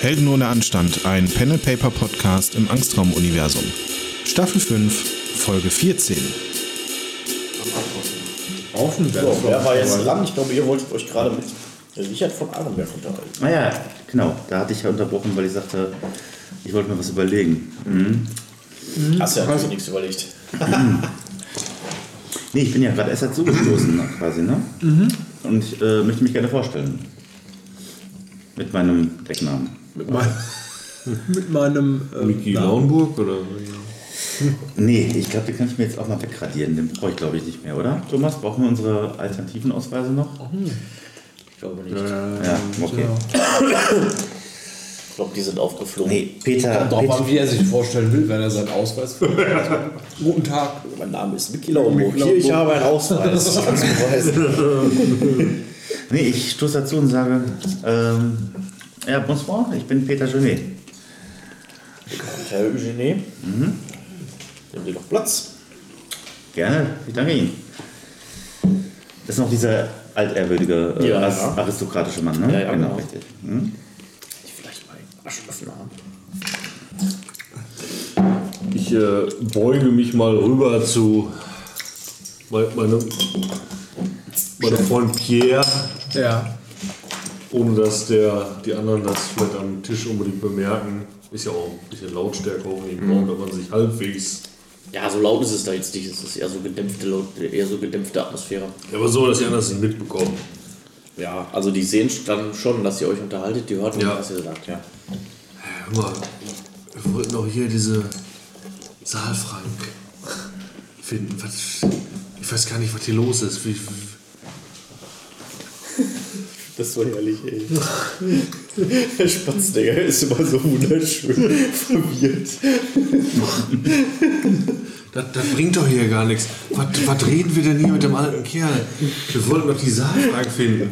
Helden ohne Anstand, ein Panel Paper Podcast im Angstraum-Universum. Staffel 5, Folge 14. Offen werden. So, wer war jetzt lang? Ich glaube, ihr wolltet euch gerade mit Richard von Arenberg unterhalten. Ah ja, genau. Da hatte ich ja unterbrochen, weil ich sagte, ich wollte mir was überlegen. Mhm. Hast ja natürlich nichts überlegt. Nee, ich bin ja gerade erst dazu gestoßen, ne, quasi, ne? Mhm. Und ich äh, möchte mich gerne vorstellen. Mit meinem Decknamen. Mit, mein, mit meinem. äh, Mickey Namen. Launburg oder? Nee, ich glaube, den kann ich mir jetzt auch mal wegradieren. Den brauche ich, glaube ich, nicht mehr, oder? Thomas, brauchen wir unsere alternativen Ausweise noch? Ich glaube nicht. ja, okay. Ich glaube, die sind aufgeflogen. Nee, Peter. Doch Peter mal, wie er sich vorstellen will, wenn er seinen Ausweis Guten Tag. Mein Name ist Micky Laumburg. Hier, ich habe einen Ausweis. Ganz beweisen. nee, ich stoße dazu und sage, ähm, ja, bonsoir, ich bin Peter Genet. Herr Eugenie, Mhm. nehmen Sie doch Platz. Gerne, ich danke Ihnen. Das ist noch dieser altehrwürdige, äh, Ja, as- ja. aristokratische Mann, ne? Ja, ja, genau, genau. richtig. Hm? Ich vielleicht mal einen Aschenöffner haben. Ich äh, beuge mich mal rüber zu me- meinem meine Freund Pierre, Ja. ohne dass der, die anderen das vielleicht am Tisch unbedingt bemerken. Ist ja auch ein bisschen Lautstärke hochheben, mhm. wenn man sich halbwegs. Ja, so laut ist es da jetzt nicht. Es ist eher so gedämpfte, Laut- eher so gedämpfte Atmosphäre. Aber so, dass die anderen es nicht mitbekommen. Ja, also die sehen dann schon, dass ihr euch unterhaltet. Die hören, Ja. was ihr sagt. Ja. Hör mal, wir wollten doch hier diese Saalfrank finden. Was, ich weiß gar nicht, was hier los ist. Wie, Das ist so herrlich, ey. Der Spatzdegger ist immer so wunderschön verwirrt. das, das bringt doch hier gar nichts. Was, was reden wir denn hier mit dem alten Kerl? Wir wollten doch die Saalfrank finden.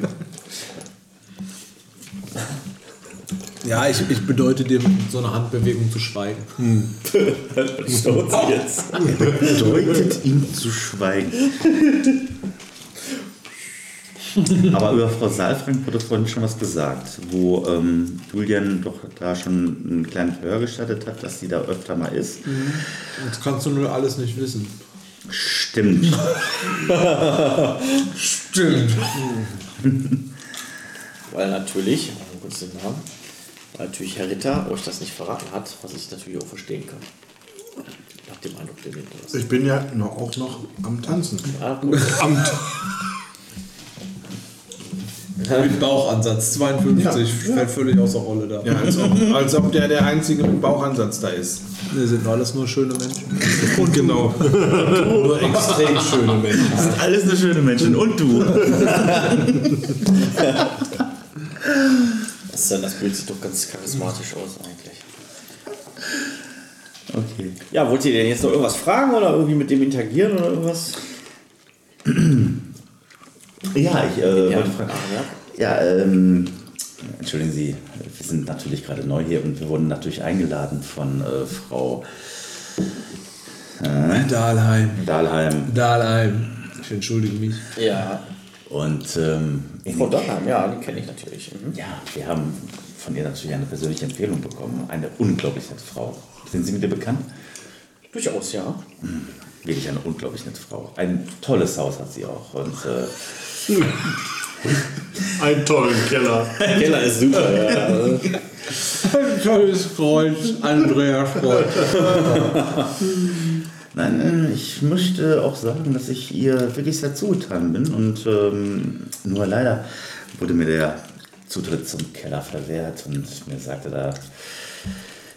Ja, ich, ich bedeute dir mit so einer Handbewegung zu schweigen. Schaut sie jetzt. Bedeutet ihm zu schweigen. Aber über Frau Saalfrank wurde vorhin schon was gesagt, wo ähm, Julian doch da schon einen kleinen Verhör gestattet hat, dass sie da öfter mal ist. Das kannst du nur alles nicht wissen. Stimmt. Stimmt. Weil natürlich, mal kurz den Namen, weil natürlich Herr Ritter euch das nicht verraten hat, was ich natürlich auch verstehen kann. Nach dem Eindruck, den ihr hinterlasst. Ich bin ja noch, auch noch am Tanzen. Ja, gut. Amt. Mit Bauchansatz 52. Fällt völlig außer Rolle da. Ja, als ob, als ob der der einzige mit Bauchansatz da ist. also, Wir sind alles nur schöne Menschen. Und genau. Nur extrem schöne Menschen. Alles eine schöne Menschen. Und du. Das, ist dann- das Bild sieht doch ganz charismatisch aus eigentlich. Okay. Ja, wollt ihr denn jetzt noch irgendwas fragen oder irgendwie mit dem interagieren oder irgendwas? Ja, ich äh, Ja, wollte fragen. Ja, ähm, entschuldigen Sie, wir sind natürlich gerade neu hier und wir wurden natürlich eingeladen von äh, Frau Dahlheim. Dahlheim. Dahlheim. Ich entschuldige mich. ja. Und ähm, Frau Dunham, ja, die kenne ich natürlich. Mhm. ja, wir haben von ihr natürlich eine persönliche Empfehlung bekommen. Eine unglaublich nette Frau. Sind Sie mit ihr bekannt? Durchaus, ja. Wirklich eine unglaublich nette Frau. Ein tolles Haus hat sie auch. Und äh, Einen tollen Keller. Keller ist super, ja. Ein tolles Kreuz, Andreas Kreuz. nein, äh, ich möchte auch sagen, dass ich ihr wirklich sehr zugetan bin. Und ähm, nur leider wurde mir der Zutritt zum Keller verwehrt und mir sagte da,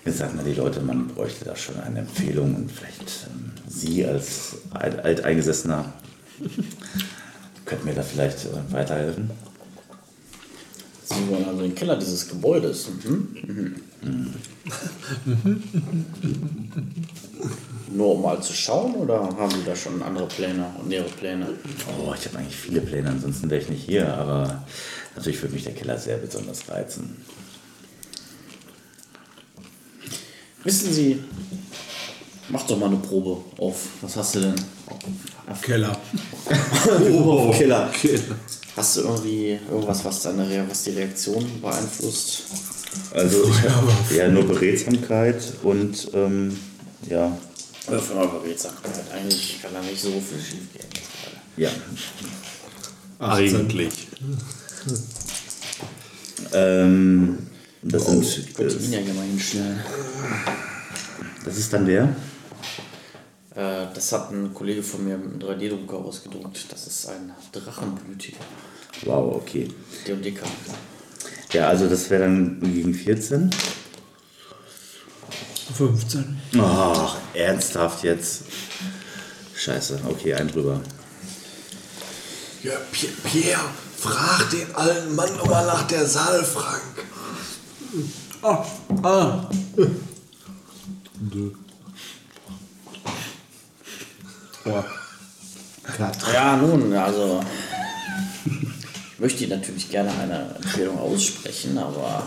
mir sagten da die Leute, man bräuchte da schon eine Empfehlung und vielleicht ähm, Sie als alt- alteingesessener könnten mir da vielleicht äh, weiterhelfen. Sie wollen also den Keller dieses Gebäudes. Mhm. Mhm. Nur um mal zu schauen oder haben Sie da schon andere Pläne und nähere Pläne? Oh, ich habe eigentlich viele Pläne, ansonsten wäre ich nicht hier, aber natürlich würde mich der Keller sehr besonders reizen. Wissen Sie, mach doch mal eine Probe auf. Was hast du denn? Keller. Probe auf Keller. Keller. Hast du irgendwie irgendwas, was, deine, Re- was die Reaktion beeinflusst? Also ja, nur Beredsamkeit und ähm, ja, Wirf mal Beredsamkeit. Eigentlich kann da nicht so viel schief gehen. ja. Eigentlich. Ähm, das, Ich sind, äh, könnte das, ihn ja immerhin schnell. das ist dann der. Äh, das hat ein Kollege von mir mit einem 3D-Drucker ausgedruckt. Das ist ein Drachenblütiger. Wow, okay. D&D-Charakter. Ja, also das wäre dann gegen 14. 15. Ach, ernsthaft jetzt. Scheiße, okay, ein drüber. Ja, Pierre, Pierre, frag den alten Mann nochmal nach der Saalfrank. Ah, ah. Ja, nun, also. Ich möchte Ihnen natürlich gerne eine Empfehlung aussprechen, aber.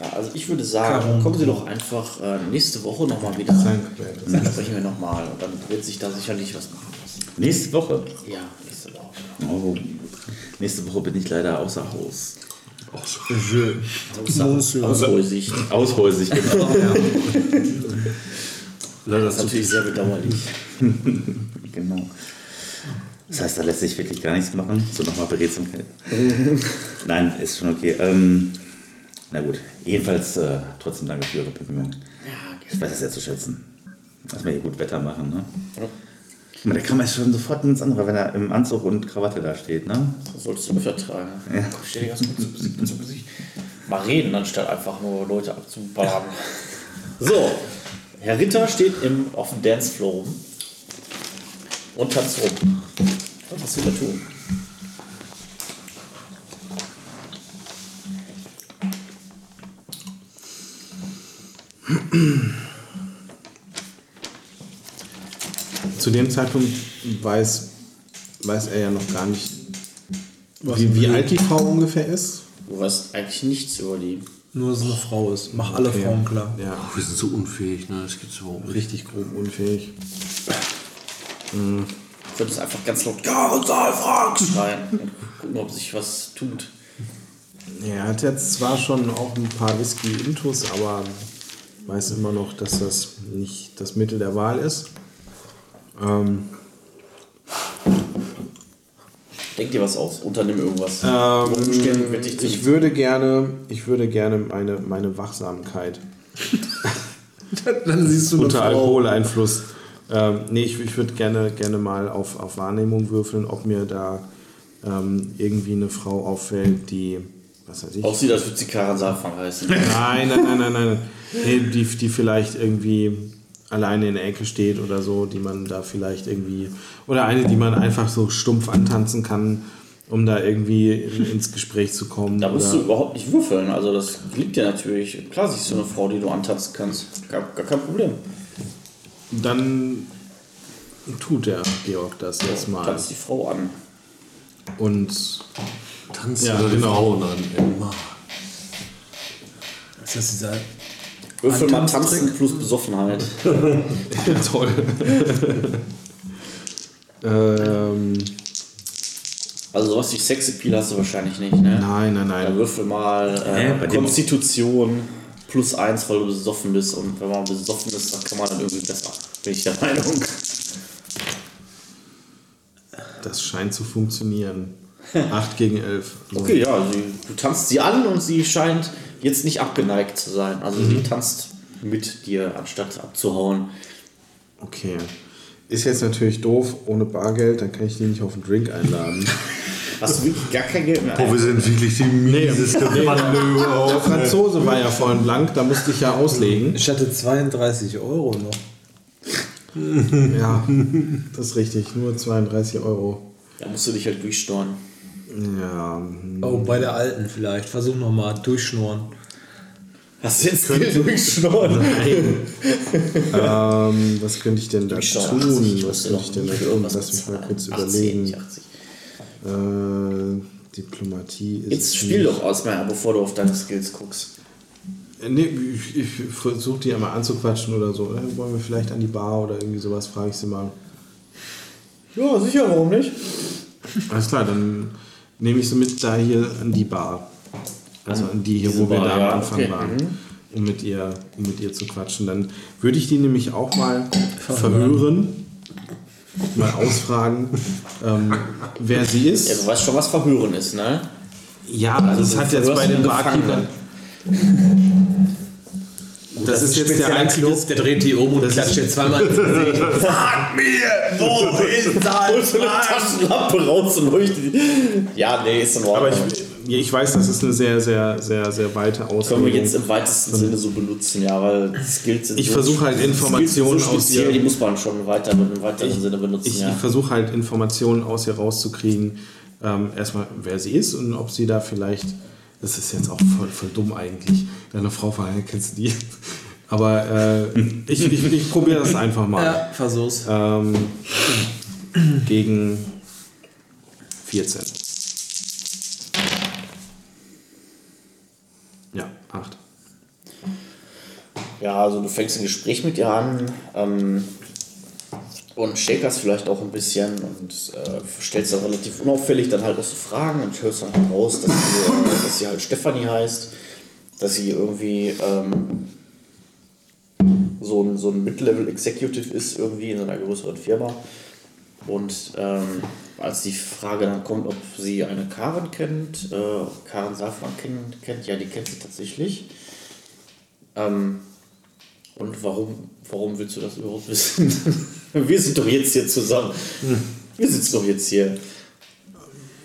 Ja, also ich würde sagen, kommen Sie doch einfach äh, nächste Woche nochmal wieder. Dann sprechen wir nochmal und dann wird sich da sicherlich was machen lassen. Nächste Woche. Ja, nächste Woche. Oh, nächste Woche bin ich leider außer Haus. Aus, aus Ruhesicht. Also Aushäusig, genau. Das ist natürlich sehr bedauerlich. genau. Das heißt, da lässt sich wirklich gar nichts machen. So nochmal Beredsamkeit. Nein, ist schon okay. Ähm, na gut, jedenfalls äh, trotzdem danke für Ihre Bemühungen. Ich weiß es sehr zu schätzen. Dass wir hier gut Wetter machen, ne? Guck mal, Da kann man schon sofort ins andere, wenn er im Anzug und Krawatte da steht, ne? Das solltest du öfter tragen. Komm, Stell dir ganz gut zum Gesicht- zum Gesicht. Mal reden, anstatt einfach nur Leute abzuballern. So, Herr Ritter steht im, auf dem Dancefloor rum und tanzt rum. Was hast du da tun? Zu dem Zeitpunkt weiß, weiß er ja noch gar nicht, wie, wie alt die Frau ungefähr ist. Du weißt eigentlich nichts über die. Nur dass es eine Frau ist. Mach alle Frauen klar. Ja, wir sind so unfähig, ne? Das gibt's überhaupt nicht. richtig grob unfähig. Du könntest einfach ganz laut Ja, und Saalfrank schreien und gucken, ob sich was tut. Er hat jetzt zwar schon auch ein paar Whisky-Intus, aber weiß immer noch, dass das nicht das Mittel der Wahl ist. Ähm, Denk dir was aus, unternimm irgendwas. ähm, wird dich zu- ich würde gerne, ich würde gerne meine, meine Wachsamkeit Dann siehst du unter eine Frau. Alkoholeinfluss. Ähm, nee, ich, ich würde gerne, gerne mal auf, auf Wahrnehmung würfeln, ob mir da ähm, irgendwie eine Frau auffällt, die, was weiß ich, Aussieht, als würde sie Karan Saalfrank heißen. Nein, nein, nein, nein, nein. nein. Nee, die, die vielleicht irgendwie alleine in der Ecke steht oder so, die man da vielleicht irgendwie. Oder eine, die man einfach so stumpf antanzen kann, um da irgendwie in, ins Gespräch zu kommen. Da musst du oder, überhaupt nicht würfeln. Also das liegt dir natürlich. Klar siehst du eine Frau, die du antasten kannst. Gar, gar kein Problem. dann tut der Georg das jetzt mal. Tanzt die Frau an. Und Tanzen Ja, ja, die genau. Frauen an, immer. Ist das dieser Würfel Ein mal Tanztrick? tanzen plus Besoffenheit. toll. ähm, Also sowas wie Sexappeal hast du wahrscheinlich nicht, ne? nein, nein, Dann nein. würfel mal Hä, äh, bei dem- Konstitution plus eins, weil du besoffen bist. Und wenn man besoffen ist, dann kann man dann irgendwie besser. Bin ich der Meinung. Das scheint zu funktionieren. 8 gegen 11. Okay, ja, sie, du tanzt sie an und sie scheint jetzt nicht abgeneigt zu sein. Also Mhm. sie tanzt mit dir, anstatt abzuhauen. Okay. Ist jetzt natürlich doof, ohne Bargeld, dann kann ich die nicht auf einen Drink einladen. Hast du wirklich gar kein Geld mehr? Boah, wir sind wirklich die mieseste Bande Der überhaupt. Franzose war ja vorhin blank, da musste ich ja auslegen. Ich hatte 32 Euro noch. Ja, das ist richtig, nur 32 Euro. Da musst du dich halt durchschnorren. Ja, Oh, bei der alten vielleicht. Versuch nochmal durchschnurren. Hast du jetzt durchschnorren? Also, ähm, was könnte ich denn da Durchschnorren. tun? 80, Was musst du könnte noch ich denn da für tun? irgendwas Lass mich mal bezahlen. kurz 80, überlegen. nicht 80. Äh, Diplomatie ist. Jetzt spiel nicht- doch erstmal, bevor du auf deine Skills guckst. Nee, ich, ich versuche die einmal anzuquatschen oder so. Äh, Wollen wir vielleicht an die Bar oder irgendwie sowas, frage ich sie mal. Ja, sicher, warum nicht? Alles klar, dann nehme ich sie mit da hier an die Bar. Also an die hier, Diese wo wir Bar, da ja, am Anfang okay, waren. mhm. Um mit, ihr, um mit ihr zu quatschen. Dann würde ich die nämlich auch mal verhören, mal ausfragen, ähm, wer sie Ja, du ist. weißt schon, was Verhören ist, ne? Ja, also das du hat jetzt bei verhörst den einen Gefangenen. Barkeepern. ne? Das ist jetzt der einzige, der dreht die um und das klatscht jetzt zweimal ins Gesicht. Holst du eine Taschenlampe raus und leuchtet. Ja, nee, ist in Ordnung. Aber ich, ja, ich weiß, das ist eine sehr, sehr, sehr, sehr weite können Auslegung. wir jetzt im weitesten Sinne so benutzen, ja, weil Skills sind Ich so- versuche halt Skills sind Informationen so aus ihr- speziell, die muss man schon im weiteren, im weiteren Sinne benutzen, ich, ja. ich versuche halt Informationen aus ihr rauszukriegen. Ähm, erstmal, wer sie ist und ob sie da vielleicht. Das ist jetzt auch voll, voll dumm eigentlich. Deine Frau verheiratet, kennst du die? Aber äh, ich, ich, ich probiere das einfach mal. Ja, versuch's. Ähm, gegen 14. Ja, 8. Ja, also du fängst ein Gespräch mit ihr an ähm, und shakerst vielleicht auch ein bisschen und äh, stellst dann relativ unauffällig dann halt auch so Fragen und hörst dann halt raus, dass sie, äh, dass sie halt Stefanie heißt, dass sie irgendwie ähm, so ein, so ein Mid-Level-Executive ist irgendwie in einer größeren Firma. Und ähm, als die Frage dann kommt, ob sie eine Karen kennt, äh, Karen Safran kennt, kennt, ja, die kennt sie tatsächlich. Ähm, und warum, warum willst du das überhaupt wissen? Wir sind doch jetzt hier zusammen. Wir sitzen doch jetzt hier.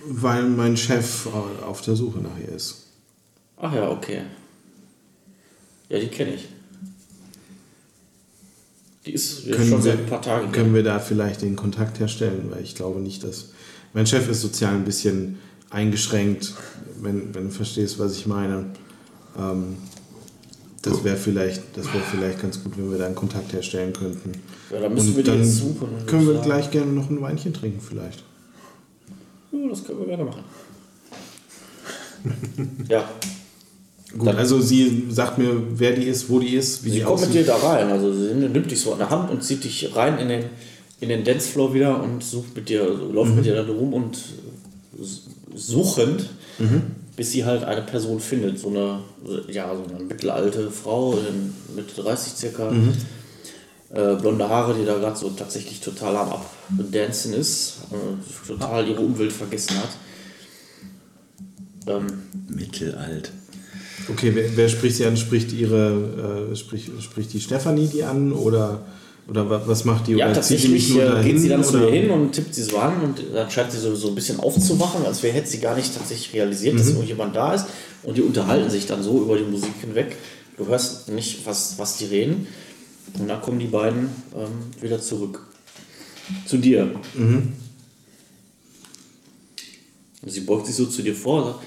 Weil mein Chef äh, auf der Suche nach ihr ist. Ach ja, okay. Ja, die kenne ich. Die ist jetzt schon seit ein paar Tagen. hier. Können wir da vielleicht den Kontakt herstellen? Weil ich glaube nicht, dass. Mein Chef ist sozial ein bisschen eingeschränkt, wenn, wenn du verstehst, was ich meine. Ähm, das wäre vielleicht, das wär vielleicht ganz gut, wenn wir da einen Kontakt herstellen könnten. Ja, dann müssen Und wir die dann jetzt suchen, würde Können ich wir sagen. gleich gerne noch ein Weinchen trinken, vielleicht. Ja, das können wir gerne machen. ja, Gut, Dann- also sie sagt mir, wer die ist, wo die ist, wie sie die kommt mit aussieht. dir da rein. Also sie nimmt dich so an der Hand und zieht dich rein in den, in den Dancefloor wieder und sucht mit dir, also läuft Mhm. mit dir dann rum und s- suchend, Mhm. bis sie halt eine Person findet. So eine, ja, so eine mittelalte Frau, in Mitte 30 circa. Mhm. Äh, blonde Haare, die da gerade so tatsächlich total am Abdancen ist, äh, total ihre Umwelt vergessen hat. Ähm, Mittelalt. Okay, wer, wer spricht sie an? Spricht ihre, äh, spricht, spricht die Stefanie die an oder, oder wa- was macht die? Ja, oder zieht die tatsächlich äh, geht sie dann zu oder- mir hin und tippt sie so an und dann scheint sie so, so ein bisschen aufzuwachen, als wäre hätte sie gar nicht tatsächlich realisiert, Mhm. dass irgendjemand da ist. Und die unterhalten sich dann so über die Musik hinweg. Du hörst nicht, was, was die reden. Und dann kommen die beiden ähm, wieder zurück. Zu dir. Mhm. Und sie beugt sich so zu dir vor. und sagt,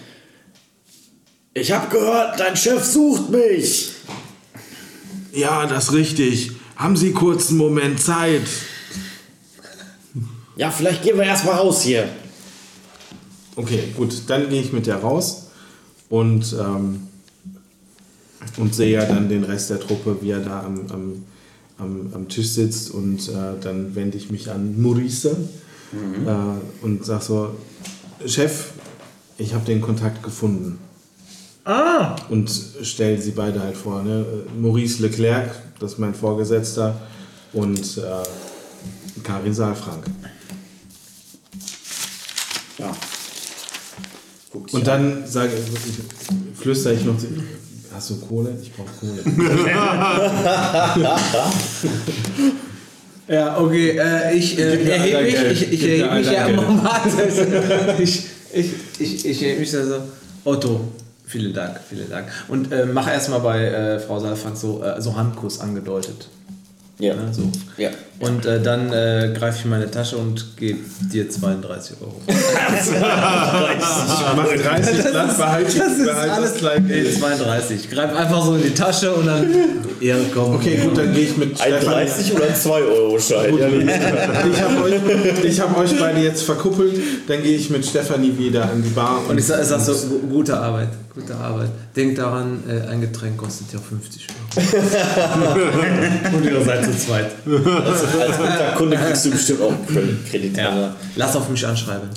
Ich hab gehört, dein Chef sucht mich. Ja, das ist richtig. Haben Sie kurz einen Moment Zeit? Ja, vielleicht gehen wir erstmal raus hier. Okay, gut, dann gehe ich mit der raus und, ähm, und sehe ja dann den Rest der Truppe, wie er da am, am, am, am Tisch sitzt und äh, dann wende ich mich an Maurice äh, und sage so, Chef, ich habe den Kontakt gefunden. Ah! Und stelle sie beide halt vor. Ne? Maurice Leclerc, das ist mein Vorgesetzter, und äh, Karin Saalfrank. Ja. Guckt Und sie an. dann sage ich, flüstere ich noch, zu- hast du Kohle? Ich brauche Kohle. Ja, okay, äh, ich äh, Gib mir erhebe einer mich, Geld. ich, ich Gib mir erhebe mich einer ja Geld. am Moment. Ich, ich, ich, ich erhebe mich da so. Otto, vielen Dank, vielen Dank. Und äh, mach erstmal bei äh, Frau Saalfrank so, äh, so Handkuss angedeutet. Ja. Ne, so. Ja. Und äh, dann äh, greife ich meine Tasche und gebe dir 32 Euro. Mach 30 Blatt, behalte Das ist behalte alles Kleid. Nee, 32. Greif einfach so in die Tasche und dann. Ja, komm. Okay, gut, dann gehe ich mit Ein Stefan. 30 oder ein 2-Euro-Schein. Gut, ich habe euch, ich hab euch beide jetzt verkuppelt, dann gehe ich mit Stefanie wieder an die Bar. Und ich sag, ich sag so, gu- gute Arbeit, gute Arbeit. Denk daran, äh, ein Getränk kostet ja 50 Euro. und ihr seid zu zweit. Das als guter Also, Kunde kriegst du bestimmt auch einen Kredit. Ja. aber- Lass auf mich anschreiben.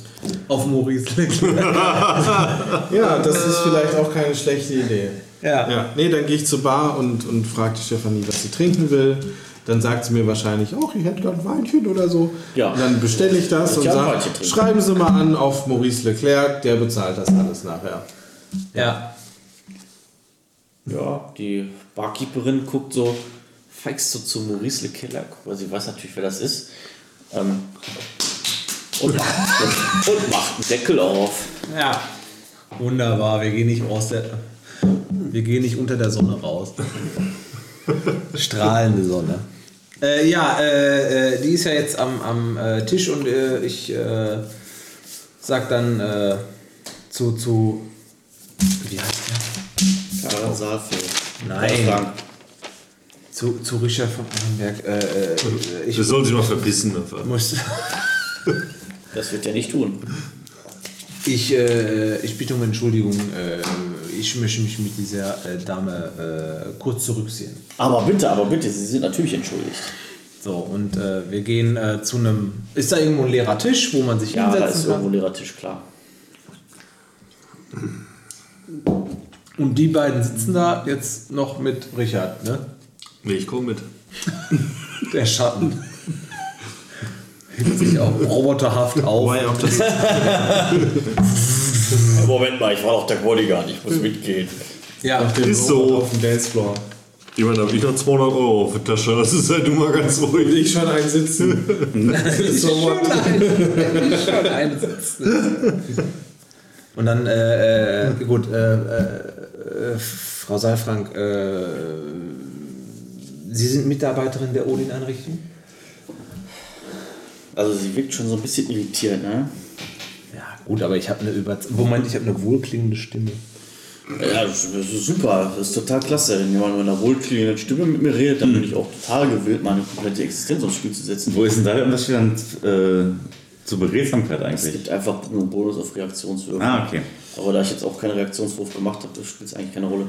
Auf Maurice Leclerc. Ja, das ist vielleicht auch keine schlechte Idee. Ja. ja. Nee, dann gehe ich zur Bar und, und frage die Stefanie, was sie trinken will. Dann sagt sie mir wahrscheinlich, oh, ich hätte gern ein Weinchen oder so. Ja. Und dann bestelle ich das Ich und kann sage, Weinchen trinken. schreiben Sie mal an auf Maurice Leclerc, der bezahlt das alles nachher. ja. Ja, die Barkeeperin guckt so, feigst so zu Maurice Le Keller, weil sie weiß natürlich, wer das ist. Ähm, und, macht, und macht einen Deckel auf. Ja. Wunderbar, wir gehen nicht aus der. Wir gehen nicht unter der Sonne raus. Strahlende Sonne. Äh, ja, äh, äh, die ist ja jetzt am, am äh, Tisch und äh, ich äh, sag dann äh, zu, zu. Wie heißt der? Karl Saalfeld. Nein. Zu, zu Richard von Ehrenberg. Äh, äh, ich Wir sollen sie mal verbissen einfach. muss. Das wird er nicht tun. Ich, äh, ich bitte um Entschuldigung. Äh, ich möchte mich mit dieser äh, Dame äh, kurz zurückziehen. Aber bitte, aber bitte, Sie sind natürlich entschuldigt. So, und äh, wir gehen äh, zu einem. Ist da irgendwo ein leerer Tisch, wo man sich Ja, da ist hinsetzen irgendwo kann? ein leerer Tisch, klar. Und die beiden sitzen da jetzt noch mit Richard, ne? Nee, ich komme mit. Der Schatten. Hebt sich auch roboterhaft auf. Wobei auch das, Moment mal, ich war doch der Bodyguard, Hm. ich muss mitgehen. Ja, Ist so. auf dem Dancefloor. Ich meine, da habe ich noch 200 Euro auf der Tasche. Das ist halt du mal ganz ruhig. Ich schon einen sitzen. ist schon ein, schon ein Sitzen. Und dann, äh, äh, gut, äh, äh, äh, Frau Saalfrank, äh, Sie sind Mitarbeiterin der Odin-Einrichtung? Also sie wirkt schon so ein bisschen irritiert, ne? Ja, gut, aber ich habe eine über... Moment, ich habe eine wohlklingende Stimme. Ja, das ist das ist super, das ist total klasse. Wenn jemand mit einer wohlklingenden Stimme mit mir redet, dann bin ich auch total gewillt, meine komplette Existenz aufs Spiel zu setzen. Wo ist denn da der Unterschied dann, äh, zur Beredsamkeit Es eigentlich? gibt einfach nur einen Bonus auf Reaktionswürfe. Ah, okay. Aber da ich jetzt auch keinen Reaktionswurf gemacht habe, spielt es eigentlich keine Rolle.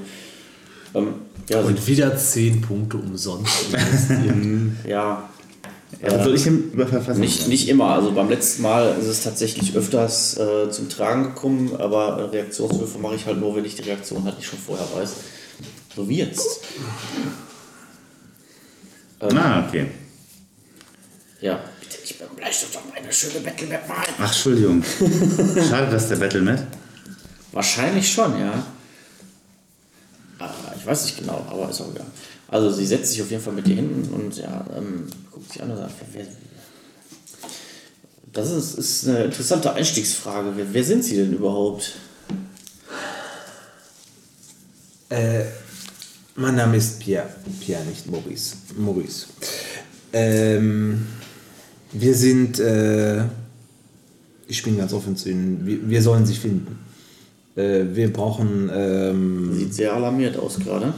Ähm, ja, sie, Und wieder 10 Punkte umsonst. ja, Also ich im Überverfassen. Nicht, nicht immer. Also beim letzten Mal ist es tatsächlich öfters äh, zum Tragen gekommen, aber äh, Reaktionswürfe mache ich halt nur, wenn ich die Reaktion hatte, die ich schon vorher weiß. So wie jetzt. Ah, okay. Ja. Bitte nicht mit dem Bleistift auf meine schöne Battlemap malen. Ach, Entschuldigung. Schade, dass der Battlemat. Wahrscheinlich schon, ja. Ah, ich weiß nicht genau, aber ist auch egal. Also sie setzt sich auf jeden Fall mit dir hin und ja, ähm, guckt sich an und sagt, wer, das ist, ist eine interessante Einstiegsfrage. Wer, wer sind Sie denn überhaupt? Äh, mein Name ist Pierre. Pierre, nicht Maurice. Maurice. Ähm, wir sind. Äh, ich bin ganz offen zu Ihnen. Wir, wir sollen Sie finden. Äh, wir brauchen. Ähm, Sieht sehr alarmiert aus gerade.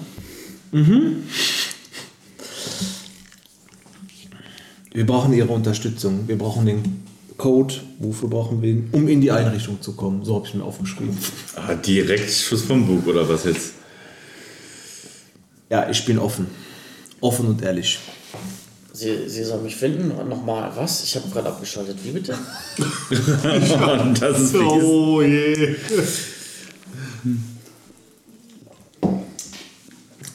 wir brauchen Ihre Unterstützung. Wir brauchen den Code. Wofür brauchen wir ihn? Um in die Einrichtung zu kommen. So habe ich mir aufgeschrieben. Ah, direkt Schuss vom Bug oder was jetzt? Ja, ich bin offen. Offen und ehrlich. Sie, sie soll mich finden. Und Nochmal, was? Ich habe gerade abgeschaltet. Wie bitte? Und das ist fies. Oh je.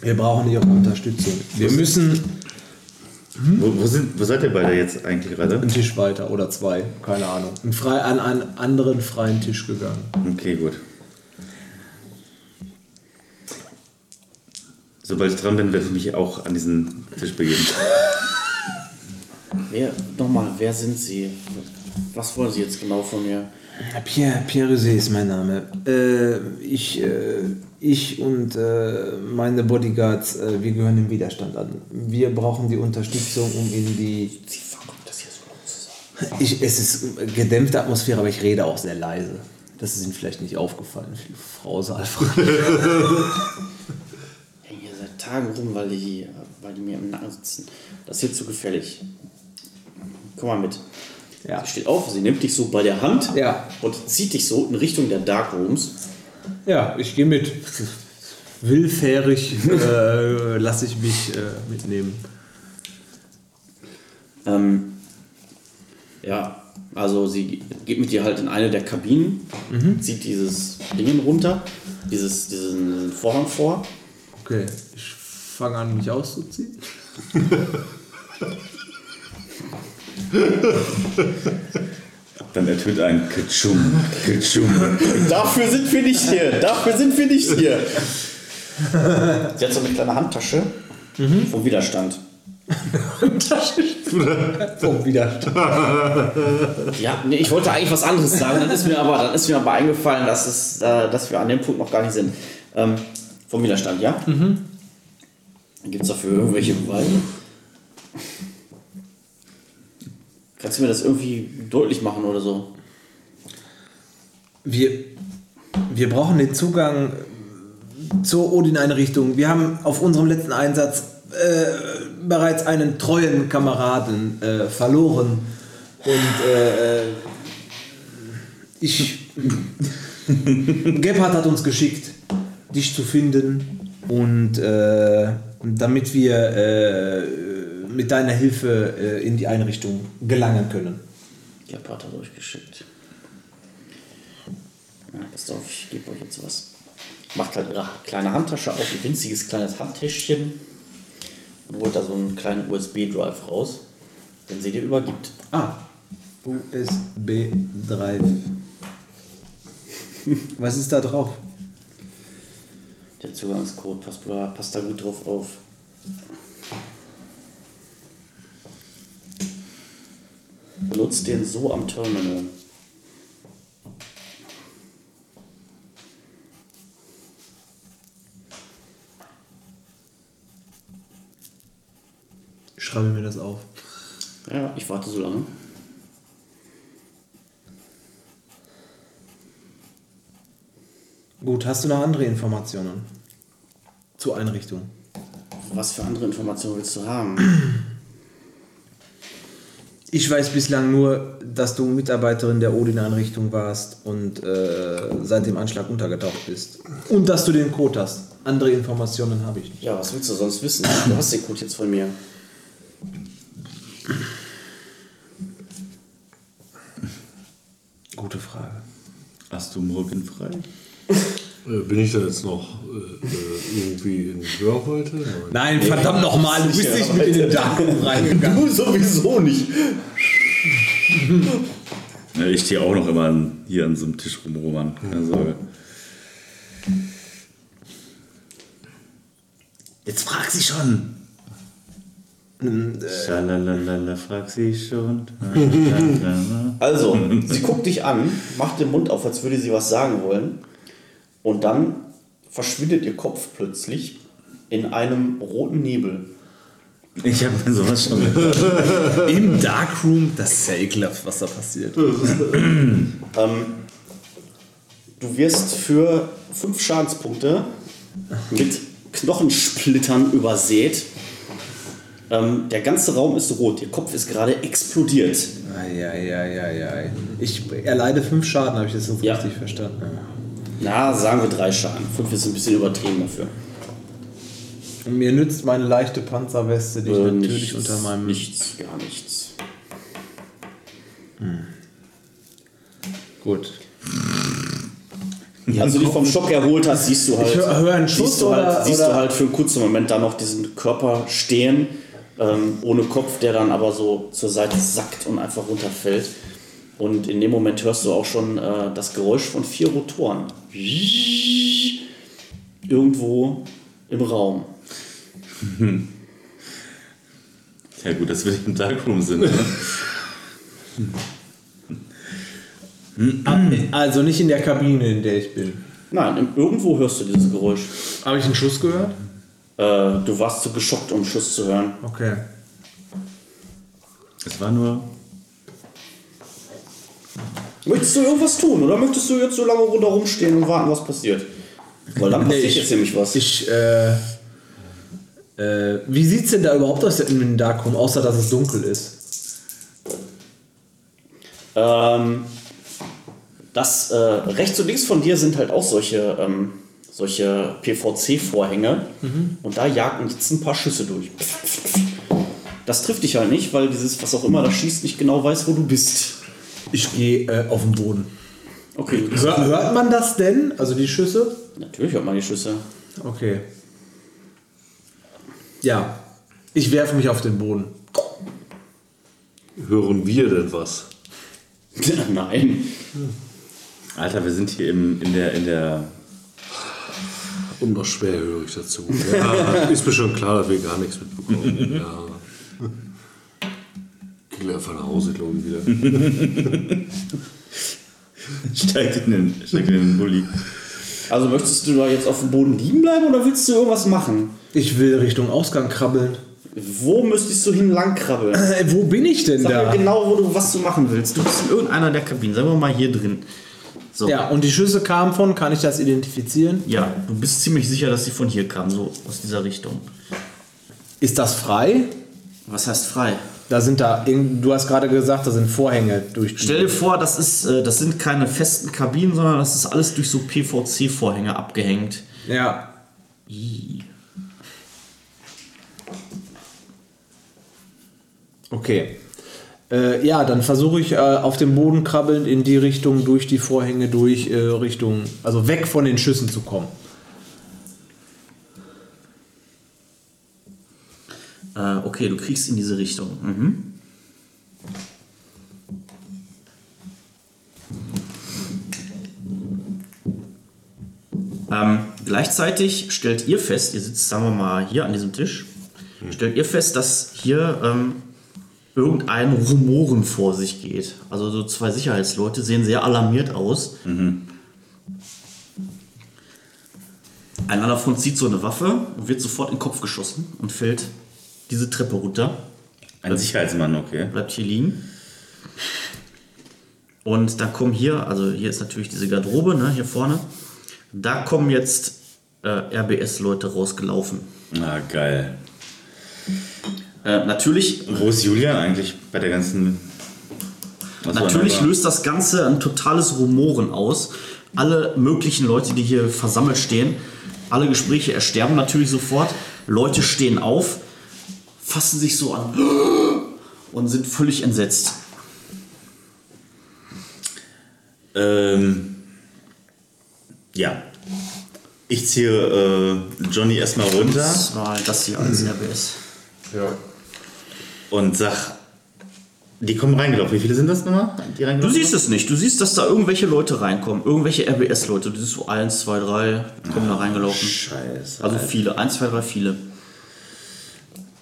Wir brauchen Ihre Unterstützung. Wir müssen Wo, wo, sind, wo seid ihr beide jetzt eigentlich gerade? einen Tisch weiter oder zwei, keine Ahnung. Ein frei, an einen anderen freien Tisch gegangen. Okay, gut. Sobald ich dran bin, werde ich mich auch an diesen Tisch begeben. Wer, nochmal, wer sind Sie? Was wollen Sie jetzt genau von mir? Pierre, Pierre Rosé ist mein Name. Äh, ich, äh, ich und äh, meine Bodyguards, äh, wir gehören dem Widerstand an. Wir brauchen die Unterstützung, um in die. Sie verkommt das hier so laut zu sagen. Ich, es ist gedämpfte Atmosphäre, aber ich rede auch sehr leise. Das ist Ihnen vielleicht nicht aufgefallen, Frau Saalfrank. Ich hänge hier seit Tagen rum, weil die, weil die mir im Nacken sitzen. Das ist hier zu gefährlich. Komm mal mit. Ja. Sie steht auf, sie nimmt dich so bei der Hand Ja. und zieht dich so in Richtung der Dark Rooms. Ja, ich gehe mit. Willfährig äh, lasse ich mich äh, mitnehmen. Ähm, ja, also sie geht mit dir halt in eine der Kabinen, Mhm. zieht dieses Ding runter, dieses, diesen Vorhang vor. Okay, ich fange an, mich auszuziehen. Dann ertönt ein Kitschum, Kitschum. Dafür sind wir nicht hier. Dafür sind wir nicht hier. Sie hat so eine kleine Handtasche Mhm. vom Widerstand. Vom Widerstand. Ja, nee, ich wollte eigentlich was anderes sagen, dann ist mir aber, dann ist mir aber eingefallen, dass, es, äh, dass wir an dem Punkt noch gar nicht sind. Ähm, vom Widerstand, ja? Mhm. Gibt es dafür irgendwelche Beweise? Kannst du mir das irgendwie deutlich machen oder so? Wir, wir brauchen den Zugang zur Odin-Einrichtung. Wir haben auf unserem letzten Einsatz äh, bereits einen treuen Kameraden äh, verloren. Und äh, äh, ich. Gebhardt hat uns geschickt, dich zu finden. Und äh, damit wir äh, mit deiner Hilfe äh, in die Einrichtung gelangen können. Ich habe Pater durchgeschickt. Ja, passt auf, ich gebe euch jetzt was. Macht halt ihre kleine Handtasche auf, ein winziges kleines Handtäschchen und holt da so einen kleinen USB-Drive raus, den sie dir übergibt. Ah, USB Drive. Was ist da drauf? Der Zugangscode passt, passt da gut drauf auf. Benutzt den so am Terminal. Schreibe mir das auf. Ja, ich warte so lange. Gut, hast du noch andere Informationen zur Einrichtung? Was für andere Informationen willst du haben? Ich weiß bislang nur, dass du Mitarbeiterin der Odin-Einrichtung warst und äh, seit dem Anschlag untergetaucht bist. Und dass du den Code hast. Andere Informationen habe ich nicht. Ja, was willst du sonst wissen? Du hast den Code jetzt von mir. Gute Frage. Hast du morgen frei? Äh, Bin ich da jetzt noch äh, äh, irgendwie in Hörweite? Nein. Nein, verdammt nochmal, du bist nicht mit in den Daten reingegangen. sowieso nicht. Ja, Ne, Ich stehe auch noch immer an, hier an so einem Tisch rum, Roman. Also, Keine Sorge. Jetzt frag sie schon. Hm, äh. Schalalala, frag sie schon. Also, sie guckt dich an, macht den Mund auf, als würde sie was sagen wollen. Und dann verschwindet ihr Kopf plötzlich in einem roten Nebel. Ich habe mir sowas schon gehört. Im Darkroom, das ist ja ekelhaft, was da passiert. Ähm, du wirst für fünf Schadenspunkte mit Knochensplittern übersät. Ähm, der ganze Raum ist rot, ihr Kopf ist gerade explodiert. Eieieiei. Ich erleide fünf Schaden, habe ich das so Ja. richtig verstanden. Na, sagen wir drei Schaden. Fünf ist ein bisschen übertrieben dafür. Und mir nützt meine leichte Panzerweste, die ich Äh, natürlich nichts, unter meinem. Nichts, gar nichts. Gut. Als du dich Also vom Schock erholt hast, siehst du halt. Ich hör- hör einen Schuss siehst du halt, oder- siehst oder- du halt für einen kurzen Moment da noch diesen Körper stehen, ähm, ohne Kopf, der dann aber so zur Seite sackt und einfach runterfällt. Und in dem Moment hörst du auch schon äh, das Geräusch von vier Rotoren. Irgendwo im Raum. Ja gut, dass wir im Darkroom sind. Ne? Also nicht in der Kabine, in der ich bin. Nein, im, irgendwo hörst du dieses Geräusch. Habe ich einen Schuss gehört? Äh, du warst zu geschockt, um Schuss zu hören. Okay. Es war nur... Möchtest du irgendwas tun oder möchtest du jetzt so lange runter rumstehen und warten, was passiert? Weil dann passiert ich- jetzt nämlich was. Ich, äh. äh wie sieht's denn da überhaupt aus im Darkroom, außer dass es dunkel ist? Ähm, das äh, rechts und links von dir sind halt auch solche, ähm, solche PVC-Vorhänge. Und da jagen jetzt ein paar Schüsse durch. Das trifft dich halt nicht, weil dieses, was auch immer da schießt, nicht genau weiß, wo du bist. Ich gehe äh, auf den Boden. Okay, du bist Hör, hört man das denn? Also die Schüsse? natürlich hört man die Schüsse. Okay. Ja. Ich werfe mich auf den Boden. Hören wir denn was? Nein. Alter, wir sind hier im, in der, in der Und noch schwerhörig dazu. Ja, ist mir schon klar, dass wir gar nichts mitbekommen. Ja. Gehen wir einfach nach Hause, glaube ich, wieder. steigt in den, steigt in den Bulli. Also möchtest du da jetzt auf dem Boden liegen bleiben oder willst du irgendwas machen? Ich will Richtung Ausgang krabbeln. Wo müsstest du hin lang krabbeln? Äh, wo bin ich denn Sag da? mir genau, wo du, was du machen willst. Du bist in irgendeiner der Kabinen. Sagen wir mal hier drin. So. Ja, und die Schüsse kamen von, kann ich das identifizieren? Ja, du bist ziemlich sicher, dass sie von hier kamen, so aus dieser Richtung. Ist das frei? Was heißt frei? Da sind da, irgend- du hast gerade gesagt, da sind Vorhänge durch. Stell dir vor, das, ist, äh, das sind keine festen Kabinen, sondern das ist alles durch so PVC-Vorhänge abgehängt. Ja. Okay. Äh, ja, dann versuche ich äh, auf dem Boden krabbelnd in die Richtung, durch die Vorhänge, durch äh, Richtung, also weg von den Schüssen zu kommen. Äh, okay, du kriegst in diese Richtung. Mhm. Ähm, gleichzeitig stellt ihr fest, ihr sitzt, sagen wir mal, hier an diesem Tisch, stellt ihr fest, dass hier ähm, irgendein Rumoren vor sich geht. Also so zwei Sicherheitsleute sehen sehr alarmiert aus. Einer davon zieht so eine Waffe und wird sofort in den Kopf geschossen und fällt diese Treppe runter, Ein Sicherheitsmann, okay. bleibt hier liegen. Und da kommen hier, also hier ist natürlich diese Garderobe, ne, hier vorne. Da kommen jetzt äh, RBS-Leute rausgelaufen. Na geil. Äh, natürlich Wo ist Julian eigentlich bei der ganzen. Achso, Natürlich na, löst das Ganze ein totales Rumoren aus. Alle möglichen Leute, die hier versammelt stehen, alle Gespräche ersterben natürlich sofort. Leute stehen auf, fassen sich so an und sind völlig entsetzt. Ähm, ja. Ich ziehe äh, Johnny erstmal runter Das war das hier als RBS. und sag. Die kommen reingelaufen. Wie viele sind das nochmal? Die Du reingelaufen siehst es nicht. Du siehst, dass da irgendwelche Leute reinkommen. Irgendwelche RBS-Leute. Du siehst so 1, 2, 3, kommen da reingelaufen. Scheiße. Also Alter. viele. 1, 2, 3, viele.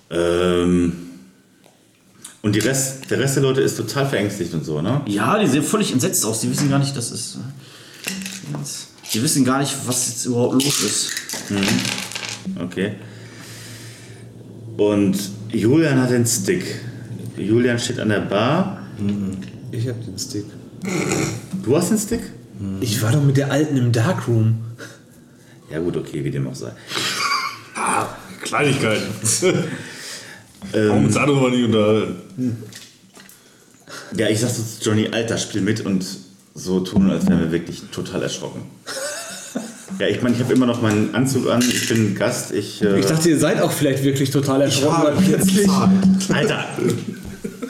Ähm, und die Rest, der Rest der Leute ist total verängstigt und so, ne? Ja, die sehen völlig entsetzt aus. Die wissen gar nicht, das ist. Die wissen gar nicht, was jetzt überhaupt los ist. Okay. Und Julian hat den Stick. Julian steht an der Bar. Ich hab den Stick. Du hast den Stick? Ich war doch mit der Alten im Darkroom. Ja gut, okay, wie dem auch sei. Kleinigkeiten. Haben uns andere mal nicht unterhalten. Ja, ich sag so zu Johnny, Alter, spiel mit und so tun, als wären wir wirklich total erschrocken. ja, ich meine, ich habe immer noch meinen Anzug an, ich bin Gast, ich... Äh, Ich dachte, ihr seid auch vielleicht wirklich total erschrocken, habe weil plötzlich. Alter!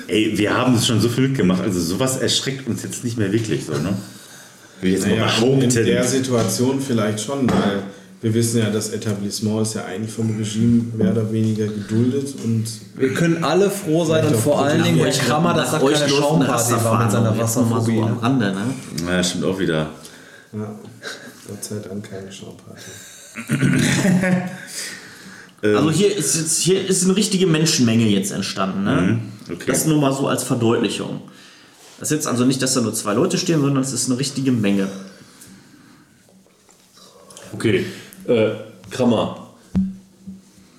Ey, wir haben schon so viel mitgemacht, also sowas erschreckt uns jetzt nicht mehr wirklich so, ne? Will ich jetzt Naja, mal in der behaupten. Situation vielleicht schon, weil wir wissen ja, das Etablissement ist ja eigentlich vom Regime mehr oder weniger geduldet und Wir können alle froh sein und vor allen Dingen, der Krammer, dass da keine Schaumparty war mit seiner mal so Wasserphobie. am ne? Rande, ne? Ja, stimmt auch wieder. ja, Gott sei Dank keine Schauparty. Also hier ist jetzt hier ist eine richtige Menschenmenge jetzt entstanden, ne? okay. Das nur mal so als Verdeutlichung. Das ist jetzt also nicht, dass da nur zwei Leute stehen, sondern es ist eine richtige Menge. Okay, äh, Krammer.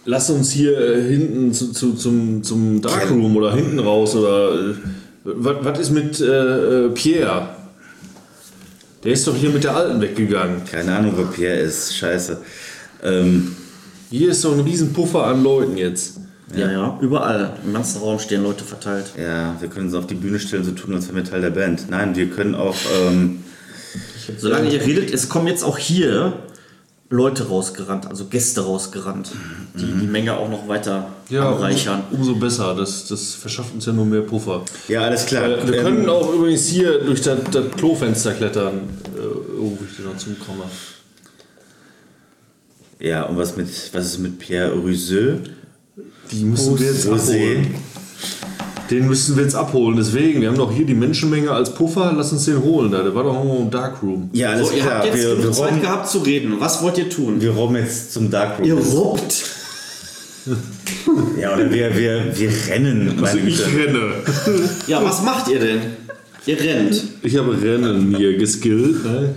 Lass uns hier äh, hinten zu, zu, zum, zum Darkroom oder hinten raus oder. Äh, was ist mit äh, äh, Pierre? Der ist doch hier mit der Alten weggegangen. Keine Ahnung, wo Pierre ist, scheiße. Ähm, Hier ist doch ein riesen Puffer an Leuten jetzt. Ja, ja, überall. Im ganzen Raum stehen Leute verteilt. ja, wir können uns auf die Bühne stellen, so tun, als wären wir Teil der Band. Nein, wir können auch... Ähm, Solange ihr redet, es kommen jetzt auch hier Leute rausgerannt, also Gäste rausgerannt, die Mhm. die Menge auch noch weiter Ja, anreichern. Umso, umso besser. Das, das verschafft uns ja nur mehr Puffer. Ja, alles klar. Äh, wir Ähm, können auch übrigens hier durch das, das Klofenster klettern, äh, wo ich da dazu komme. Ja, und was, mit, was ist mit Pierre Ruseux? Die müssen wir jetzt abholen. Den müssen wir jetzt abholen. Deswegen, wir haben doch hier die Menschenmenge als Puffer. Lass uns den holen. Da. Der war doch irgendwo im Darkroom. also Ja, alles So, ihr klar. habt jetzt Wir, wir, genug Zeit robben, gehabt zu reden. Was wollt ihr tun? wir robben jetzt zum Darkroom. Ihr robbt. Ja, oder wir, wir, wir rennen. Also meine ich Güte. renne. Ja, was macht ihr denn? Ihr rennt. Ich habe Rennen hier geskillt. Ne?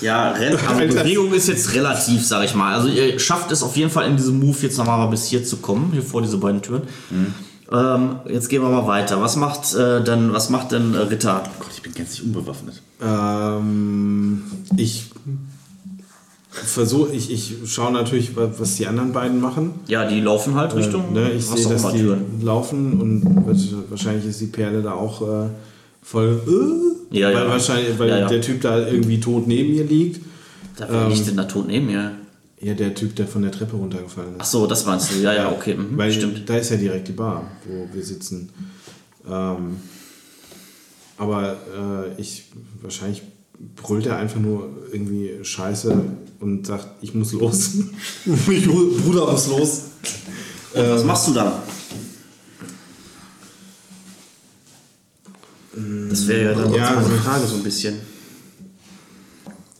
Ja, Renn, also Bewegung ist jetzt relativ, sag ich mal. Also ihr schafft es auf jeden Fall in diesem Move jetzt nochmal bis hier zu kommen, hier vor diese beiden Türen. Mhm. Ähm, jetzt gehen wir mal weiter. Was macht äh, denn, was macht denn äh, Ritter? Gott, ich bin gänzlich unbewaffnet. Ähm, ich versuche, ich, ich schaue natürlich, wa- was die anderen beiden machen. Ja, die laufen halt Richtung. Ne, ich was sehe, dass die laufen und wird, wahrscheinlich ist die Perle da auch äh, voll. Äh, Ja, weil ja. wahrscheinlich, weil Ja, ja. der Typ da irgendwie tot neben ihr liegt. Da bin ähm, ich denn da tot neben mir. Ja, der Typ, der von der Treppe runtergefallen ist. Achso, das meinst du. Ja, ja, okay. Mhm, Weil stimmt. da ist ja direkt die Bar, wo wir sitzen. Ähm, aber äh, ich wahrscheinlich brüllt er einfach nur irgendwie Scheiße und sagt, ich muss los. ich, mu- Bruder muss los. was machst du dann? Das wäre ja dann Ja, jetzt meine also- Frage so ein bisschen.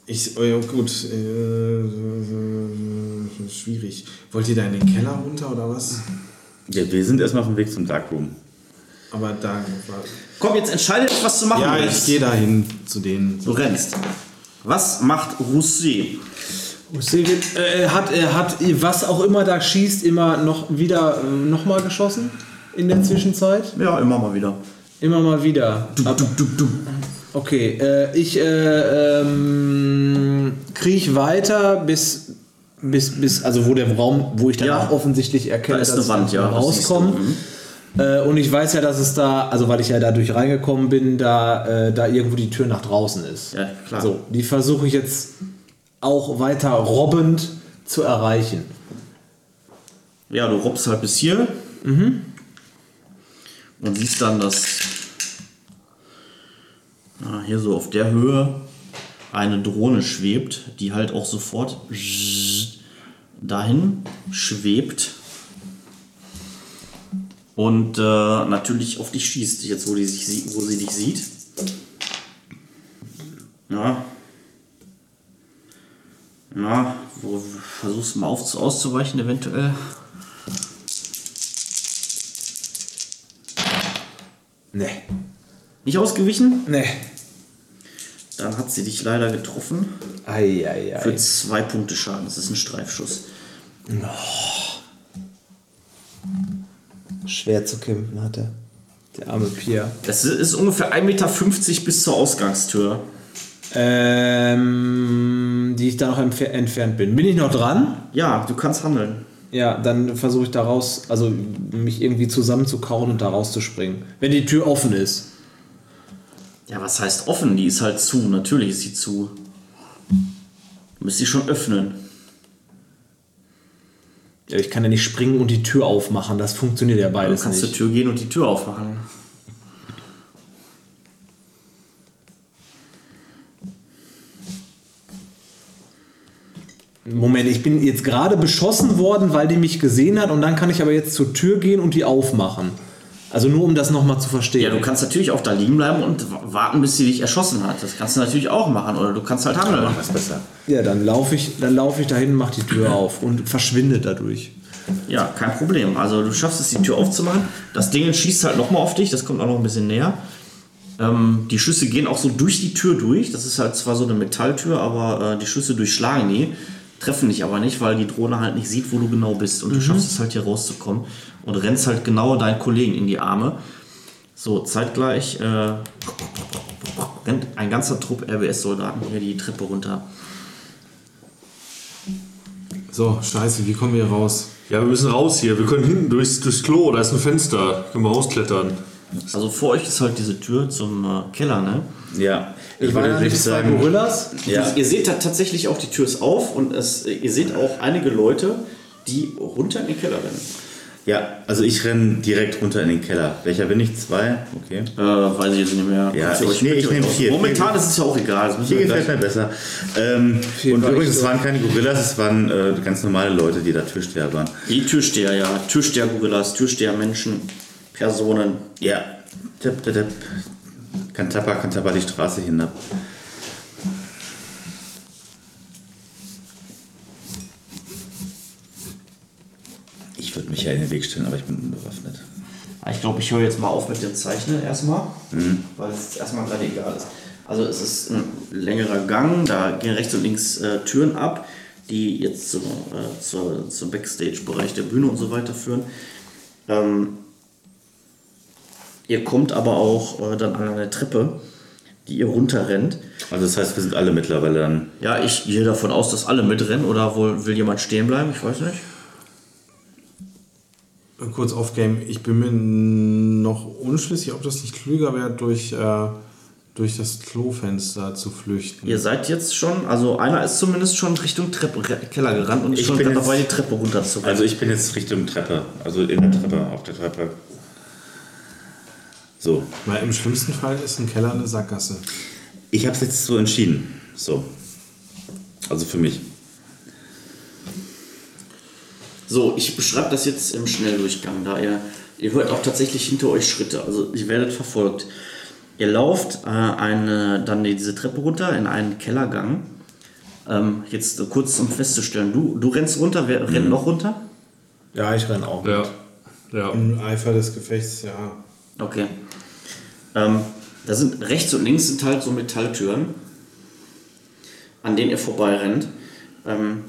Ich, oh ja, gut, äh, schwierig. Wollt ihr da in den Keller runter oder was? Ja, wir sind erstmal auf dem Weg zum Darkroom. Aber da war. Komm, jetzt entscheide dich, was du machen Ja, willst. ich gehe dahin zu denen. Du rennst. Was macht Rousset? Hussein wird, äh, er hat, er hat was auch immer da schießt, immer noch wieder äh, nochmal geschossen in der Zwischenzeit. Ja, immer mal wieder. Immer mal wieder. Ab- Okay, äh, ich äh, ähm, kriech weiter bis, bis, bis, also wo der Raum, wo ich dann Ja. auch offensichtlich erkenne, Da ist eine dass Wand, wir ja, das siehst du, Mhm. rauskommen. Äh, und ich weiß ja, dass es da, also weil ich ja dadurch reingekommen bin, da, äh, da irgendwo die Tür nach draußen ist. Ja, klar. So, die versuche ich jetzt auch weiter robbend zu erreichen. Ja, du robbst halt bis hier. Und siehst dann, dass ah, hier so auf der Höhe eine Drohne schwebt, die halt auch sofort dahin schwebt. Und äh, natürlich auf dich schießt, jetzt wo, die sich, sie- wo sie dich sieht. Ja. Ja, wo, versuchst du mal aufzu- auszuweichen eventuell. Nee. Nicht ausgewichen? Nee. Dann hat sie dich leider getroffen. Eieiei. Für zwei Punkte Schaden. Das ist ein Streifschuss. Schwer zu kämpfen hatte. Der arme Pia. Das ist ungefähr 1,50 Meter bis zur Ausgangstür. Ähm, die ich da noch entfer- entfernt bin. Bin ich noch dran? Ja, du kannst handeln. Ja, dann versuche ich da raus, also mich irgendwie zusammenzukauen und da rauszuspringen. Wenn die Tür offen ist. Ja, was heißt offen? Die ist halt zu. Natürlich ist sie zu. Du müsst sie schon öffnen. Ja, ich kann ja nicht springen und die Tür aufmachen, das funktioniert ja Du beides kannst zur nicht. Tür gehen und die Tür aufmachen. Moment, ich bin jetzt gerade beschossen worden, weil die mich gesehen hat und dann kann ich aber jetzt zur Tür gehen und die aufmachen. Also nur um das nochmal zu Ja, verstehen. du kannst natürlich auch da liegen bleiben und wa- warten, bis sie dich erschossen hat. Das kannst du natürlich auch machen. Oder du kannst halt handeln. Was besser? Ja, dann laufe ich, dann laufe ich dahin, mache die Tür auf und verschwinde dadurch. Ja, kein Problem. Also du schaffst es, die Tür aufzumachen. Das Ding schießt halt nochmal auf dich, das kommt auch noch ein bisschen näher. Ähm, die Schüsse gehen auch so durch die Tür durch. Das ist halt zwar so eine Metalltür, aber äh, die Schüsse durchschlagen die, treffen dich aber nicht, weil die Drohne halt nicht sieht, wo du genau bist. Und du schaffst es halt hier rauszukommen und rennst halt genau deinen Kollegen in die Arme. So, zeitgleich äh, rennt ein ganzer Trupp RBS-Soldaten hier die Treppe runter. So, scheiße, wie kommen wir hier raus? Ja, wir müssen raus hier. Wir können hinten durchs, durchs Klo. Da ist ein Fenster. Können wir rausklettern. Also vor euch ist halt diese Tür zum äh, Keller, ne? Ja. Ich war würde ja dich nicht zwei Gorillas. Ja. Ihr seht da tatsächlich auch, die Tür ist auf und es, ihr seht auch einige Leute, die runter in den Keller rennen. ja, also ich renne direkt runter in den Keller. Welcher bin ich? Zwei? Okay. Äh, weiß ich jetzt nicht mehr. Ja, Guckt ihr ich- euch- nee, ich guckt ihr nehm euch- vier. Momentan ist es ja auch egal. Das müssen Hier wir gefällt gleich- mir besser. Ähm, Viel und war übrigens, ich es so. waren keine Gorillas, es waren äh, ganz normale Leute, die da Türsteher waren. Die Türsteher, ja. Türsteher-Gorillas, Türsteher-Menschen, Personen. Ja. Tipp, tipp, tipp. Kantapa, Kantapa die Straße hinab. Ich würde mich ja in den Weg stellen, aber ich bin unbewaffnet. Ah, Ich glaube, ich höre jetzt mal auf mit dem Zeichnen erstmal, weil es jetzt erstmal gerade egal ist. Also es ist ein längerer Gang, da gehen rechts und links äh, Türen ab, die jetzt zum, äh, zur, zum Backstage-Bereich der Bühne und so weiter führen. Ähm, ihr kommt aber auch äh, dann an eine Treppe, die ihr runterrennt. Also das heißt, wir sind alle mittlerweile dann. Ja, ich gehe davon aus, dass alle mitrennen oder wohl will jemand stehen bleiben, ich weiß nicht. Kurz off-game, ich bin mir noch unschlüssig, ob das nicht klüger wäre, durch, äh, durch das Klofenster zu flüchten. Ihr seid jetzt schon, also einer ist zumindest schon Richtung Treppe, Keller gerannt und ist Ich schon bin gerade jetzt- dabei, die Treppe runterzurennen. Also ich bin jetzt Richtung Treppe, also in der Treppe, auf der Treppe. So, Weil im schlimmsten Fall ist ein Keller eine Sackgasse. ich habe es jetzt so entschieden. So. Also für mich. So, ich beschreibe das jetzt im Schnelldurchgang, da ihr, ihr hört auch tatsächlich hinter euch Schritte, also ihr werdet verfolgt. Ihr lauft äh, eine, dann diese Treppe runter in einen Kellergang. Ähm, jetzt äh, kurz um festzustellen, du, du rennst runter, wer Mhm. rennt noch runter? Ja, ich renne auch. Ja. Ja. Im Eifer des Gefechts, ja. Okay. Ähm, da sind rechts und links sind halt so Metalltüren, an denen ihr vorbeirennt. Ähm,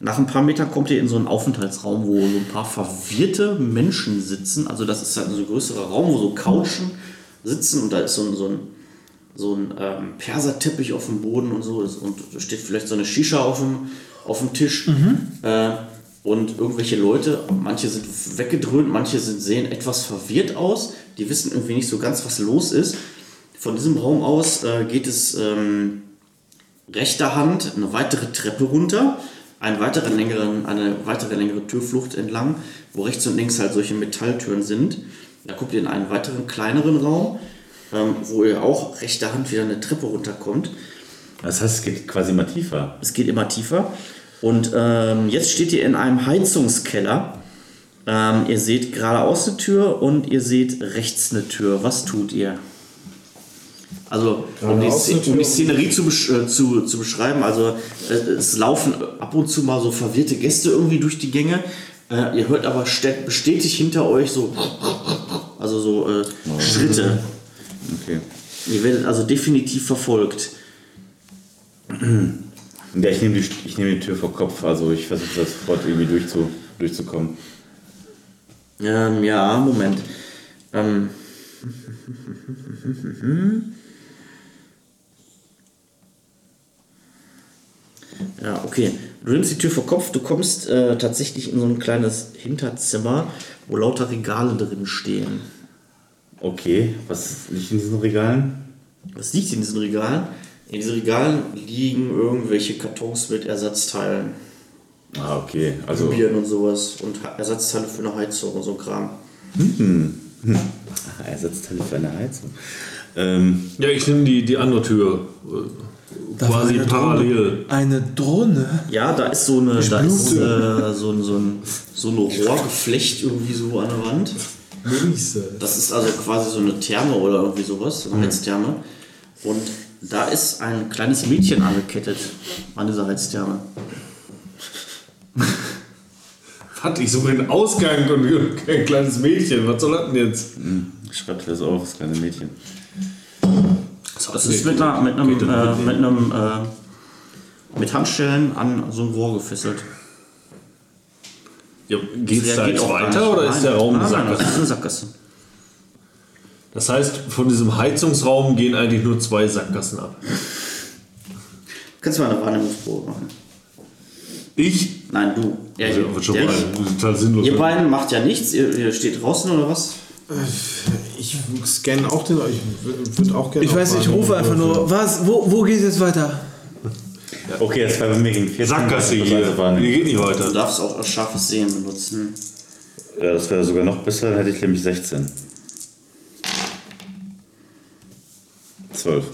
nach ein paar Metern kommt ihr in so einen Aufenthaltsraum, wo so ein paar verwirrte Menschen sitzen. Also das ist halt so ein größerer Raum, wo so Couchen sitzen und da ist so ein, so ein, so ein ähm, Perserteppich auf dem Boden und so. Ist, und da steht vielleicht so eine Shisha auf dem, auf dem Tisch. Äh, und irgendwelche Leute, manche sind weggedröhnt, manche sind, sehen etwas verwirrt aus. Die wissen irgendwie nicht so ganz, was los ist. Von diesem Raum aus äh, geht es... Ähm, rechter Hand eine weitere Treppe runter, einen weiteren längeren, eine weitere längere Türflucht entlang, wo rechts und links halt solche Metalltüren sind. Da kommt ihr in einen weiteren kleineren Raum, ähm, wo ihr auch rechter Hand wieder eine Treppe runterkommt. Das heißt, es geht quasi immer tiefer. Es geht immer tiefer. Und ähm, jetzt steht ihr in einem Heizungskeller. Ähm, ihr seht geradeaus eine Tür und ihr seht rechts eine Tür. Was tut ihr? Also, um die, Geradeaus eine Szene- um die Tür. Szenerie zu, besch äh, zu, zu beschreiben, also äh, es laufen ab und zu mal so verwirrte Gäste irgendwie durch die Gänge. Äh, ihr hört aber stä- stetig hinter euch so, also so äh, Schritte. Okay. Ihr werdet also definitiv verfolgt. Ja, ich nehme die, ich nehm die Tür vor Kopf, also ich versuche das sofort irgendwie durchzu, durchzukommen. Ähm, ja, Moment. Ähm. Ja, okay. Du nimmst die Tür vor Kopf, du kommst äh, tatsächlich in so ein kleines Hinterzimmer, wo lauter Regale drin stehen. Okay, was liegt in diesen Regalen? Was liegt in diesen Regalen? In diesen Regalen liegen irgendwelche Kartons mit Ersatzteilen. Ah, okay, also Bieren und sowas und Ersatzteile für eine Heizung und so ein Kram. Ah, Ersatzteile für eine Heizung. Ähm, ja, ich nehme die, die andere Tür. äh, Da war Quasi eine parallel. Drohne. Eine Drohne? Ja, da ist so eine, da ist, äh, so ein, so ein, so ein Rohrgeflecht irgendwie so an der Wand. Luise. Das ist also quasi so eine Therme oder irgendwie sowas, so eine Mhm. Heiztherme. Und da ist ein kleines Mädchen angekettet an dieser Heiztherme. Hat ich suche den Ausgang und ein kleines Mädchen. Was soll das denn jetzt? ich schreibe das auf, das kleine Mädchen. Das ist mit, einer, mit einem, äh, mit, einem äh, mit Handschellen an so ein Rohr gefesselt. Ja, geht's Der da geht jetzt auch gar weiter nicht. oder Nein, ist der Raum nein, nein, gesagt? das ist eine Sackgasse. Das heißt, von diesem Heizungsraum gehen eigentlich nur zwei Sackgassen ab. Kannst du mal eine Wahrnehmungsprobe machen? Ich? Nein, du. Ja, Also, ich- wird schon der- mal total sinnlos. Ihr beiden macht ja nichts, ihr, ihr steht draußen oder was? Ich scanne auch den, ich würde auch gerne. Ich weiß, ich aufmachen. rufe einfach nur, was, wo, wo geht es jetzt weiter? Okay, das war bei mir gegen 14. Sackgasse Das hier. heißt, das war Hier nicht- geht nicht Du weiter. darfst auch als scharfes Sehen benutzen. Ja, das wäre sogar noch besser, dann hätte ich nämlich 16. 12.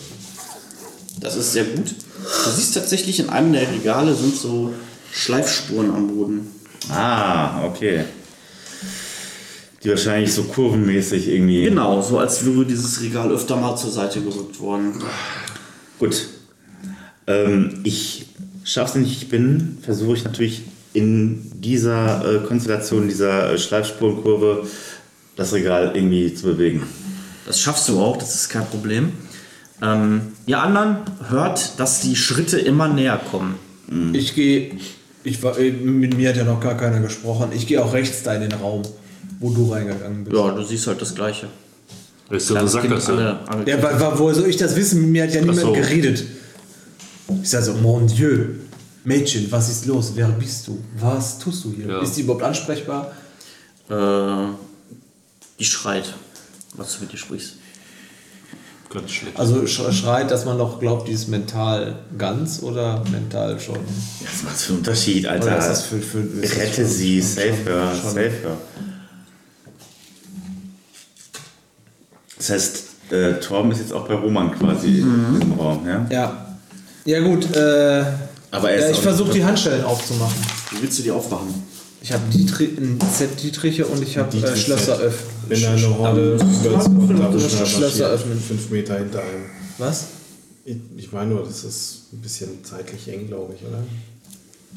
Das ist sehr gut. Du siehst tatsächlich, in einem der Regale sind so Schleifspuren am Boden. Ah, okay. Die wahrscheinlich so kurvenmäßig irgendwie. Genau, so als wäre dieses Regal öfter mal zur Seite gerückt worden. Gut. Ähm, ich schaff's nicht, ich bin, versuche ich natürlich in dieser äh, Konstellation, dieser äh, Schleifspurenkurve, das Regal irgendwie zu bewegen. Das schaffst du auch, das ist kein Problem. Ähm, ihr anderen hört, dass die Schritte immer näher kommen. Ich gehe, ich war, äh, mit mir hat ja noch gar keiner gesprochen. Ich gehe auch rechts da in den Raum, wo du reingegangen bist. Ja, du siehst halt das Gleiche. Das ist doch eine Sackgasse. Alle, alle Ja, wa, wa, woher soll ich das wissen? Mit mir hat ja niemand so. geredet. Ich sage so, mon Dieu, Mädchen, was ist los? Wer bist du? Was tust du hier? Ja. Ist die überhaupt ansprechbar? äh, die schreit, was du mit dir sprichst. Ganz schlecht. Also sch- schreit, dass man noch glaubt, die ist mental ganz oder mental schon? Was macht für einen Unterschied, Alter? Oder ist Oh, das für- für- ist das Rette schon- sie, schon- safe her, schon- safe her. Das heißt, äh, Torben ist jetzt auch bei Roman quasi Mhm. im Raum, ja? Ja. Ja gut, äh, Aber er ist ja, ich auch nicht versuche die Handschellen aufzumachen. Wie willst du die aufmachen? Ich habe Dietrich, ein Z Dietriche und ich habe äh, Schlösser öffnen. Wenn da eine Horde Schlösser Schlösser öffnen. fünf Meter hinter einem. Was? Ich, ich meine nur, das ist ein bisschen zeitlich eng, glaube ich, oder?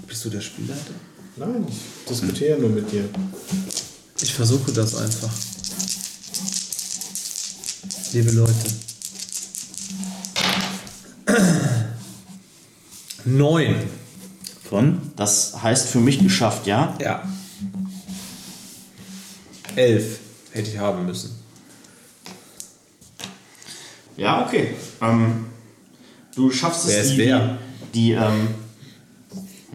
Bist du der Spielleiter? Nein, ich diskutiere nur mit dir. Ich versuche das einfach. Liebe Leute. Neun. Von? Das heißt für mich geschafft, ja? Ja. Elf hätte ich haben müssen. Ja, okay. Ähm, du schaffst Wer es, ist die, wer? die, die ähm,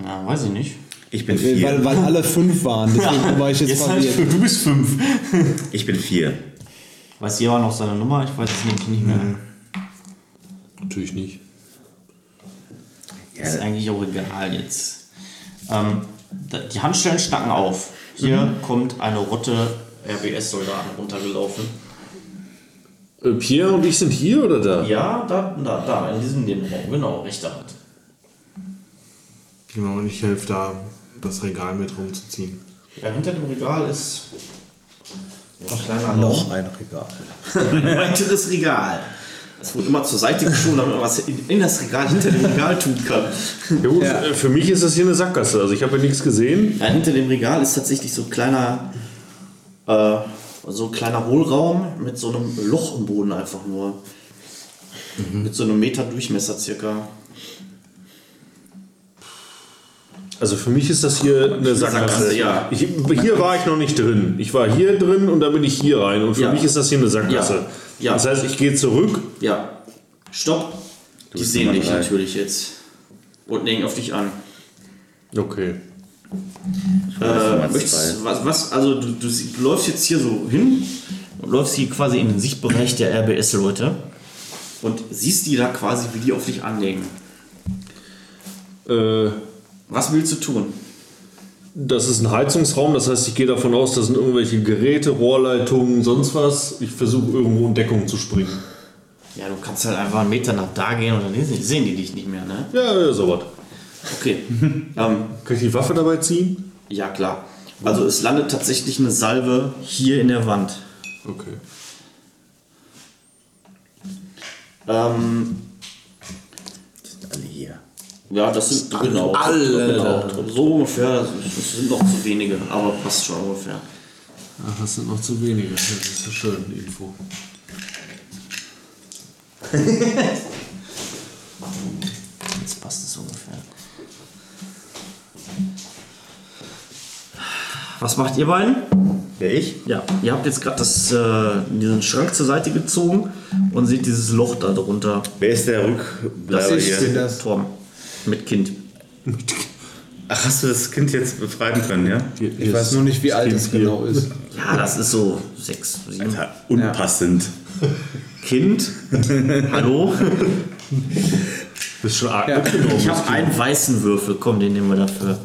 na, weiß ich nicht. Ich bin vier. alle fünf waren, deswegen war ich Jetzt halt für, du bist fünf. Ich bin vier. Weiß jemand noch seine Nummer? Ich weiß es nämlich nicht mehr. Natürlich nicht. Ist eigentlich auch egal jetzt. Ähm, da- die Handstellen schnacken auf. Hier Mhm. kommt eine Rotte RBS-Soldaten runtergelaufen. Äh, Pierre und ich sind hier oder da? Ja, da, da, da, in diesem Nebenraum, genau, rechter Hand. Genau, und ich helfe da, das Regal mit rumzuziehen. Ja, hinter dem Regal ist ein kleiner Noch ein Regal. Ein weiteres Regal. Das wurde immer zur Seite geschoben, damit man was in, in das Regal hinter dem Regal tun kann. Ja, gut, äh, Für mich ist das hier eine Sackgasse. Also ich habe ja nichts gesehen. Ja, hinter dem Regal ist tatsächlich so ein kleiner, äh, so ein kleiner Hohlraum mit so einem Loch im Boden einfach nur. Mhm. Mit so einem Meter Durchmesser circa. Also für mich ist das hier eine Sackgasse. Sackgasse, ja. Ich, hier war ich noch nicht drin. Ich war hier drin und dann bin ich hier rein. Und für Ja. mich ist das hier eine Sackgasse. Ja. Ja. Das heißt, ich gehe zurück. Ja. Stopp. Die bist sehen Nummer dich drei. natürlich jetzt. Und legen auf dich an. Okay. Nummer Äh, zwei. möchtest, was, was, also du, du, sie- du läufst jetzt hier so hin und läufst hier quasi in den Sichtbereich der RBS-Leute und siehst die da quasi, wie die auf dich anlegen. Äh, Was willst du tun? das ist ein Heizungsraum. Das heißt, ich gehe davon aus, das sind irgendwelche Geräte, Rohrleitungen, sonst was. Ich versuche irgendwo in Deckung zu springen. Ja, du kannst halt einfach einen Meter nach da gehen und dann sehen sehen die dich nicht mehr, ne? Ja, ja, sowas. Okay. ähm, Kann ich die Waffe dabei ziehen? ja, klar. Also es landet tatsächlich eine Salve hier in der Wand. Okay. Ähm, Alle hier. Ja, das sind genau. alle da genau. So ungefähr, es sind noch zu wenige, aber passt schon ungefähr. Ach, das sind noch zu wenige. Das ist eine schöne Info. Jetzt passt es ungefähr. Was macht ihr beiden? Wer ich? Ja, ihr habt jetzt gerade das, äh, diesen Schrank zur Seite gezogen und seht dieses Loch da drunter. Wer ist der Rückbleiber Das ist hier? der- Das- Torben. Mit Kind. Ach, hast du das Kind jetzt befreien können, ja? Ich weiß nur nicht, wie alt es genau ist. Ja, das ist so sechs, sieben. Alter, unpassend. Kind? Hallo? Bist schon arg Ja. mitgenommen. Ich habe einen weißen Würfel. Komm, den nehmen wir dafür.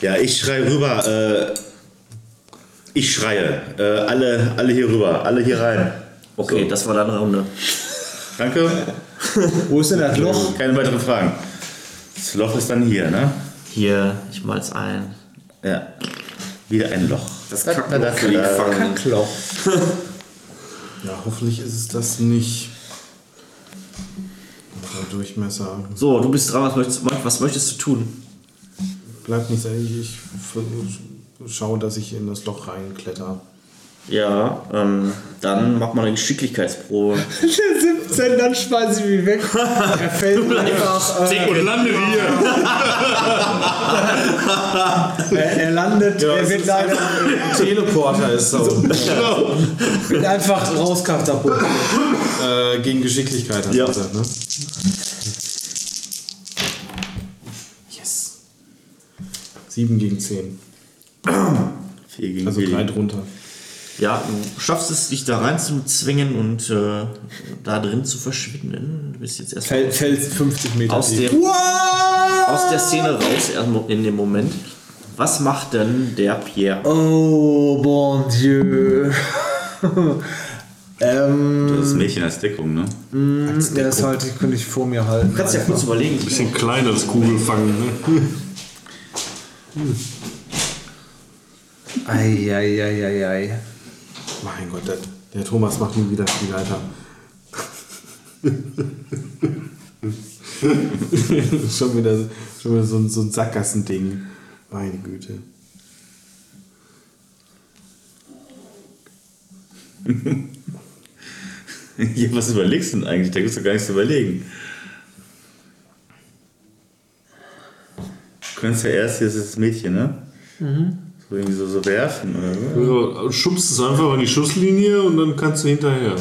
Ja, ich schreie rüber. Äh, ich schreie. Äh, alle, alle hier rüber. Alle hier rein. Okay, das war dann eine Runde. Danke. Also, Wo ist denn das Loch? Keine weiteren Fragen. Das Loch ist dann hier, ne? Hier, ich mal's ein. Ja. Wieder ein Loch. Das äh, Kackloch. Ja, hoffentlich ist es das nicht. Der Durchmesser. So, du bist dran. Was möchtest, was möchtest du tun? Bleibt nichts eigentlich. Ich ver- schaue, dass ich in das Loch reinkletter. Ja, ähm, dann mach mal eine Geschicklichkeitsprobe. Der 17, dann schmeiß ich mich weg. Er fällt einfach. Äh, Und lande hier. er, er landet, er wird leider Teleporter ist so. wird einfach rauskatapultiert. äh, gegen Geschicklichkeit hast Ja. du gesagt, ne? Yes. 7 gegen 10. Also drei drunter. Ja, du schaffst es, dich da rein zu zwingen und äh, da drin zu verschwinden. Du bist jetzt erstmal Fällt, fällt 50 Meter aus tief. der, aus der Szene raus erstmal in dem Moment. Was macht denn der Pierre? Oh, bon Dieu. ähm, Das Mädchen als Deckung, ne? ja, das sollte ich, könnte ich vor mir halten. Du kannst ja kurz überlegen. Ich Bisschen kleineres Kugelfangen. Ne? Eieieiei. Mein Gott, der, der Thomas macht nie wieder Spielleiter. schon, wieder, schon wieder so ein, so ein Sackgassending. Meine Güte. Ja, was überlegst du denn eigentlich? Da gibt es doch gar nichts zu überlegen. Du kannst ja erst hier ist das Mädchen, ne? So irgendwie so, so werfen oder so. Ja, Also, schubst es einfach an die Schusslinie und dann kannst du hinterher.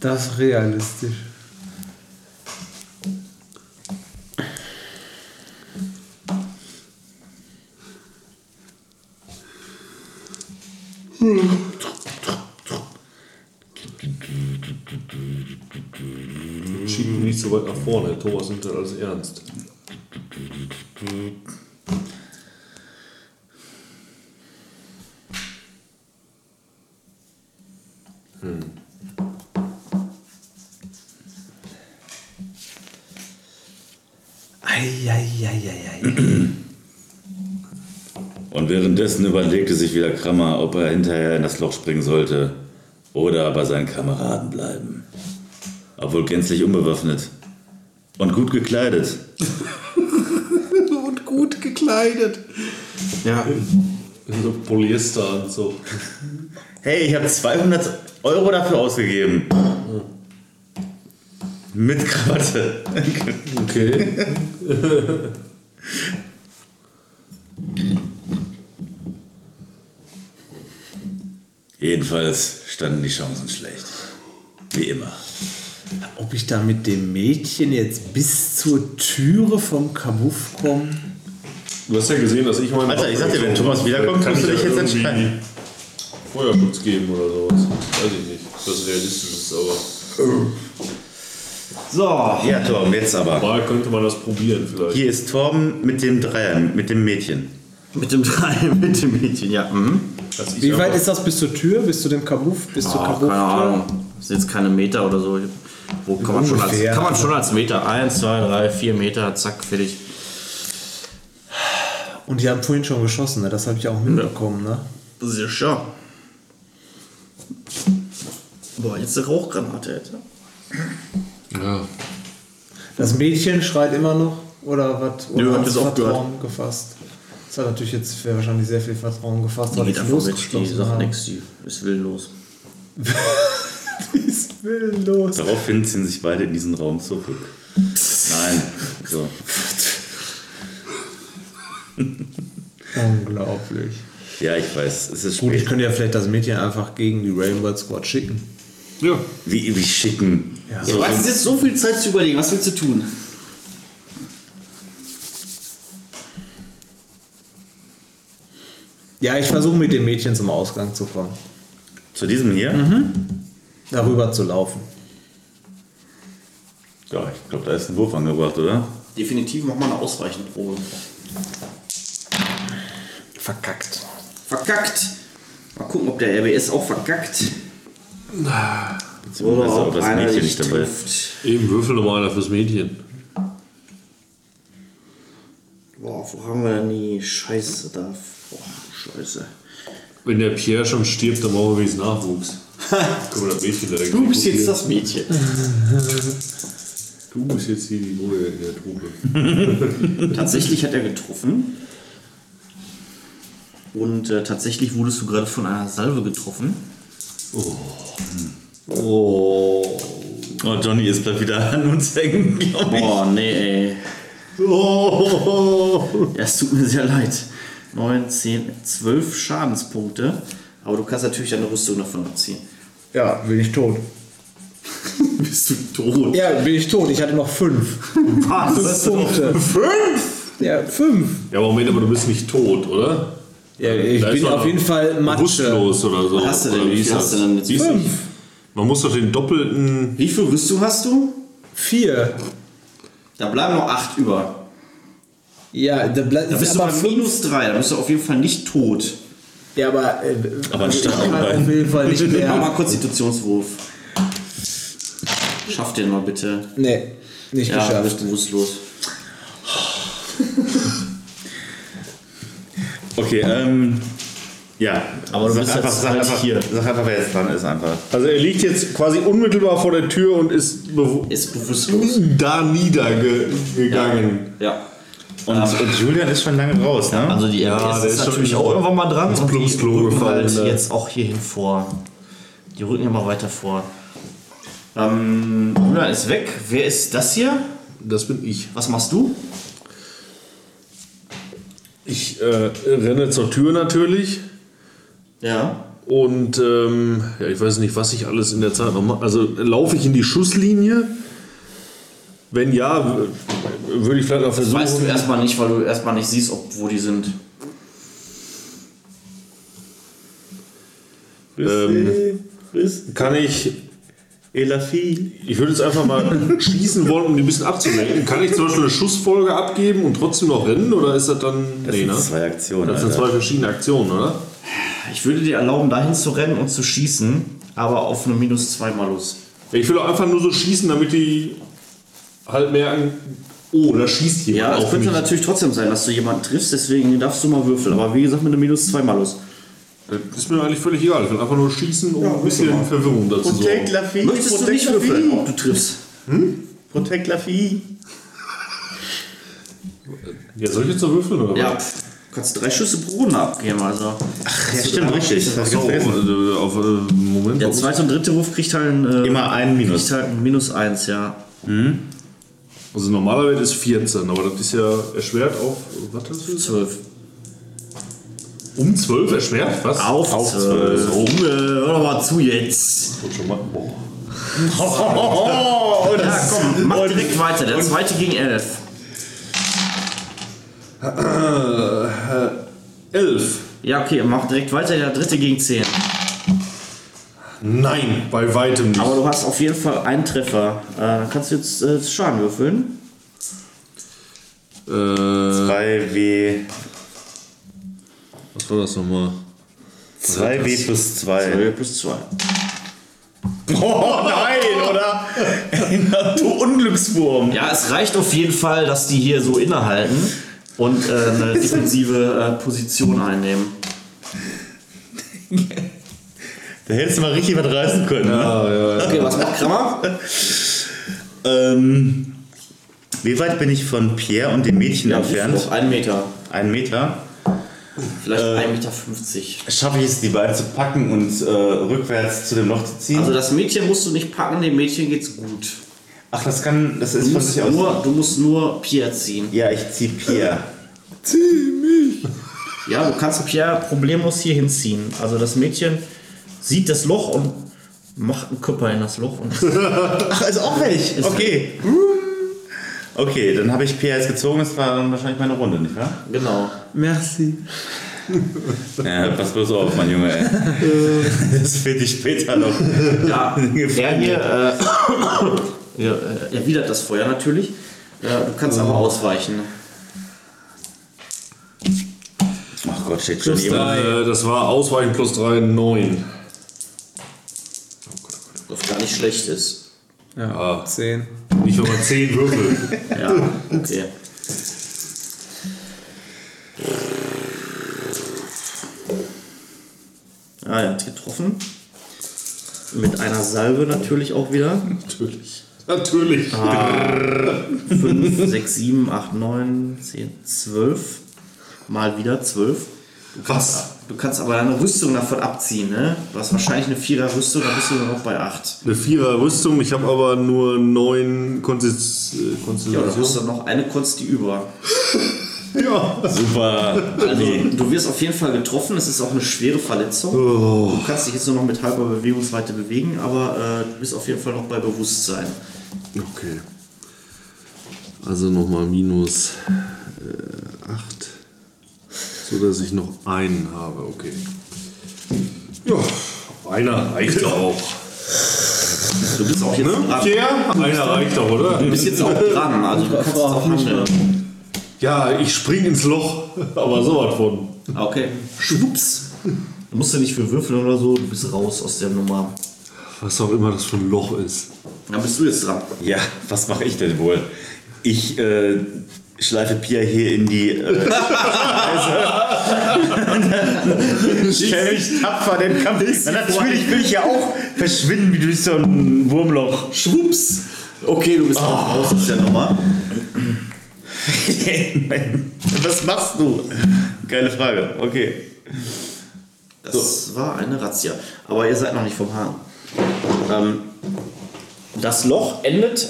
Das ist realistisch. Schieb ihn nicht so weit nach vorne. Thomas nimmt das alles ernst. Eieieiei. Und währenddessen überlegte sich wieder Krammer, ob er hinterher in das Loch springen sollte oder bei seinen Kameraden bleiben. Obwohl gänzlich unbewaffnet und gut gekleidet. Und gut gekleidet. Ja, So Polyesteranzug. Hey, ich habe 200 Euro dafür ausgegeben. Mit Krawatte. Okay. Jedenfalls standen die Chancen schlecht. Wie immer. Ob ich da mit dem Mädchen jetzt bis zur Türe vom Kabuff komme? Du hast ja gesehen, dass ich meine. Alter, ich sag dir, wenn Thomas wiederkommt, Kann musst du ich dich ja jetzt irgendwie entscheiden. Feuerschutz geben oder sowas. Weiß ich nicht, ob das realistisch ist, aber. So, Ja, Torben, jetzt aber. Mal könnte man das probieren vielleicht. Hier ist Torben mit dem Dreier, mit dem Mädchen. mit dem Drei, mit dem Mädchen, ja. Mhm. Dass ich Wie weit einfach- ist das bis zur Tür? Bis zu dem Kabuff? Bis zur Ach, keine Kabuff-Tür? Ahnung. Das sind jetzt keine Meter oder so. Wo kann man, schon als, Ungefähr. kann man schon als Meter? Eins, zwei, drei, vier Meter, zack, fertig. Und die haben vorhin schon geschossen, ne? das habe ich auch mitbekommen. Ne? Sicher. Boah, jetzt eine Rauchgranate, Alter. Ja. Das Mädchen schreit immer noch oder was? Oder Nö, hat hat's jetzt aufgehört. Vertrauen gefasst? Das hat natürlich jetzt wäre wahrscheinlich sehr viel Vertrauen gefasst, Die weil geht ich einfach mit, die losgeschlossen sagt habe. nichts, die ist willenlos. Die ist willenlos. Daraufhin ziehen sich beide in diesen Raum zurück. Nein. So. Unglaublich. Ja, ich weiß. Es ist Gut, ich spät. könnte ja vielleicht das Mädchen einfach gegen die Rainbow Squad schicken. Ja. Wie, wie schicken. Ja, du hast jetzt so viel Zeit zu überlegen, was willst du tun? Ja, ich versuche mit dem Mädchen zum Ausgang zu kommen. Zu diesem hier? Darüber zu laufen. Ja, ich glaube, da ist ein Wurf angebracht, oder? Definitiv mach mal eine ausreichende Probe. Verkackt. Verkackt! Mal gucken, ob der RBS auch verkackt. Also, Beziehungsweise ob das einer Mädchen dich nicht dabei ist. trifft. Eben würfel doch mal einer fürs Mädchen. Boah, wo haben wir denn die Scheiße da? Boah, Scheiße. Wenn der Pierre schon stirbt, dann brauchen wir wenigstens Nachwuchs. Guck mal, das Mädchen da Du bist jetzt das Mädchen. Du bist jetzt hier die Null in der Truppe. Tatsächlich hat er getroffen. Und äh, tatsächlich wurdest du gerade von einer Salve getroffen. Hm. Oh. Oh, Johnny ist bleibt wieder an uns hängen, glaube ich. Boah, nee, ey. Ja, es tut mir sehr leid. 9, 10, 12 Schadenspunkte. Aber du kannst natürlich deine Rüstung davon abziehen. Ja, bin ich tot. Bist du tot? Ja, bin ich tot. Ich hatte noch fünf Was? Punkte. fünf? Ja, fünf. Ja, Moment, aber du bist nicht tot, oder? Ja, ich Da ist bin man auf jeden Fall Matsche. Bewusstlos oder so. äh, Was hast du denn? Oder wie Wie hieß viel das? hast du denn jetzt? Wie hieß Fünf. das? Man muss doch den doppelten. Wie viel Rüstung hast du? Vier. Da bleiben noch 8 über. Ja, da bleibt Da bist du aber bei fünf. minus 3. Da bist du auf jeden Fall nicht tot. Ja, aber, äh, Aber ein ich Stachel kann rein. auf jeden Fall nicht Mach mal mehr. Konstitutionswurf. Schaff den mal bitte. Nee, nicht Ja, du bist geschafft. bewusstlos. Okay, ähm. Ja, aber du bist einfach, jetzt sag halt einfach, hier. Sag einfach, wer jetzt dran ist, einfach. Also er liegt jetzt quasi unmittelbar vor der Tür und ist Ist bewusstlos. da niedergegangen. Ja. Und, und Julian ist schon lange raus, ne? Also die RPS der ist, ist schon natürlich irgendwo- auch irgendwann mal dran. ins Und die Plumpsklo rücken gefallen, halt ne? jetzt auch hierhin vor. Die rücken immer weiter vor. Ähm, Luna ist weg. Wer ist das hier? Das bin ich. Was machst du? Ich äh, renne zur Tür natürlich Ja. und ähm, ja, ich weiß nicht, was ich alles in der Zeit noch mache. Also laufe ich in die Schusslinie? Wenn ja, w- würde ich vielleicht noch Das versuchen. weißt du erstmal nicht, weil du erstmal nicht siehst, ob, wo die sind. ähm, kann ich Elafil. Ich würde jetzt einfach mal schießen wollen, um die ein bisschen abzulenken. Kann ich zum Beispiel eine Schussfolge abgeben und trotzdem noch rennen? Oder ist das dann. Das nee, sind ne? zwei Aktionen. Das sind Alter. zwei verschiedene Aktionen, oder? Ich würde dir erlauben, dahin zu rennen und zu schießen, aber auf eine minus 2 Malus. Ich will auch einfach nur so schießen, damit die halt merken, oh, da schießt jemand. Ja, es auf könnte mich. natürlich trotzdem sein, dass du jemanden triffst, deswegen darfst du mal würfeln. Aber wie gesagt, mit einer minus 2 Malus. Das ist mir eigentlich völlig egal. Ich will einfach nur schießen, um ein bisschen Verwirrung dazu zu sorgen. Lafil. Möchtest du nicht würfeln, ob du triffst? Protect Lafil. Ja, soll ich jetzt noch würfeln oder Ja, was? kannst drei Schüsse pro Runde abgeben, also. Ach, ja, stimmt, richtig. Das hab ich So, ganz vergessen. äh, auf, äh, Moment. Der warum- zweite und dritte Wurf kriegt halt ein, äh, Immer einen kriegt Minus. halt ein Minus 1, ja. Also normalerweise ist 14, aber das ist ja erschwert auf. Was das ist? 12. Um 12 erschwert? Was? Auf, auf 12. 12. Oh, Junge, hör doch mal Äh, zu jetzt. schon mal. Boah. Ja, komm, mach direkt weiter. Der zweite gegen 11. Äh, 11. Ja, okay, mach direkt weiter. Der dritte gegen 10. Nein, bei weitem nicht. Aber du hast auf jeden Fall einen Treffer. Äh, dann kannst du jetzt äh, Schaden würfeln. äh, 2W. was war das nochmal? 2W plus 2. 2 Äh, plus 2. Oh nein, oder? du Unglückswurm. Ja, es reicht auf jeden Fall, dass die hier so innehalten und äh, eine defensive äh, Position einnehmen. Da hättest du mal richtig was reißen können. Ne? Okay, was macht Krammer? Ähm, wie weit bin ich von Pierre und dem Mädchen entfernt? einen Meter. Ein Meter. Vielleicht 1,50 Meter. 50. Schaffe ich es, die beiden zu packen und äh, rückwärts zu dem Loch zu ziehen? Also das Mädchen musst du nicht packen, dem Mädchen geht's gut. Ach, das kann. Das ist Du von musst sich aus. nur, du musst nur Pierre ziehen. ja, ich zieh Pierre. Ja, du kannst Pierre problemlos hier hinziehen. Also das Mädchen sieht das Loch und macht einen Körper in das Loch. Und Ach, Also, ist auch weg. Okay. Okay, dann habe ich Pierre jetzt gezogen. Das war dann wahrscheinlich meine Runde, nicht wahr? genau. Merci. Ja, pass bloß auf, mein Junge. ey. Das wird dich später noch. Ja, er Gefallen. hier äh, ja, äh, erwidert das Feuer natürlich. Äh, du kannst aber ausweichen. Ach Gott, steht schon jemand. Äh, das war Ausweichen plus 3, 9. Was gar nicht schlecht ist. Ja, 10. Nicht wenn man 10 würfelt. Ja, okay. Ah, er hat getroffen. Mit einer Salve natürlich auch wieder. Ah. Natürlich. Natürlich. 5, 6, 7, 8, 9, 10, 12. Mal wieder 12. Was? Du kannst aber deine Rüstung davon abziehen, ne? Du hast wahrscheinlich eine Vierer-Rüstung, da bist du nur noch bei 8. Eine Vierer Rüstung, ich habe aber nur äh, 9 Konstitutionen. Ja, du hast dann noch eine Konsti über. Super. Also, du wirst auf jeden Fall getroffen, es ist auch eine schwere Verletzung. Du kannst dich jetzt nur noch mit halber Bewegungsweite bewegen, aber äh, du bist auf jeden Fall noch bei Bewusstsein. Okay. Also nochmal minus 8, so dass ich noch einen habe. Okay. Ja, einer reicht doch auch. Du bist auch jetzt dran. Ja, ne? einer reicht doch, oder? Du bist jetzt auch dran, also du kannst jetzt auch handeln. Ja, ich spring ins Loch, aber sowas von. Ah, Okay. Schwupps. Du musst ja nicht für würfeln oder so, du bist raus aus der Nummer. Was auch immer das für ein Loch ist. Dann bist du jetzt dran. Ja, was mache ich denn wohl? Ich äh, schleife Pia hier in die. Äh, Stell mich tapfer den Kampf. Na, natürlich will ich ja auch verschwinden wie durch so ein Wurmloch. Schwupps. Okay, du bist auch raus aus der Nummer. was machst du? Geile Frage. Okay. Das war eine Razzia. Aber ihr seid noch nicht vom Hahn. Ähm, das Loch endet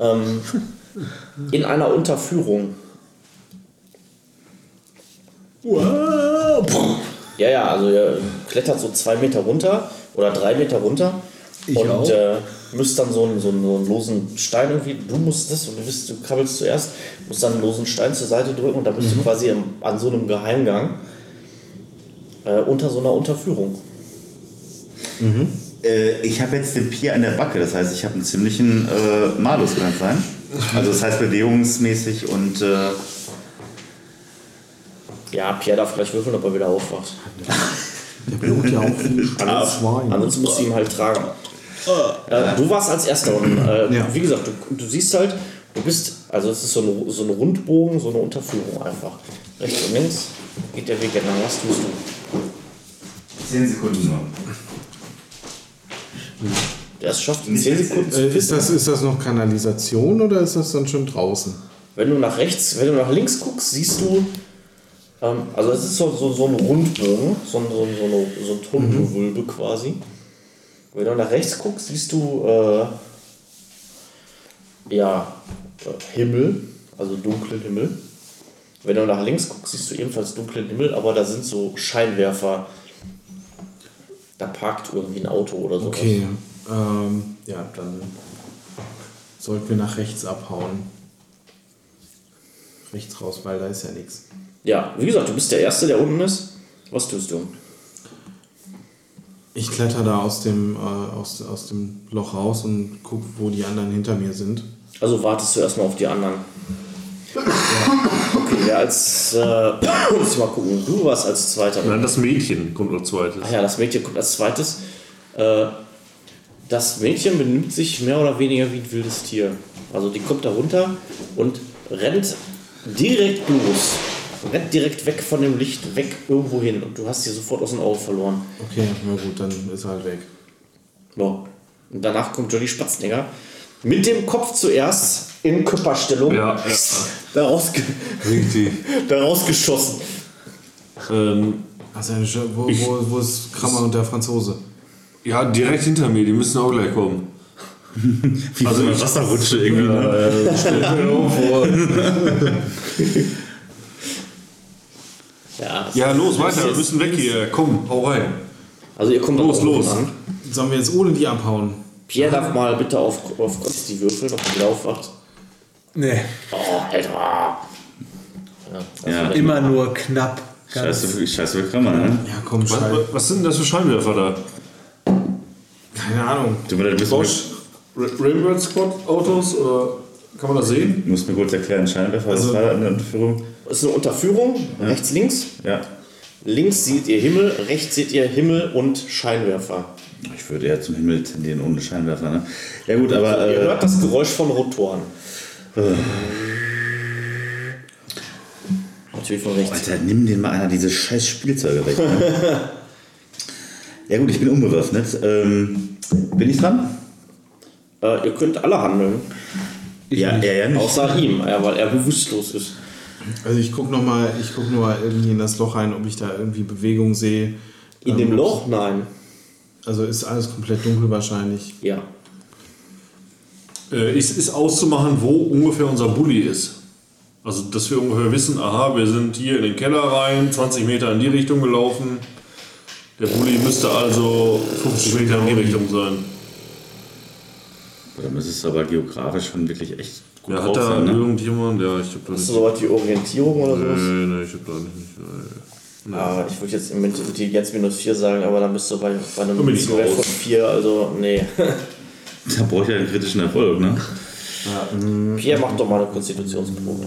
ähm, in einer Unterführung. Ja, ja, also ihr klettert so zwei Meter runter oder drei Meter runter und auch. Äh, müsst dann so einen, so, einen, so einen losen Stein irgendwie, du musst das und du, bist, du krabbelst zuerst, musst dann einen losen Stein zur Seite drücken und dann bist du quasi im, an so einem Geheimgang äh, unter so einer Unterführung. Äh, ich habe jetzt den Pier an der Backe, das heißt, ich habe einen ziemlichen äh, Malus, kann das sein? Also das heißt bewegungsmäßig und äh, Ja, Pierre darf gleich würfeln, ob er wieder aufwacht. Der Blut ja auch viel Schwein. Ansonsten musst du ihn halt tragen. Äh, du warst als Erster unten. Äh, Ja. Wie gesagt, du, du siehst halt, du bist, also es ist so ein, so ein Rundbogen, so eine Unterführung einfach. Rechts und links geht der Weg entlang. Was tust du? 10 Sekunden nur. Das schafft in Nicht 10 jetzt. Sekunden. Äh, ist, das, ist das noch Kanalisation oder ist das dann schon draußen? Wenn du nach rechts, wenn du nach links guckst, siehst du, ähm, also es ist so, so, so ein Rundbogen, so ein, so ein, so ein, so ein Tonnengewölbe quasi. Wenn du nach rechts guckst, siehst du, äh, ja, äh, Himmel, also dunklen Himmel. Wenn du nach links guckst, siehst du ebenfalls dunklen Himmel, aber da sind so Scheinwerfer. Da parkt irgendwie ein Auto oder so. Okay, ähm, ja, dann sollten wir nach rechts abhauen. Rechts raus, weil da ist ja nichts. Ja, wie gesagt, du bist der Erste, der unten ist. Was tust du? Ich kletter da aus dem, äh, aus, aus dem Loch raus und guck, wo die anderen hinter mir sind. Also wartest du erstmal auf die anderen. Okay, wer als. Äh, muss ich mal gucken, du warst als Zweiter. Nein, das Mädchen kommt als zweites. Ach Ah, ja, das Mädchen kommt als Zweites. Äh, das Mädchen benimmt sich mehr oder weniger wie ein wildes Tier. Also die kommt da runter und rennt direkt los. Rennt direkt weg von dem Licht, weg irgendwo hin. Und du hast sie sofort aus den Augen verloren. Okay, na gut, dann ist er halt weg. Ja. Und danach kommt Johnny Spatznegger mit dem Kopf zuerst in Körperstellung Ja, ja. daraus, ge Richtig. daraus geschossen. Ähm, Also, wo, Ich- wo, wo ist Krammer und der Franzose? ja, direkt hinter mir, die müssen auch gleich kommen. Wie also eine Wasserrutsche irgendwie. ne? Ja, Ja, los, weiter, wir Jetzt- müssen weg hier. Komm, hau rein. Also ihr kommt Los, auch los. An. Sollen wir jetzt ohne die abhauen? Pierre darf mal bitte auf, auf Konsti würfeln, ob er wieder aufwacht. Nee, Oh, Alter. Ja, also Ja. wenn- immer nur knapp. Scheiße, für- scheiße für Krammer, ne? Ja, komm, Was, scheiße. was sind denn das für Scheinwerfer da? Keine Ahnung. Du musst, Bosch Ra- Railroad Squad Autos oder kann man das sehen? musst mir kurz erklären, Scheinwerfer, was war da in der Unterführung? Das ist eine Unterführung, rechts, links. Ja. Links seht ihr Himmel, rechts seht ihr Himmel und Scheinwerfer. Ich würde eher zum Himmel tendieren ohne Scheinwerfer, ne? Ja gut, aber Ihr äh, hört das Geräusch von Rotoren. Natürlich von rechts. Alter, nimm den mal einer diese scheiß Spielzeuge weg. Ne? ja gut, ich bin unbewaffnet. Ähm, bin ich dran? Äh, ihr könnt alle handeln, ja, er ja nicht. außer ihm, ja, weil er bewusstlos ist. Also ich gucke nochmal, ich gucke nur mal irgendwie in das Loch rein, ob ich da irgendwie Bewegung sehe. In dem Loch? Nein. Also ist alles komplett dunkel wahrscheinlich. Ja. Äh, ist, ist auszumachen, wo ungefähr unser Bulli ist. Also, dass wir ungefähr wissen, aha, wir sind hier in den Keller rein, 20 Meter in die Richtung gelaufen. Der Bulli müsste also 50 Meter in die Richtung sein. Dann müsstest du aber geografisch schon wirklich echt gut Ja, drauf hat da sein, ne? irgendjemand? Ja, ich hab da Ist nicht. das sowas wie Orientierung oder sowas? Nee, nee, ich hab da nicht. Nee. Ah, ich würde jetzt im Mentalität jetzt minus 4 sagen, aber dann bist du bei, bei einem bin ich Wert raus. von 4, also nee. Da brauche ich ja einen kritischen Erfolg, ne? Pierre, mach doch mal eine Konstitutionsprobe.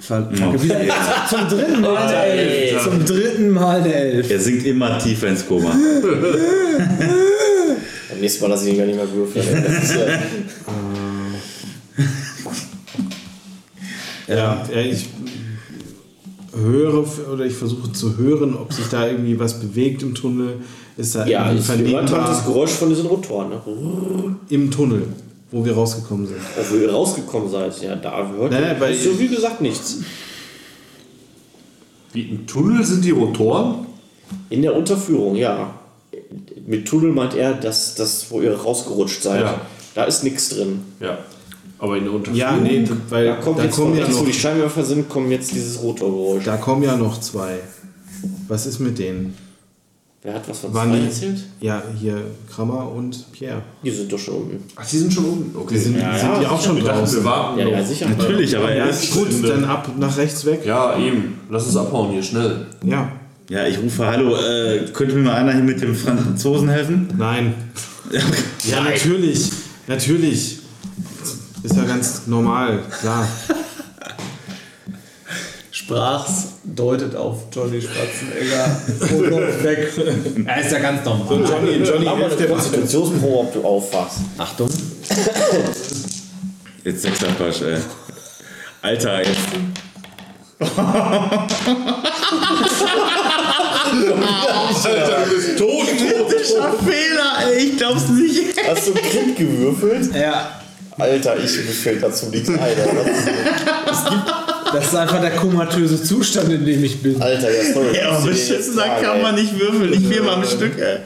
Ver- Okay. Wieder- Zum dritten Mal der Elf. Zum dritten Mal der Elf. Er sinkt immer tiefer ins Koma. Beim nächsten Mal lasse ich ihn gar nicht mehr würfeln. ey. Das ist, äh, Ja, ja ich höre oder ich versuche zu hören, ob sich da irgendwie was bewegt im Tunnel. Ist da ja, irgendwie ich hört halt das vernehmbar Geräusch von diesen Rotoren, ne? Oh, im Tunnel, wo wir rausgekommen sind. wo ihr rausgekommen seid. Ja, da hört Nein, nein, weil- ihr so wie gesagt nichts. Wie im Tunnel sind die Rotoren? In der Unterführung, ja. Mit Tunnel meint er, dass das, wo ihr rausgerutscht seid. Ja. Da ist nichts drin. Ja. Aber in der Unterführung. Ja, nee, weil Da da, kommt jetzt kommen von ja rechts, wo noch, die Scheinwerfer sind, kommen jetzt dieses Rotorgeräusch. da kommen ja noch zwei. Was ist mit denen? Wer hat was von Waren zwei die- erzählt? Ja, hier Kramer und Pierre. Die sind doch schon unten. Ach, die sind schon unten. Okay. Die sind, sind die auch schon ich dachte, wir draußen. warten. Ja, noch. ja, sicher. Natürlich, aber Ja, er ist. gut, dann ab nach rechts weg. Ja, eben. Lass uns abhauen hier, schnell. Ja. Ja, ich rufe, hallo, äh, könnte mir mal einer hier mit dem Franzosen helfen? Nein. Ja, natürlich. Natürlich. Ist ja ganz normal, klar. Sprachs deutet auf Johnny Spatzenegger. Und läuft weg. Er ist ja ganz normal. Johnny, Johnny. Mach mal eine Konstitutionsprobe, ob du aufwachst. Achtung. Jetzt sechs Quatsch, ey. Alter, jetzt. Alter, du bist tot. Kritischer Fehler, ey, ich glaub's nicht. Hast du Kind gewürfelt? Ja, Alter, ich mir fällt dazu nichts ein. Alter, Das ist- das ist einfach der komatöse Zustand, in dem ich bin. Alter, ja, sorry. Ja, Das aber ist dir beschissen, jetzt da klar, kann man ey. nicht würfeln, nicht viermal am Stück, ey.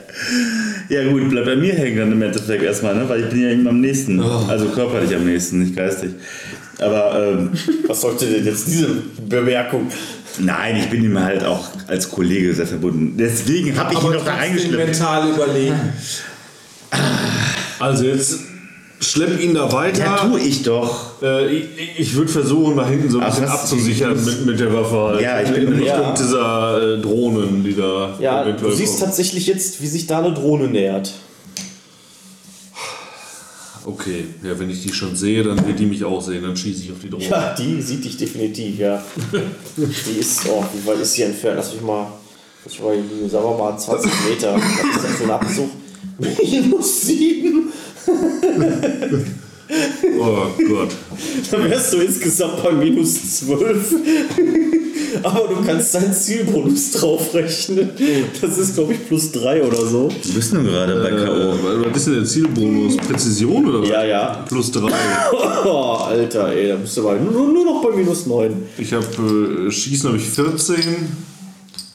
Ja gut, bleibt bei mir hängen dann im Endeffekt erstmal, ne? Weil ich bin ja ihm am nächsten. Oh. Also körperlich am nächsten, nicht geistig. Aber, ähm, Was sollte denn jetzt diese Bemerkung? nein, ich bin ihm halt auch als Kollege sehr verbunden. Deswegen hab ich ihn doch da reingeschleppt. mental überlegen. Also jetzt schlepp ihn da weiter. Ja, tu ich doch. Äh, ich ich würde versuchen, da hinten so ein Ach, bisschen das- abzusichern mit, mit der Waffe. Halt. Ja, ich bin- in Richtung ja. dieser äh, Drohnen, die da Ja, du eventuell siehst kommen. tatsächlich jetzt, wie sich da eine Drohne nähert. Okay, ja, wenn ich die schon sehe, dann wird die mich auch sehen. Dann schieße ich auf die Drohne. Ja, die sieht dich definitiv, ja. Die ist, oh, wie weit ist sie entfernt? Lass mich mal, lass mich mal, überlegen. sagen wir mal 20 Meter. Was ist das für ein Abzug? Minus 7. Oh Gott. Dann wärst du insgesamt bei minus 12. Aber du kannst deinen Zielbonus draufrechnen. Das ist, glaube ich, plus 3 oder so. Du bist nun gerade bei K.O. Äh, was ist denn der Zielbonus? Präzision oder was? Ja, ja. Plus 3. Oh, Alter, ey, da bist du bei, nur, nur noch bei minus 9. Ich habe äh, Schießen habe ich 14.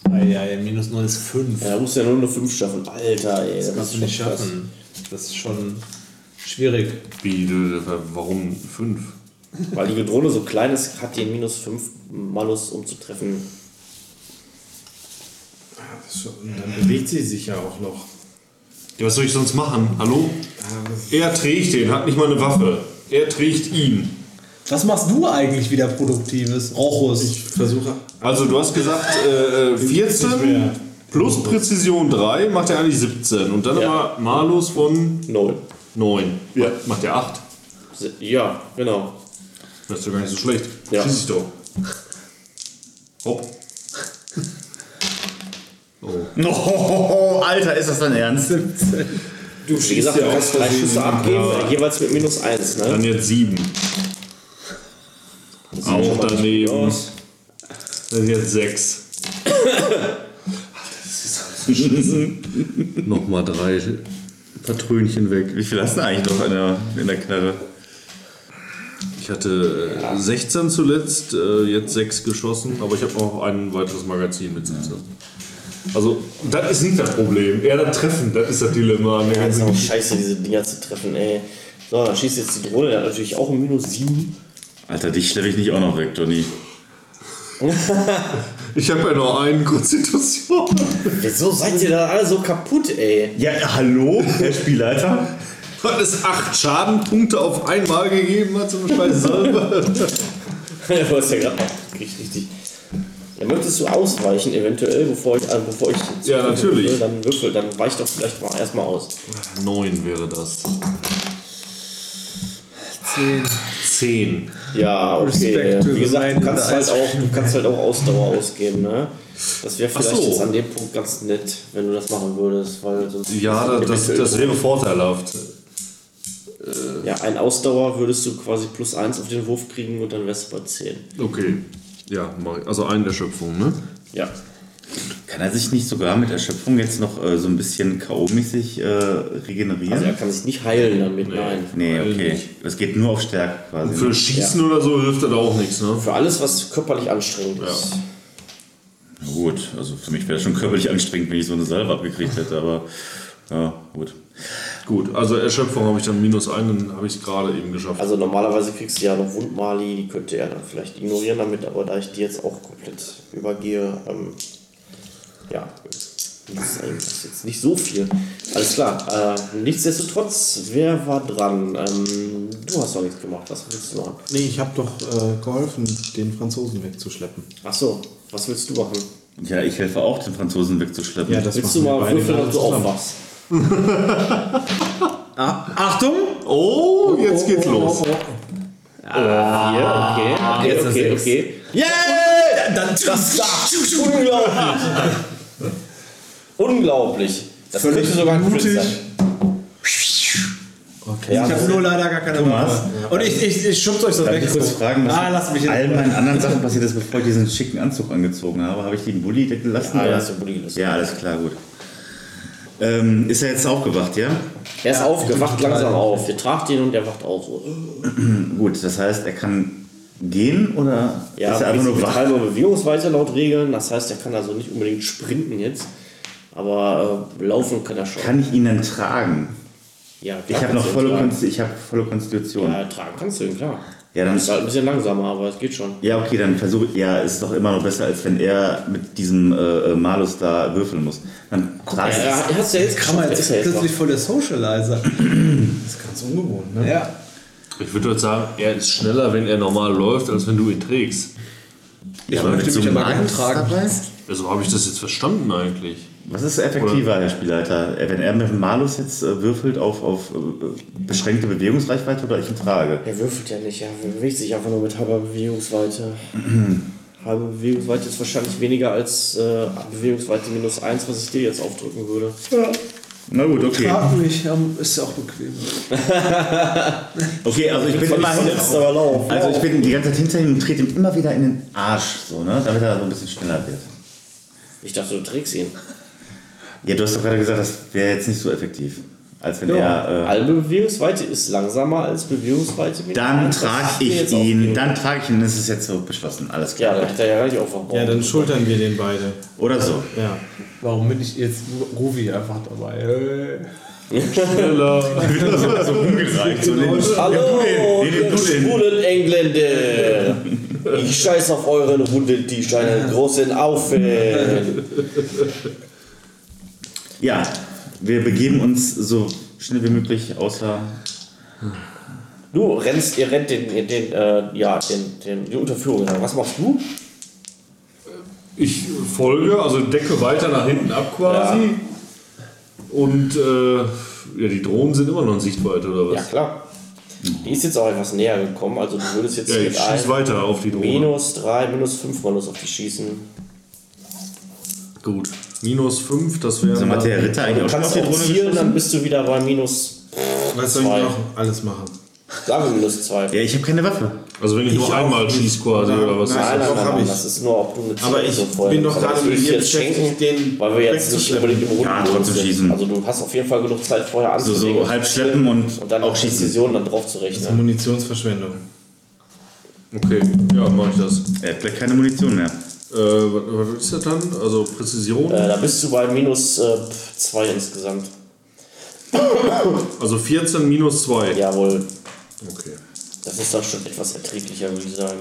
Ja, ja, minus 9 ist 5. Ja, da musst du ja nur eine 5 schaffen. Alter, ey. Das kannst du ist nicht schon krass. schaffen. Das ist schon schwierig. Wie, du- warum 5? Weil die Drohne so klein ist, hat die minus 5 Malus, um zu treffen. Und dann bewegt sie sich ja auch noch. Ja, was soll ich sonst machen? Hallo? Er trägt den, hat nicht mal eine Waffe. Er trägt ihn. Was machst du eigentlich wieder Produktives? Rochus. Versuche. Also du hast gesagt, äh, äh, 14 plus Präzision 3 macht er eigentlich 17. Und dann Ja. aber Malus von Null. 9. Ja. Macht er 8. Se- Ja, genau. Das ist doch gar nicht so schlecht. Ja. Schieß ich doch. Hopp. Oh, Alter, ist das dein Ernst? Du, wie gesagt, ja du kannst aus drei Versehen Schüsse in den abgeben, Blau. jeweils mit minus eins, ne? Dann jetzt 7. Auch daneben. Ja. Das sind jetzt 6. Nochmal drei Patrönchen weg. Wie viel hast du eigentlich noch in der, in der Knarre? Ich hatte äh, 16 zuletzt, äh, jetzt 6 geschossen, aber ich habe noch ein weiteres Magazin mit 17. Also, das ist nicht das Problem. Eher das Treffen, das ist das Dilemma an Genau. der Ja, ist ganzen auch Geschichte. Also scheiße, diese Dinger zu treffen, ey. So, dann schießt jetzt die Drohne, der hat natürlich auch ein Minus 7. Alter, dich stelle ich nicht auch noch weg, Johnny. Ich habe ja noch einen Konstitution. Wieso seid ihr da alle so kaputt, ey? Ja, hallo, Herr Spielleiter. Hat es 8 Schadenpunkte auf einmal gegeben, hat zum Beispiel Salbe. du hast ja gerade noch richtig, richtig. Ja, möchtest du ausweichen eventuell, bevor ich, also bevor ich Ja, natürlich. Würfel, dann würfel, dann weich doch vielleicht mal erstmal aus. 9 wäre das. 10. 10. Ja, okay. Respekt to Wie the gesagt, du mind kannst, in halt the auch, du kannst halt auch Ausdauer ausgeben, ne? Das wäre vielleicht so. jetzt an dem Punkt ganz nett, wenn du das machen würdest, weil sonst Ja, das, das, das wäre vorteilhaft. Ja, ein Ausdauer würdest du quasi plus 1 auf den Wurf kriegen und dann wärst du bei 10. Okay. Ja, mach ich. also eine Erschöpfung, ne? Ja. Kann er sich nicht sogar mit Erschöpfung jetzt noch äh, so ein bisschen K.O.-mäßig äh, regenerieren? Also er kann sich nicht heilen damit, nein. nee, Weiß okay. nicht. Das geht nur auf Stärke quasi. Für ne? Schießen oder so hilft das auch nichts, ne? Für alles, was körperlich anstrengend ist. Na Gut, also für mich wäre das schon körperlich anstrengend, wenn ich so eine Salve abgekriegt hätte, aber ja, gut. Gut, also Erschöpfung habe ich dann minus einen, dann habe ich es gerade eben geschafft. Also normalerweise kriegst du ja noch Wundmali, die könnte er dann vielleicht ignorieren damit, aber da ich die jetzt auch komplett übergehe, ähm, ja, das ist eigentlich jetzt nicht so viel. Alles klar, äh, nichtsdestotrotz, wer war dran? Ähm, du hast doch nichts gemacht, was willst du machen? Nee, ich habe doch äh, geholfen, den Franzosen wegzuschleppen. Achso, was willst du machen? Ja, ich helfe auch, den Franzosen wegzuschleppen. Willst du mal würfeln, ob du aufwachst? Achtung! Oh, jetzt geht's los. Ja, okay. okay, jetzt eine okay, Sechs. okay. Yeah! Dann das Unglaublich. Unglaublich. Das Völlig könnte sogar ein Crit mutig. sein. Ich habe nur leider gar keine Thomas? Waffe. Und ich, ich, ich schub's euch so Darf weg. ich kurz fragen, was ah, lass mich mit in all meinen anderen Sachen passiert ist, bevor ich diesen schicken Anzug angezogen habe? Habe ich den Bulli weggelassen? Ah, oder? ja, ist der Bulli gelassen. Ja, alles klar, gut. Ähm, ist er jetzt aufgewacht, ja? Er ist aufgewacht, langsam auf. Ihr tragt ihn und er wacht auf. So. ne? Gut, das heißt, er kann gehen oder Ja, ist er einfach nur mit wach? halber Bewegungsweise laut Regeln. Das heißt, er kann also nicht unbedingt sprinten jetzt. Aber äh, laufen kann er schon. Kann ich ihn dann tragen? ja, Ich klar habe kannst noch du ihn volle, tragen. Konsti ich hab volle Konstitution. Ja, tragen kannst du ihn, klar. Ja, dann- ist halt ein bisschen langsamer, aber es geht schon. Ja, okay, dann versuche ich. Ja, ist doch immer noch besser, als wenn er mit diesem äh, Malus da würfeln muss. Dann Ja, trage er, er hat es ja jetzt Krammer, geschafft. Er jetzt ist ist ja jetzt noch. plötzlich voll der Socializer. Das ist ganz ungewohnt, ne? Ja. Ich würde jetzt sagen, er ist schneller, wenn er normal läuft, als wenn du ihn trägst. ich möchte mich aber gerne tragen. Dabei? Also habe ich das jetzt verstanden eigentlich. Was ist effektiver, Herr Spielleiter? Äh, Wenn er mit dem Malus jetzt äh, würfelt auf, auf äh, beschränkte Bewegungsreichweite oder ich ihn trage? Er würfelt ja nicht, er bewegt sich einfach nur mit halber Bewegungsweite. Halbe Bewegungsweite ist wahrscheinlich weniger als äh, Bewegungsweite minus 1, was ich dir jetzt aufdrücken würde. Na gut, okay. Frag mich, ähm, ist auch bequem. Okay, also ich bin immer Jetzt aber lauf. Also ich bin die ganze Zeit hinter ihm und trete ihm immer wieder in den Arsch, so, ne? Damit er so ein bisschen schneller wird. Ich dachte, du trägst ihn. Ja, du hast doch gerade gesagt, das wäre jetzt nicht so effektiv. Als wenn er. Äh, Halbe Bewegungsweite ist langsamer als Bewegungsweite minus Dann 1. Das hast trage du dir ich jetzt ihn, aufgegeben. dann trage ich ihn, das ist jetzt so beschlossen, alles Ja, klar. dann hätte er ja gar nicht aufgebraucht. Ja, dann schultern wir den beide. Oder so. Ja. Warum bin ich jetzt Ruvi einfach dabei? Äh, so rumgereicht. So den, Hallo, den, den, ihr schwulen Engländer! Ich scheiß auf euren Hunde, die scheinen großen Aufwind. Ja, wir begeben uns so schnell wie möglich außer Du rennst, ihr rennt den, den, den äh, ja, den, den, die Unterführung. lang. Was machst du? Ich folge, also decke weiter nach hinten ab quasi. Und äh, ja, die Drohnen sind immer noch in Sichtweite, oder Ja, was? klar. Die ist jetzt auch etwas näher gekommen, also du würdest jetzt Ja, ich mit schieße einem weiter auf die Drohne. minus 3, minus 5 Malus auf die schießen. Gut. Minus 5, das wäre. Sag mal, hat der Ritter eigentlich Du auch schon auf also kannst die auch Drohne zielen, geschossen? dann bist du wieder bei minus, Was soll ich Zwei. noch alles machen? sagen wir minus 2. Ja, ich habe keine Waffe. Also wenn ich, nur einmal schieße quasi, oder was? Nein. Nein, nein, doch, nein, hab nein, ich. das ist nur, ob du eine Ziele Aber ich so vorher bin doch nimmst. Aber gerade das würde ich mit dir ihr jetzt beschäftigt, schenken, den weil wir jetzt nicht wegzuschleppen. unbedingt im Runden Ja, trotzdem sind. schießen. Also du hast auf jeden Fall genug Zeit vorher So, anzulegen so halb schleppen und, und dann auch auch schießen. Präzision dann drauf zu Zur rechnen. Munitionsverschwendung. Okay, ja, mach ich das. Er hat gleich keine Munition mehr. Äh, was, was ist das dann? Also Präzision? Äh, da bist du bei minus 2 insgesamt. Also 14 minus 2. Jawohl, Okay. das ist dann schon etwas erträglicher, würde ich sagen.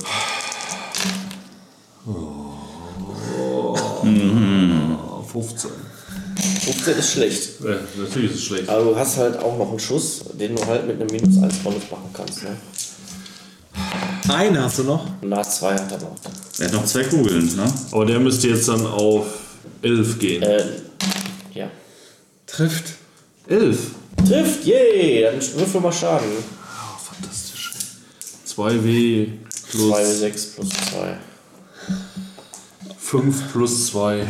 Ah, 15. 15 ist schlecht. Äh, natürlich ist es schlecht. Aber du hast halt auch noch einen Schuss, den du halt mit einem minus 1 Bonus machen kannst. Ne? Einen hast du noch? Und nach 2 hat er noch. Er hat noch zwei Kugeln, ne? Aber der müsste jetzt dann auf 11 gehen. Äh, ja. Trifft. 11? Trifft, yay! Dann würfel mal Schaden. Ah, fantastisch. 2W 2, plus 6 plus 2. 5 plus 2.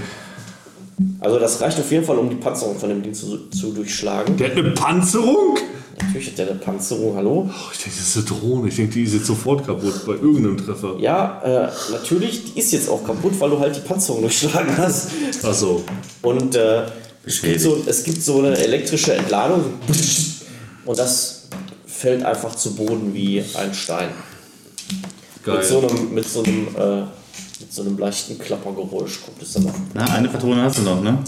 Also das reicht auf jeden Fall, um die Panzerung von dem Ding zu, zu durchschlagen. Der hat eine Panzerung? Natürlich hat der eine Panzerung, hallo? Oh, ich denke, das ist eine Drohne. Ich denke, die ist jetzt sofort kaputt bei irgendeinem Treffer. Ja, äh, natürlich, die ist jetzt auch kaputt, weil du halt die Panzerung durchschlagen hast. Achso. Und äh, es, gibt Beschädigt. so, es gibt so eine elektrische Entladung. Und das fällt einfach zu Boden wie ein Stein. Geil. Mit so einem, mit so einem, äh, mit so einem leichten Klappergeräusch kommt es dann auf. Na, eine Patrone hast du noch, ne?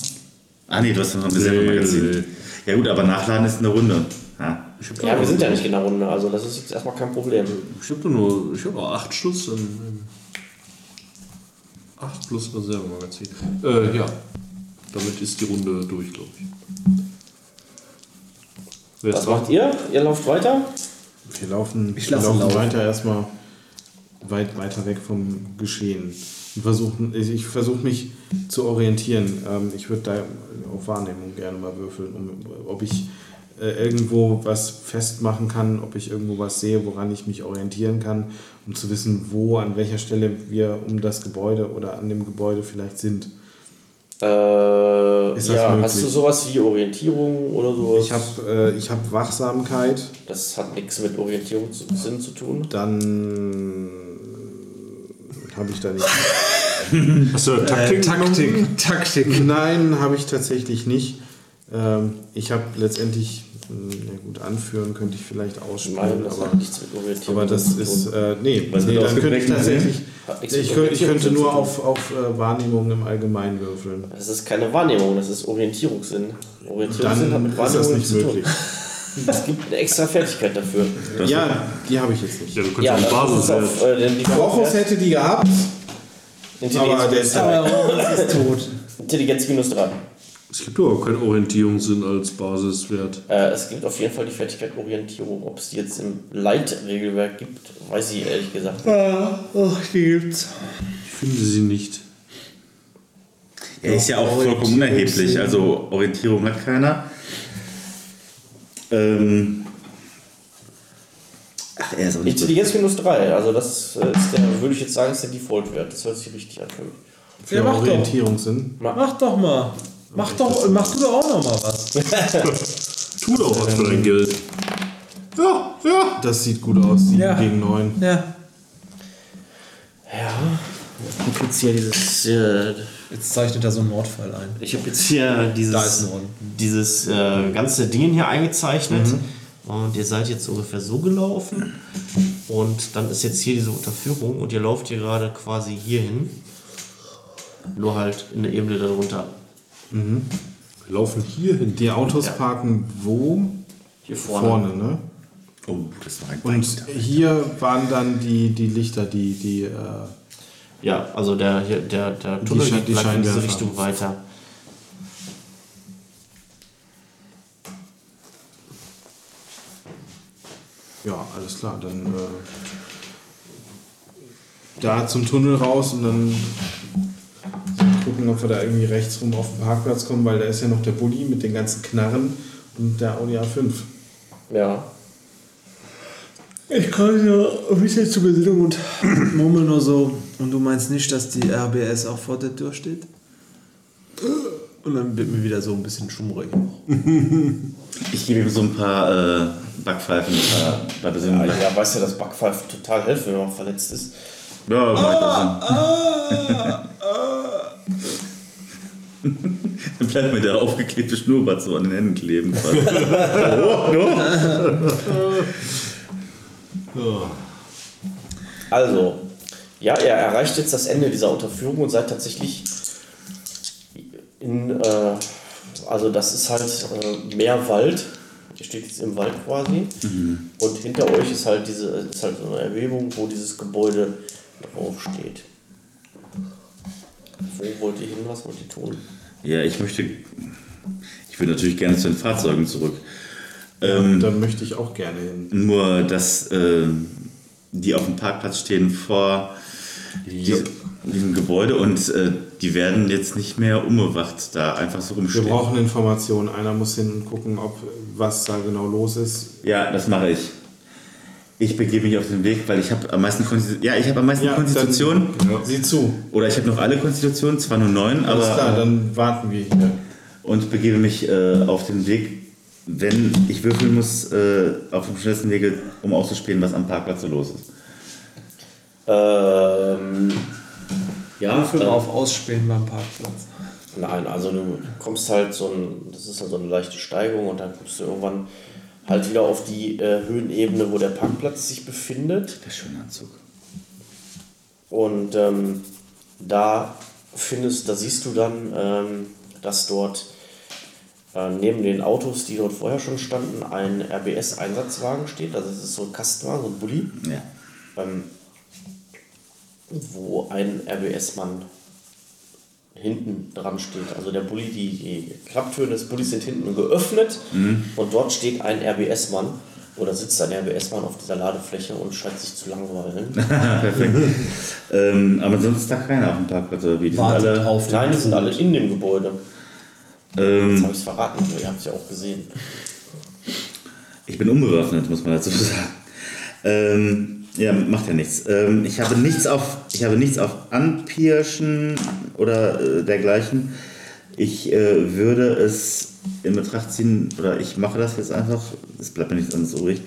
Ah nee, du hast ja noch ein bisschen Nee, Magazin. nee. Ja gut, aber nachladen ist eine Runde. Ja, ich hab Ja, wir sind ja nicht in der Runde, also das ist jetzt erstmal kein Problem. Ich habe nur ich hab auch 8 Schuss im, im 8 plus Reservemagazin. Äh, ja. Damit ist die Runde durch, glaube ich. Wer ist Was dran? macht ihr? Ihr lauft weiter? Wir laufen, Ich wir lasse laufen laufen. weiter erstmal weit weiter weg vom Geschehen. Und versuchen, ich, ich versuche mich zu orientieren. Ähm, ich würde da auf Wahrnehmung gerne mal würfeln, um, ob ich äh, irgendwo was festmachen kann, ob ich irgendwo was sehe, woran ich mich orientieren kann, um zu wissen, wo, an welcher Stelle wir um das Gebäude oder an dem Gebäude vielleicht sind. Äh, Ist das ja, möglich? hast du sowas wie Orientierung oder sowas? Ich habe äh, ich hab Wachsamkeit, das hat nichts mit Orientierung zu, Sinn zu tun. dann habe ich da nicht. Hast du Äh, Taktik? Taktik. Taktik. Nein, habe ich tatsächlich nicht. Ähm, ich habe letztendlich, mh, na gut, anführen könnte ich vielleicht Nein, ausspielen, das aber, hat nichts mit Orientierung aber das zu ist, tun. äh, nee, Was nee mit dann könnte ich ausgebrechen tatsächlich, Hat nichts ich mit könnte, ich Orientierung könnte zu nur tun. auf, auf äh, Wahrnehmung im Allgemeinen würfeln. Das ist keine Wahrnehmung, das ist Orientierungssinn. Orientierungssinn hat Dann mit ist Wahrnehmung das nichts nicht zu tun. möglich. Es gibt eine extra Fertigkeit dafür. Ja, die habe ich jetzt nicht. Ja, du kannst ja, ja, das einen ist Basiswert. auf äh, den Rochus Intelligenz, hätte die gehabt, aber der ist, dabei. ist tot. Intelligenz minus 3. Es gibt doch auch keinen Orientierungssinn als Basiswert. Äh, es gibt auf jeden Fall die Fertigkeit Orientierung. Ob es die jetzt im Leitregelwerk gibt, weiß ich ehrlich gesagt nicht. Oh, Ich finde sie nicht. Er ist ja auch vollkommen unerheblich. Also Orientierung hat keiner. Ähm. Ach, er ist auch nicht so. Intelligenz minus 3, also das äh, ist der, würde ich jetzt sagen, ist der Default-Wert. Das hört sich richtig an für mich. Für Ja, mach doch. Orientierungssinn. Mach doch mal. Mach doch, mach du doch auch noch mal was. Tu doch was für dein Geld. Ja, ja. Das sieht gut aus, 7 Ja. gegen 9. Ja. Ja. Ich habe jetzt hier dieses, äh, Jetzt zeichnet er so einen Mordfall ein. ich habe jetzt hier Da ist ein dieses, Ron. dieses äh, ganze Ding hier eingezeichnet und ihr seid jetzt ungefähr so gelaufen und dann ist jetzt hier diese Unterführung und ihr lauft hier gerade quasi hierhin, nur halt in der Ebene darunter. Wir laufen hier hin. Die Autos parken wo? Hier vorne. Vorne, ne? Oh, das war ein Und Feind. hier waren dann die, die Lichter, die, die äh, Ja, also der, hier- der, der Tunnel Sche- geht die bleibt in diese Scheinwerfer. Richtung weiter. Ja, alles klar. Dann äh, da zum Tunnel raus und dann gucken, ob wir da irgendwie rechts rum auf den Parkplatz kommen, weil da ist ja noch der Bulli mit den ganzen Knarren und der Audi A5. Ja. Ich komme nur ein bisschen zur Besinnung und murmel nur so. Und du meinst nicht, dass die RBS auch vor der Tür steht? Und dann wird mir wieder so ein bisschen schummrig. Ich gebe ihm so ein paar äh, Backpfeifen äh, bei Besinnung. Ja, Ja, weißt ja, dass Backpfeifen total helfen, wenn man verletzt ist. ja. macht ah, das Sinn. Dann bleibt mir der aufgeklebte Schnurrbart so an den Händen kleben. Also, ja, ihr erreicht jetzt das Ende dieser Unterführung und seid tatsächlich in, äh, also das ist halt äh, mehr Wald. Ihr steht jetzt im Wald quasi. Und hinter euch ist halt diese, ist halt so eine Erhebung, wo dieses Gebäude draufsteht. Wo wollt ihr hin? Was wollt ihr tun? ja, ich möchte. Ich würde natürlich gerne zu den Fahrzeugen zurück. Ähm, Da möchte ich auch gerne hin. Nur, dass äh, die auf dem Parkplatz stehen vor diesem, diesem Gebäude und äh, die werden jetzt nicht mehr umgewacht, da einfach so Wir rumstehen. brauchen Informationen. Einer muss hin und gucken, ob was da genau los ist. Ja, das mache ich. Ich begebe mich auf den Weg, weil ich habe am meisten, Konstitu ja, ich habe am meisten Ja, Konstitution. Dann, ja. Sieh zu. Oder ich habe noch alle Konstitutionen, zwar nur neun, Alles aber. äh, klar, dann warten wir hier. und begebe mich äh, auf den Weg, wenn ich würfeln muss, äh, auf dem schnellsten Wege, um auszuspielen, was am Parkplatz so los ist. Ähm, ja, Würfel dann- auf Ausspielen beim Parkplatz. Nein, also du kommst halt so ein, das ist halt so eine leichte Steigung und dann kommst du irgendwann halt wieder auf die äh, Höhenebene, wo der Parkplatz sich befindet. Der schöne Anzug. Und ähm, da findest, da siehst du dann, ähm, dass dort äh, neben den Autos, die dort vorher schon standen, ein RBS-Einsatzwagen steht. Also es ist so ein Kastenwagen, so ein Bulli, Ja. ähm, wo ein RBS-Mann hinten dran steht. Also der Bulli, die, die Klapptüren des Bullis sind hinten geöffnet Mhm. und dort steht ein RBS-Mann oder sitzt ein RBS-Mann auf dieser Ladefläche und scheint sich zu langweilen. Perfekt. ähm, aber sonst ist da keiner auf dem Parkplatz oder wie? Die sind alle. auf Nein, die sind alle in dem Gebäude. Jetzt Ähm, habe ich es verraten, aber ihr habt es ja auch gesehen. ich bin unbewaffnet, muss man dazu sagen. Ähm, ja, macht ja nichts. Ähm, ich, habe nichts auf, ich habe nichts auf Anpirschen oder äh, dergleichen. Ich äh, würde es in Betracht ziehen, oder ich mache das jetzt einfach, es bleibt mir nichts anderes übrig.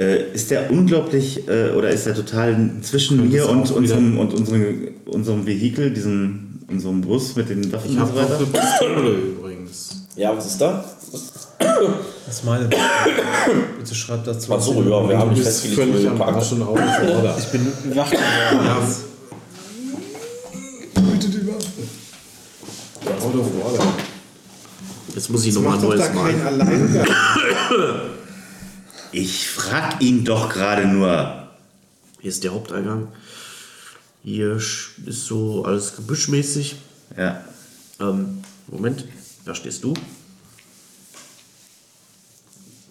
Äh, ist der unglaublich, äh, oder ist der total zwischen mir und unserem, und unserem, unserem Vehikel, diesem, unserem Bus mit den Waffen Ich und habe so auch weiter? eine Pistole übrigens. Ja, was ist da? Das ist meine. Bitte schreib dazu. Ach so, ja, wir haben Du nicht bist festgelegt, wo völlig wir am Arsch parken. und Augen Ich bin wach geworden. Ja, Jetzt muss ich mach nochmal doch da neues keinen machen. Alleingang. Ich frag ihn doch gerade nur. Hier ist der Haupteingang. Hier sch- ist so alles gebüschmäßig. Ja. Ähm, Moment, da stehst du.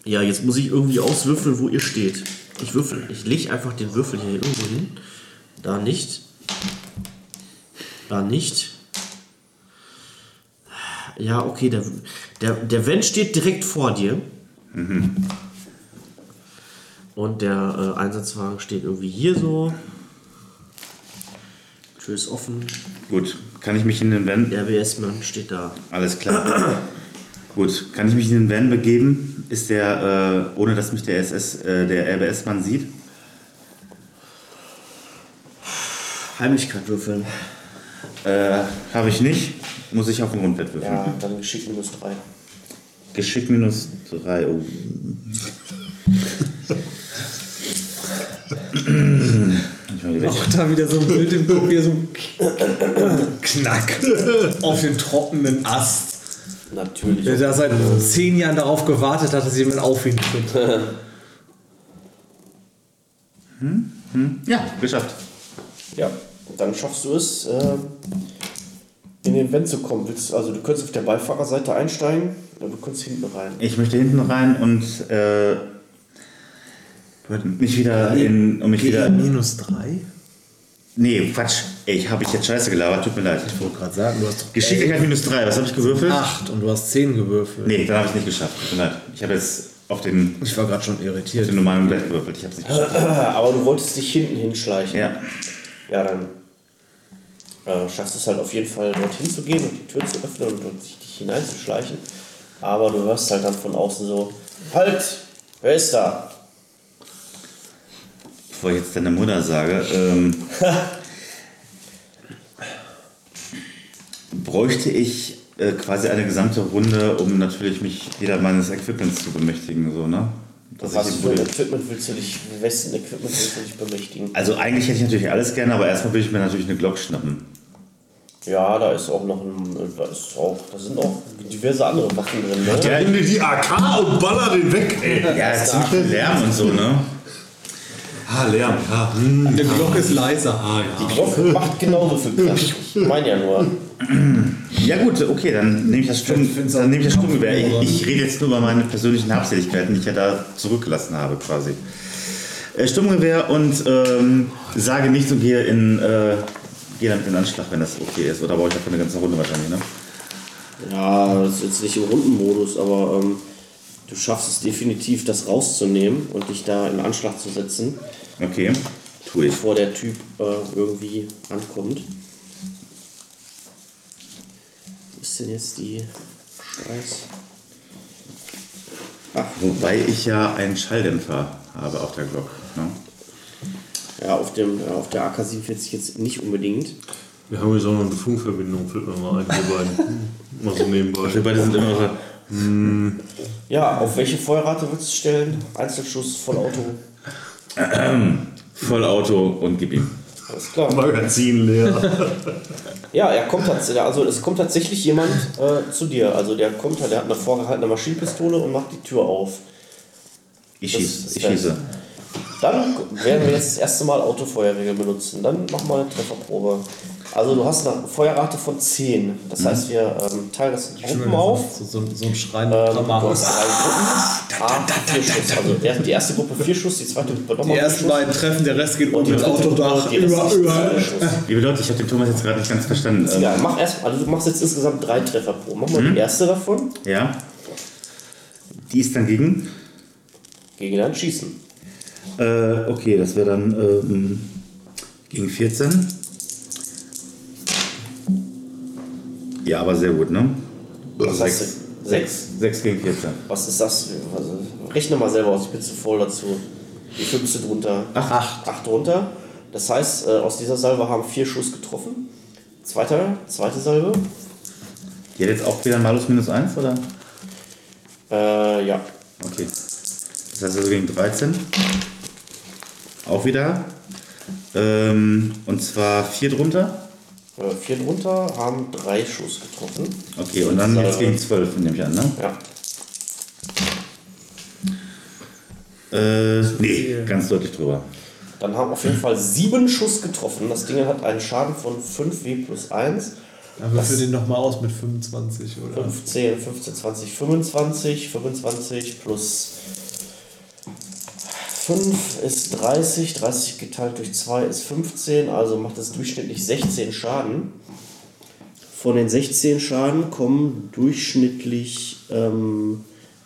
Ja, jetzt muss ich irgendwie auswürfeln, wo ihr steht. Ich würfel, ich lege einfach den Würfel hier irgendwo hin. Da nicht. Da nicht. Ja, okay, der, der, der Van steht direkt vor dir. Und der äh, Einsatzwagen steht irgendwie hier so. Tür ist offen. Gut, kann ich mich in den Van. Der RBS-Mann steht da. Alles klar. Gut, kann ich mich in den Van begeben? Ist der, äh, ohne dass mich der SS, äh, der RBS-Mann sieht? Heimlichkeit würfeln. Äh, Habe ich nicht. Muss ich auf den Grundwert würfeln. Ja, dann geschickt minus drei. Geschick minus 3. Oh. Ich mach die weg. Auch da wieder so ein Bild im Kopf, hier so ein Knack auf den trockenen Ast. Natürlich. Der da seit zehn Jahren darauf gewartet hat, dass jemand auf ihn tritt. Ja, geschafft. Ja, dann schaffst du es, ähm, in den Van zu kommen. Willst, also du könntest auf der Beifahrerseite einsteigen, aber du könntest hinten rein. Ich möchte hinten rein und äh, Mich wieder in. Um mich wieder. minus 3? Nee, Quatsch. Ey, ich habe ich jetzt scheiße gelabert. Tut mir leid. Ich wollte gerade sagen, du hast doch Geschicklichkeit minus 3. Was habe ich gewürfelt? 8 und du hast 10 gewürfelt. Nee, dann habe ich nicht geschafft. Tut mir leid. Ich habe jetzt auf den, Ich war gerade schon auf irritiert. den normalen Wert gewürfelt. Ich habe es nicht geschafft. Aber du wolltest dich hinten hinschleichen. Ja. Ja, dann äh, schaffst du es halt auf jeden Fall dorthin zu gehen und die Tür zu öffnen und, und dich dich hineinzuschleichen. Aber du hörst halt dann von außen so, halt, wer ist da? Bevor ich jetzt deiner Mutter sage, ähm, bräuchte ich äh, quasi eine gesamte Runde, um natürlich mich jeder meines Equipments zu bemächtigen. So, ne? Dass ich Was die für ein Bude- Equipment willst du dich, wessen Equipment willst du dich bemächtigen? also eigentlich hätte ich natürlich alles gerne, aber erstmal will ich mir natürlich eine Glock schnappen. Ja, da ist auch noch ein, äh, da ist auch, da sind auch diverse andere Waffen drin, ne? Ja, Nimm dir die AK und baller den weg, ey. ja ist ziemlich viel Lärm und so, ne? Ah, Lärm. Ah, hm. Die Glocke ist leiser. Ah, Die Glocke macht genau genauso viel Krach. Ich meine ja nur. Ja gut, okay, dann nehme ich das, Sturm, dann nehme ich das Sturmgewehr. Ich, ich rede jetzt nur über meine persönlichen Habseligkeiten, die ich ja da zurückgelassen habe quasi. Äh, Sturmgewehr und ähm, sage nichts und gehe in äh, gehe damit in den Anschlag, wenn das okay ist. Oder brauche ich dafür eine ganze Runde wahrscheinlich, ne? Ja, das ist jetzt nicht im Rundenmodus, aber ähm, du schaffst es definitiv, das rauszunehmen und dich da in Anschlag zu setzen, Okay, tue ich. bevor der Typ äh, irgendwie ankommt. Wo ist denn jetzt die Scheiß? Wobei ich ja einen Schalldämpfer habe auf der Glock. Ne? Ja, auf, dem, äh, auf der AK-47 jetzt nicht unbedingt. Wir haben jetzt auch noch eine Funkverbindung, fällt mir mal ein, wir beiden. mal so nebenbei. Wir beide sind immer so, Ja, auf welche Feuerrate willst du stellen? Einzelschuss, Vollauto. Vollauto und gib ihm. Alles klar. Magazin leer. Ja, er kommt tatsächlich, also es kommt tatsächlich jemand äh, zu dir. Also der kommt, der hat eine vorgehaltene Maschinenpistole und macht die Tür auf. Ich Das schieße, ist ich fair. schieße. Dann werden wir jetzt das erste Mal Autofeuerregel benutzen. Dann machen wir eine Trefferprobe. Also du hast eine Feuerrate von 10. Mhm. Das heißt, wir ähm, teilen das in Gruppen auf. So, so, so ein Schrein Ähm, ähm, du hast drei Gruppen. Ah, vier Schuss. Also der, die erste Gruppe vier Schuss, die zweite Gruppe Die nochmal vier ersten Schuss. beiden treffen, der Rest um geht Und unter die das dritte Autodach. Gruppe, die Über, restlichen über. zwei Schuss. Liebe Leute, ich habe den Thomas jetzt gerade nicht ganz verstanden. Ähm, Ja, mach erst, also du machst jetzt insgesamt drei Trefferproben. Mach mal die erste davon. ja. Die ist dann gegen? Gegen dann schießen. Äh, okay, das wäre dann ähm, gegen 14. Ja, aber sehr gut, ne? Was hast Sechs. du? Sechs. Sechs gegen 14. Was ist das? Also, rechne mal selber aus, ich bin zu voll dazu. Die fünfte drunter. Ach, acht. Acht drunter. Das heißt, äh, aus dieser Salve haben vier Schuss getroffen. Zweiter, zweite Salve. Die hat jetzt auch wieder ein Malus minus 1, oder? Äh, ja. Okay. Das heißt also gegen 13. Auch wieder. Ähm, und zwar vier drunter. Äh, vier drunter haben drei Schuss getroffen. Okay, und dann jetzt gegen 12, nehme ich an, ne? Ja. Äh, nee, ganz deutlich drüber. Dann haben auf jeden Fall sieben Schuss getroffen. Das Ding hat einen Schaden von 5W plus 1. Dann würfeln den nochmal aus mit 25, oder? 15, 15, 20, 25, 25 plus 5 ist 30, 30 geteilt durch 2 ist 15, also macht es durchschnittlich 16 Schaden. Von den 16 Schaden kommen durchschnittlich ähm,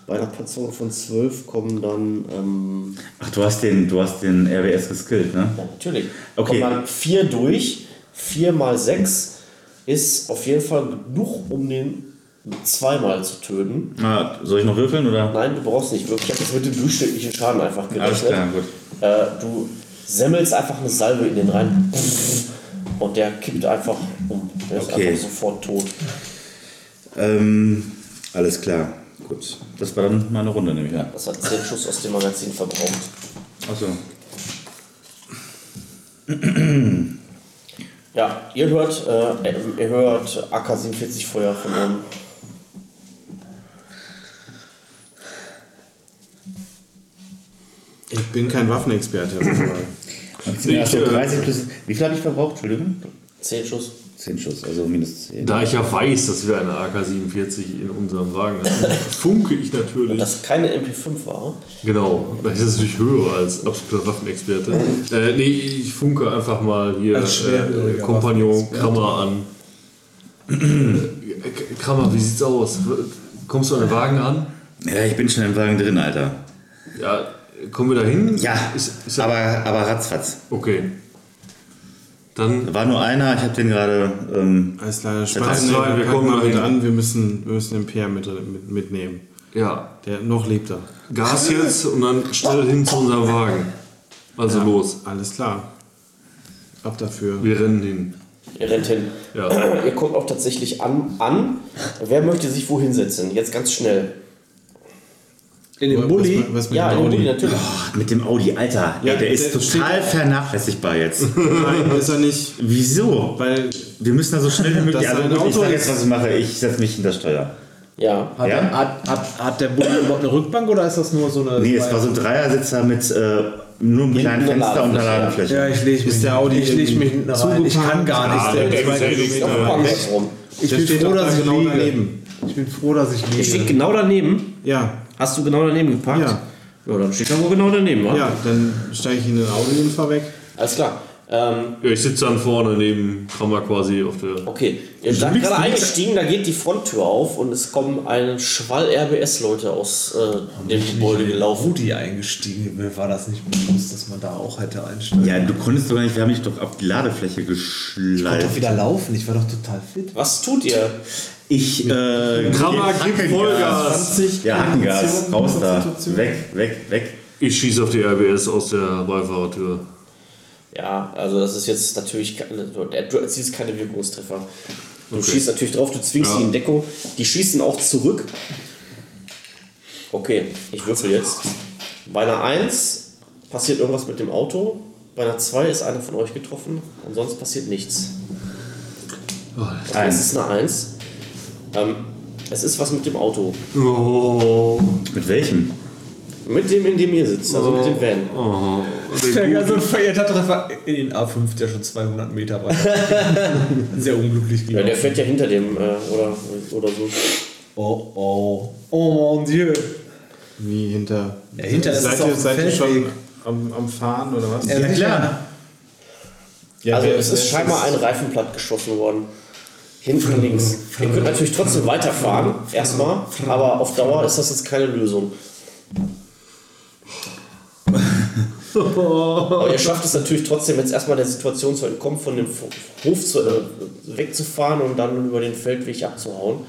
bei einer Panzerung von 12 kommen dann, ähm, Ach, du hast den, du hast den RWS geskillt, ne? ja, natürlich, Okay. kommen dann 4 durch, 4 mal 6 ist auf jeden Fall genug, um den zweimal zu töten. Ah, soll ich noch würfeln, oder? Nein, du brauchst nicht wirklich. Ich habe das mit dem durchschnittlichen Schaden einfach Alles gerechnet. klar, gut. Äh, du semmelst einfach eine Salve in den rein und der kippt einfach um. Der ist Okay. einfach sofort tot. Ähm, alles klar. Gut. Das war dann meine Runde, nehme ich an. Das hat 10 Schuss aus dem Magazin verbraucht. Achso. Ja, ihr hört, äh, ihr hört AK-47 Feuer von oben. Ich bin kein Waffenexperte. aber Also 30 plus. Wie viel habe ich verbraucht? Entschuldigung? 10 Schuss. 10 Schuss, also minus 10. Da ich ja weiß, dass wir eine AK-47 in unserem Wagen haben, funke ich natürlich. Und das keine MP5 war. Genau, das ist natürlich höher als absoluter Waffenexperte. äh, nee, ich funke einfach mal hier Als äh, schwerhöriger Kompagnon Waffenexperte. Krammer an. Äh, Krammer, wie sieht's aus? Kommst du an den Wagen an? Ja, ich bin schon im Wagen drin, Alter. Ja, kommen wir da hin? Ja, Ist, ist aber, aber ratzfatz. okay. Dann Da war nur einer, ich habe den gerade. Ähm, Alles klar, heißt, Spaß. wir Wir kommen kommen mal mit dahin. an. Wir müssen, wir müssen den Pierre mit, mit, mitnehmen. ja, Der noch lebt er. Gas jetzt und dann schnell hin zu unserem Wagen. Also los, Alles klar. Ab dafür. wir rennen hin. Ihr rennt hin. Ja. Ihr kommt auch tatsächlich an, an. Wer möchte sich wohin setzen? Jetzt ganz schnell. In dem Was, Bulli. was, was mit Ja, dem in den Bulli Audi? natürlich. ach, mit dem Audi, Alter. Ja, ey, der ist der total vernachlässigbar jetzt. Nein, ist er nicht. Wieso? Weil Wir müssen da so schnell wie Das möglich. Also ist ein gut, ich Auto sag ist- jetzt, was ich mache. Ich setze mich hinter Steuer. Ja. Hat, Ja? der, hat, hat, hat der Bulli überhaupt eine Rückbank oder ist das nur so eine. Nee, es war so ein Dreiersitzer mit äh, nur einem kleinen eine Fenster und einer Ladefläche. Ladefläche, Ja, ich lege mich, der Audi ich leg mich hinten rein. Ich kann gar Ah, der nicht. ist ja nicht Ist auch andersrum. Ich Ah, Der bin steht froh, doch dass da ich genau liege. daneben. Ich bin froh, dass ich Der steht liege. genau daneben. Ja, Hast du genau daneben gepackt? Ja. Ja, dann steht er wohl genau daneben. wa? ja, dann steige ich in den Audi und fahr weg. Alles klar. Ähm, Ja, ich sitze dann vorne neben Krammer quasi auf der. okay. Ihr Also seid liegst gerade links. eingestiegen, da geht die Fronttür auf und es kommen ein Schwall RBS-Leute aus äh, dem Gebäude gelaufen. Audi eingestiegen. Mir war das nicht bewusst, dass man da auch hätte einsteigen. Ja, du konntest doch gar nicht, wir haben dich doch auf die Ladefläche Ich doch geschleift. wieder laufen, ich war doch total fit. Was tut ihr? Ich, äh, Krammer, geh- gib Vollgas! Ja, Hackengas, raus da. Weg, weg, weg. Ich schieße auf die RBS aus der Beifahrertür. Ja, also das ist jetzt natürlich keine, du du erzielst keine Wirkungstreffer. Du Okay. schießt natürlich drauf, du zwingst Ja. sie in Deckung. Die schießen auch zurück. Okay, ich würfel jetzt. Bei einer 1 passiert irgendwas mit dem Auto. Bei einer 2 ist einer von euch getroffen. Ansonsten passiert nichts. Okay, es ist eine 1. Ähm, es ist was mit dem Auto. Oh, Mit welchem? Mit dem, in dem ihr sitzt, also mit dem Van. oh. Der ganze verirrter Treffer in den A5, der schon 200 Meter weit. war. Sehr unglücklich Ja, der gelaufen. fährt ja hinter dem äh, oder, oder so. Oh, oh. Oh mon Dieu. Wie hinter. Ja, hinter ist seid es ihr, auf dem seid ihr schon Feldweg. am, am Fahren oder was? Ja, klar. Ja, Also wer- es wer ist scheinbar ein Reifen platt geschossen worden. Hinten links. Ihr könnt natürlich trotzdem weiterfahren, erstmal, aber auf Dauer ist das jetzt keine Lösung. Aber ihr schafft es natürlich trotzdem jetzt erstmal der Situation zu entkommen, von dem Hof zu, äh, wegzufahren und dann über den Feldweg abzuhauen.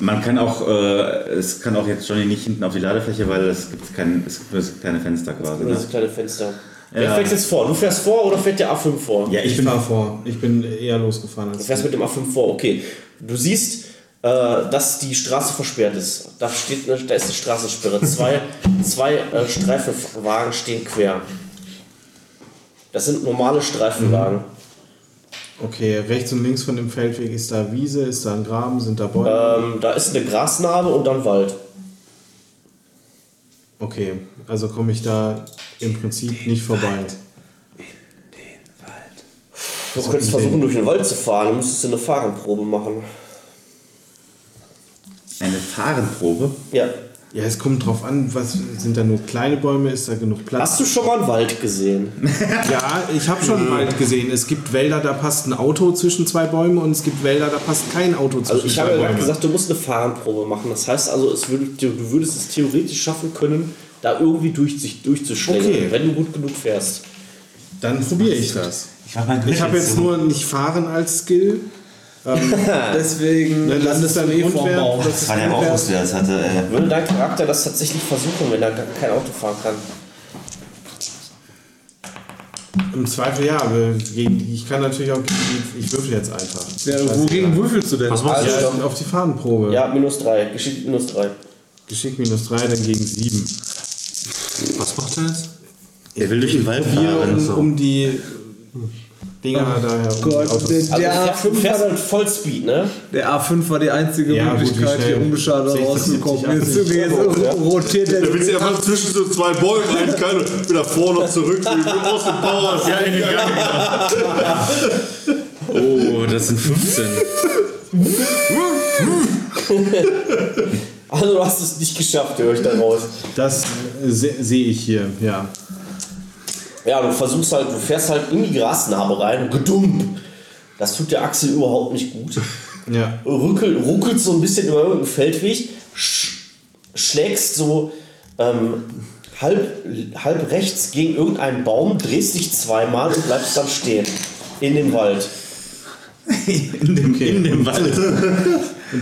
Man kann auch, äh, es kann auch jetzt Johnny nicht hinten auf die Ladefläche, weil es gibt kein, es gibt nur das kleine Fenster quasi. Über Ne? das kleine Fenster. Wer Ja. fährt jetzt vor? Du fährst vor oder fährt der A5 vor? Ja, Ich ich bin fahr vor. Ich bin eher losgefahren Du als fährst mit dem A5 vor, okay. Du siehst, äh, dass die Straße versperrt ist. Da, steht eine, da ist eine Straßensperre. Zwei, zwei äh, Streifenwagen stehen quer. Das sind normale Streifenwagen. Okay, rechts und links von dem Feldweg ist da Wiese, ist da ein Graben, sind da Bäume. Ähm, da ist eine Grasnarbe und dann Wald. Okay, also komme ich da im Prinzip nicht vorbei. Du könntest versuchen, durch den Wald zu fahren. Du müsstest eine Fahrenprobe machen. eine Fahrenprobe. Ja. Ja, es kommt drauf an, was sind da nur kleine Bäume, ist da genug Platz? Hast du schon mal einen Wald gesehen? Ja, ich habe schon Wald gesehen. Es gibt Wälder, da passt ein Auto zwischen zwei Bäumen und es gibt Wälder, da passt kein Auto zwischen Also ich habe zwei ja gerade Bäumen. gesagt, du musst eine Fahrenprobe machen. Das heißt also, es würde, du würdest es theoretisch schaffen können, da irgendwie durch, sich durchzuschlängeln, Okay. wenn du gut genug fährst. Dann probiere ich das. Ich war mein Ich habe jetzt nur nicht fahren als Skill. Deswegen. Ne, das ist dann eh vorm Das ist War der unfair. Rauchus, der das hatte. Äh, Würde dein Charakter das tatsächlich versuchen, wenn er gar kein Auto fahren kann? Im Zweifel ja, aber gegen, ich kann natürlich auch, gegen die- ich würfel jetzt einfach. Also, Wogegen würfelst du denn? Was machst Also- du? Auf die Fahnenprobe. Ja, minus 3. Geschickt minus 3. Geschick minus 3, dann gegen 7. Was macht er jetzt? er will durch den Wald Wir fahren. um, um die Dinger da um herum. Oh Gott, der, Also der, ja, du A5 fährst war, mit Vollspeed, ne? der A5 war die einzige Ja, gut, wie Möglichkeit, schnell? hier unbeschadet 60, rauszukommen. 70, Jetzt, jetzt rotiert der Der will sich einfach zwischen so zwei Bäume rein, keine, wieder vor noch zurück, wie ausgepowert. Ja, in den Gang. Oh, Oh, das sind 15. Also du hast es nicht geschafft, höre ich daraus. Das äh, se- sehe ich hier, ja. Ja, du versuchst halt, du fährst halt in die Grasnarbe rein und gedump. Das tut der Achse überhaupt nicht gut. Ja. Ruckel, ruckelt so ein bisschen über irgendeinen Feldweg, sch schlägst so ähm, halb, halb rechts gegen irgendeinen Baum, drehst dich zweimal und bleibst dann stehen. In den Wald. In dem, in dem Wald.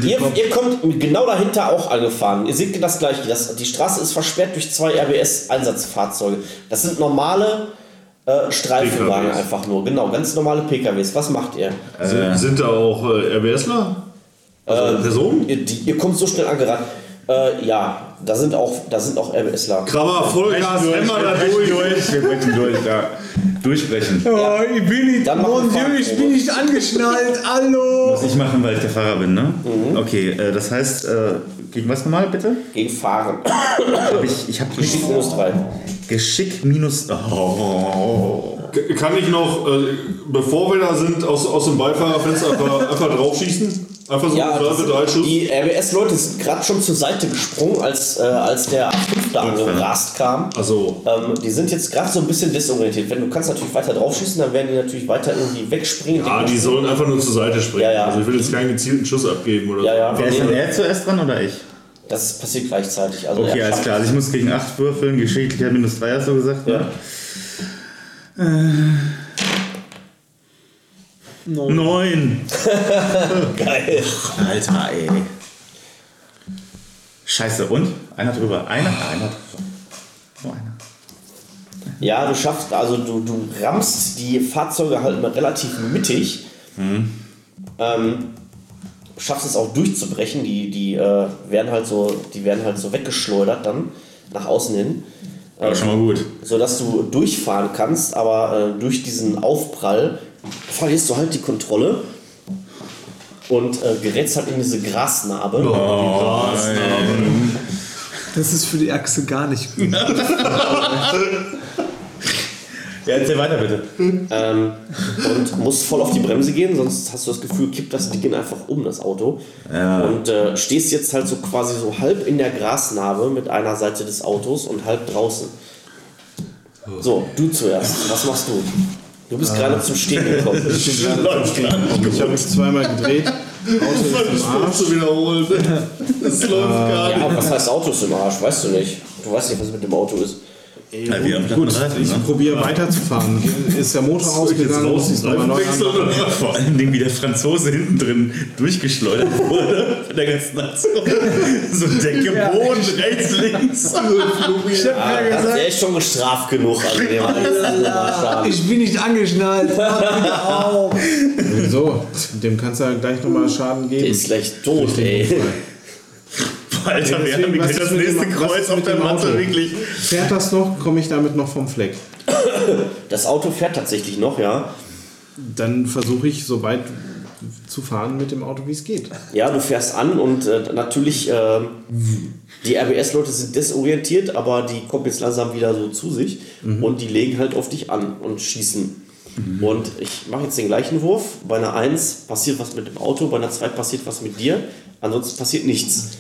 Ihr, ihr kommt genau dahinter auch angefahren. Ihr seht das gleiche. Das, die Straße ist versperrt durch zwei RBS-Einsatzfahrzeuge. Das sind normale äh, Streifenwagen PKWs. einfach nur. Genau, ganz normale PKWs. Was macht ihr? Sind, sind da auch äh, RBSler? Also Personen? Ihr, die, ihr kommt so schnell angerannt. Äh, ja, da sind auch, da sind auch RBSler. Krammer, Vollgas, immer da durch. Wir brechen durch, ja. Durchbrechen. Oh, ich bin nicht, Dann mach Mon eine Dieu, ich Fahrprobe. bin nicht angeschnallt. Hallo. Was ich machen, weil ich der Fahrer bin, ne? Mhm. Okay, äh, das heißt, äh, gegen was nochmal bitte? Gegen Fahren. Also. Hab ich ich habe Geschick minus drei. Geschick minus. Oh. K- Kann ich noch, äh, bevor wir da sind, aus, aus dem Beifahrerfenster einfach, einfach draufschießen? Einfach so Ja, einen das Schleife, drei sind, Schuss? die RBS-Leute sind gerade schon zur Seite gesprungen, als, äh, als der A5 da angerast kam. Also, Ähm, die sind jetzt gerade so ein bisschen desorientiert. Wenn du kannst natürlich weiter draufschießen, dann werden die natürlich weiter irgendwie wegspringen. ah, die sollen einfach nur zur Seite springen. Ja, ja. Also ich will jetzt keinen gezielten Schuss abgeben oder Ja, ja. so. Wer ist denn Einfach er zuerst dran oder ich? Das passiert gleichzeitig. Also Okay, er alles schafft- klar. Also ich muss gegen 8 würfeln. Geschicklichkeit minus 3 hast du gesagt, ne? Äh. 9. Geil. Alter, ey. Scheiße, und? Einer drüber. Ah, Einer? Einer drüber. Nur einer. Ja, du schaffst, also du, du rammst die Fahrzeuge halt immer relativ mittig. Mhm. Ähm, schaffst es auch durchzubrechen. Die, die, äh, werden halt so, die werden halt so weggeschleudert dann nach außen hin. Aber schon mal gut. sodass du durchfahren kannst, aber äh, durch diesen Aufprall verlierst du halt die Kontrolle und äh, gerätst halt in diese Grasnarbe. Oh, Das ist für die Achse gar nicht gut. Ja, erzähl weiter bitte. Ähm, und musst voll auf die Bremse gehen, sonst hast du das Gefühl, kippt das Ding einfach um, das Auto. Und äh, stehst jetzt halt so quasi so halb in der Grasnarbe mit einer Seite des Autos und halb draußen. So, du zuerst. Was machst du? Du bist gerade zum Stehen gekommen. Ich habe mich zweimal gedreht. Auto ist im Arsch. zu wiederholen. Das läuft gar nicht. Ja, aber was heißt Autos im Arsch? Weißt du nicht. Du weißt nicht, was mit dem Auto ist. Ja, wir haben Gut, gerade ich ne? probiere weiterzufahren. Ist der Motor ausgegangen? Muss ich nochmal neu anmachen? Vor allen Dingen, wie der Franzose hinten drin durchgeschleudert wurde von der ganzen Nation. So Decke, Boden, rechts, links. Ich hab ja Also, gesagt, der ist schon gestraft genug. Also dem hat nichts gemacht. Schade. ich bin nicht angeschnallt. Hör wieder auf. So, dem kannst du ja gleich nochmal Schaden Der geben. ist gleich tot, ey. Alter, wir haben Deswegen, was wirklich ist das mit dem- nächste was ist Kreuz mit auf der dem Matte, Auto? wirklich. Fährt das noch? Komme ich damit noch vom Fleck? Das Auto fährt tatsächlich noch, ja. Dann versuche ich so weit zu fahren mit dem Auto, wie es geht. Ja, du fährst an und äh, natürlich, ähm, die RBS-Leute sind desorientiert, aber die kommen jetzt langsam wieder so zu sich und die legen halt auf dich an und schießen. Und ich mache jetzt den gleichen Wurf. Bei einer 1 passiert was mit dem Auto, bei einer 2 passiert was mit dir, ansonsten passiert nichts.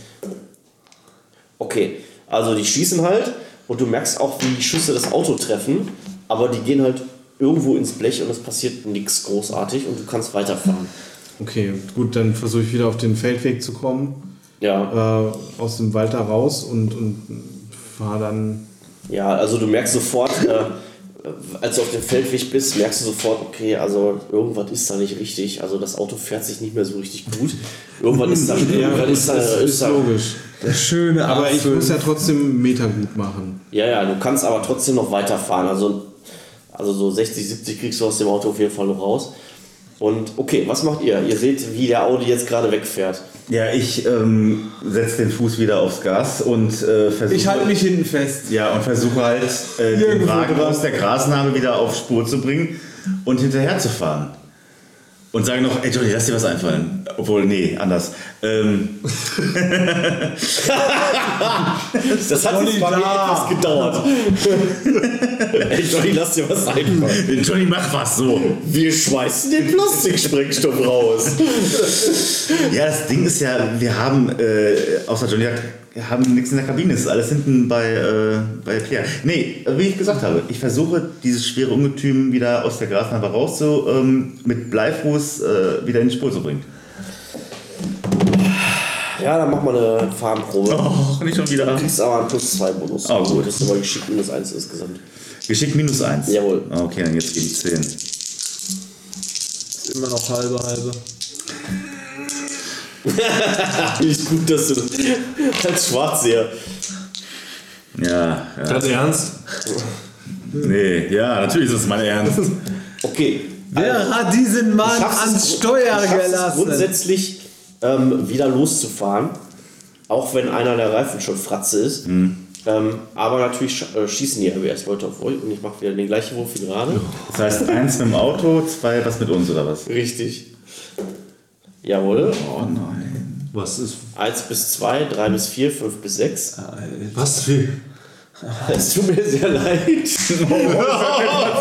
Okay, also die schießen halt und du merkst auch, wie die Schüsse das Auto treffen, aber die gehen halt irgendwo ins Blech und es passiert nichts großartig und du kannst weiterfahren. Okay, gut, dann versuche ich wieder auf den Feldweg zu kommen, Ja. äh, aus dem Wald da raus und, und fahre dann. Ja, also du merkst sofort, äh, als du auf dem Feldweg bist, merkst du sofort, okay, also irgendwas ist da nicht richtig. Also das Auto fährt sich nicht mehr so richtig gut. Irgendwann ist da, irgendwann ist da, ist, ist ist da logisch. Der schöne Aber ich Apfel. muss ja trotzdem Meter gut machen. Ja, ja, du kannst aber trotzdem noch weiterfahren. Also, also so 60, 70 kriegst du aus dem Auto auf jeden Fall noch raus. Und okay, was macht ihr? Ihr seht, wie der Audi jetzt gerade wegfährt. Ja, ich ähm, setze den Fuß wieder aufs Gas und äh, versuche. Ich halte mich hinten fest. Ja, und versuche halt, äh, den Irgendwo Wagen dran. aus der Grasnarbe wieder auf Spur zu bringen und hinterherzufahren. und sagen noch, ey Johnny, lass dir was einfallen. Obwohl, nee, anders. Ähm, Das hat jetzt bei mir etwas gedauert. Ey, Johnny, lass dir was einfallen. Johnny, mach was so. Wir schmeißen den Plastiksprengstoff raus. Ja, das Ding ist ja, wir haben, äh, außer Johnny sagt, wir haben nichts in der Kabine, es ist alles hinten bei, äh, bei Pierre. Nee, wie ich gesagt habe, ich versuche dieses schwere Ungetüm wieder aus der Grasnarbe raus zu, ähm, mit Bleifuß äh, wieder in die Spur zu bringen. Ja, dann mach mal eine Farbenprobe. Och, nicht schon wieder. Du kriegst aber einen plus 2 Bonus. Also, Ah, Oh. gut. Das ist aber geschickt minus 1 insgesamt. Geschickt minus eins. Jawohl. Okay, dann jetzt gegen 10. Immer noch halbe, halbe. Ist gut, dass du als Schwarzseher. Ja, ja. Ganz ernst? Nee, ja, natürlich ist das mein Ernst. Okay. also Wer Ah, hat diesen Mann schaffst es ans gru- Steuer du schaffst es gelassen? grundsätzlich ähm, wieder loszufahren, auch wenn einer der Reifen schon Fratze ist. Ähm, aber natürlich sch äh, schießen die ABS Leute auf euch und ich mache wieder den gleichen Wurf wie gerade. Das heißt, eins mit dem Auto, zwei was mit uns oder was? Richtig. Jawohl. Oh nein. Was ist. 1 bis 2, 3 bis 4, 5 bis 6. Was für. Es tut mir sehr leid. halt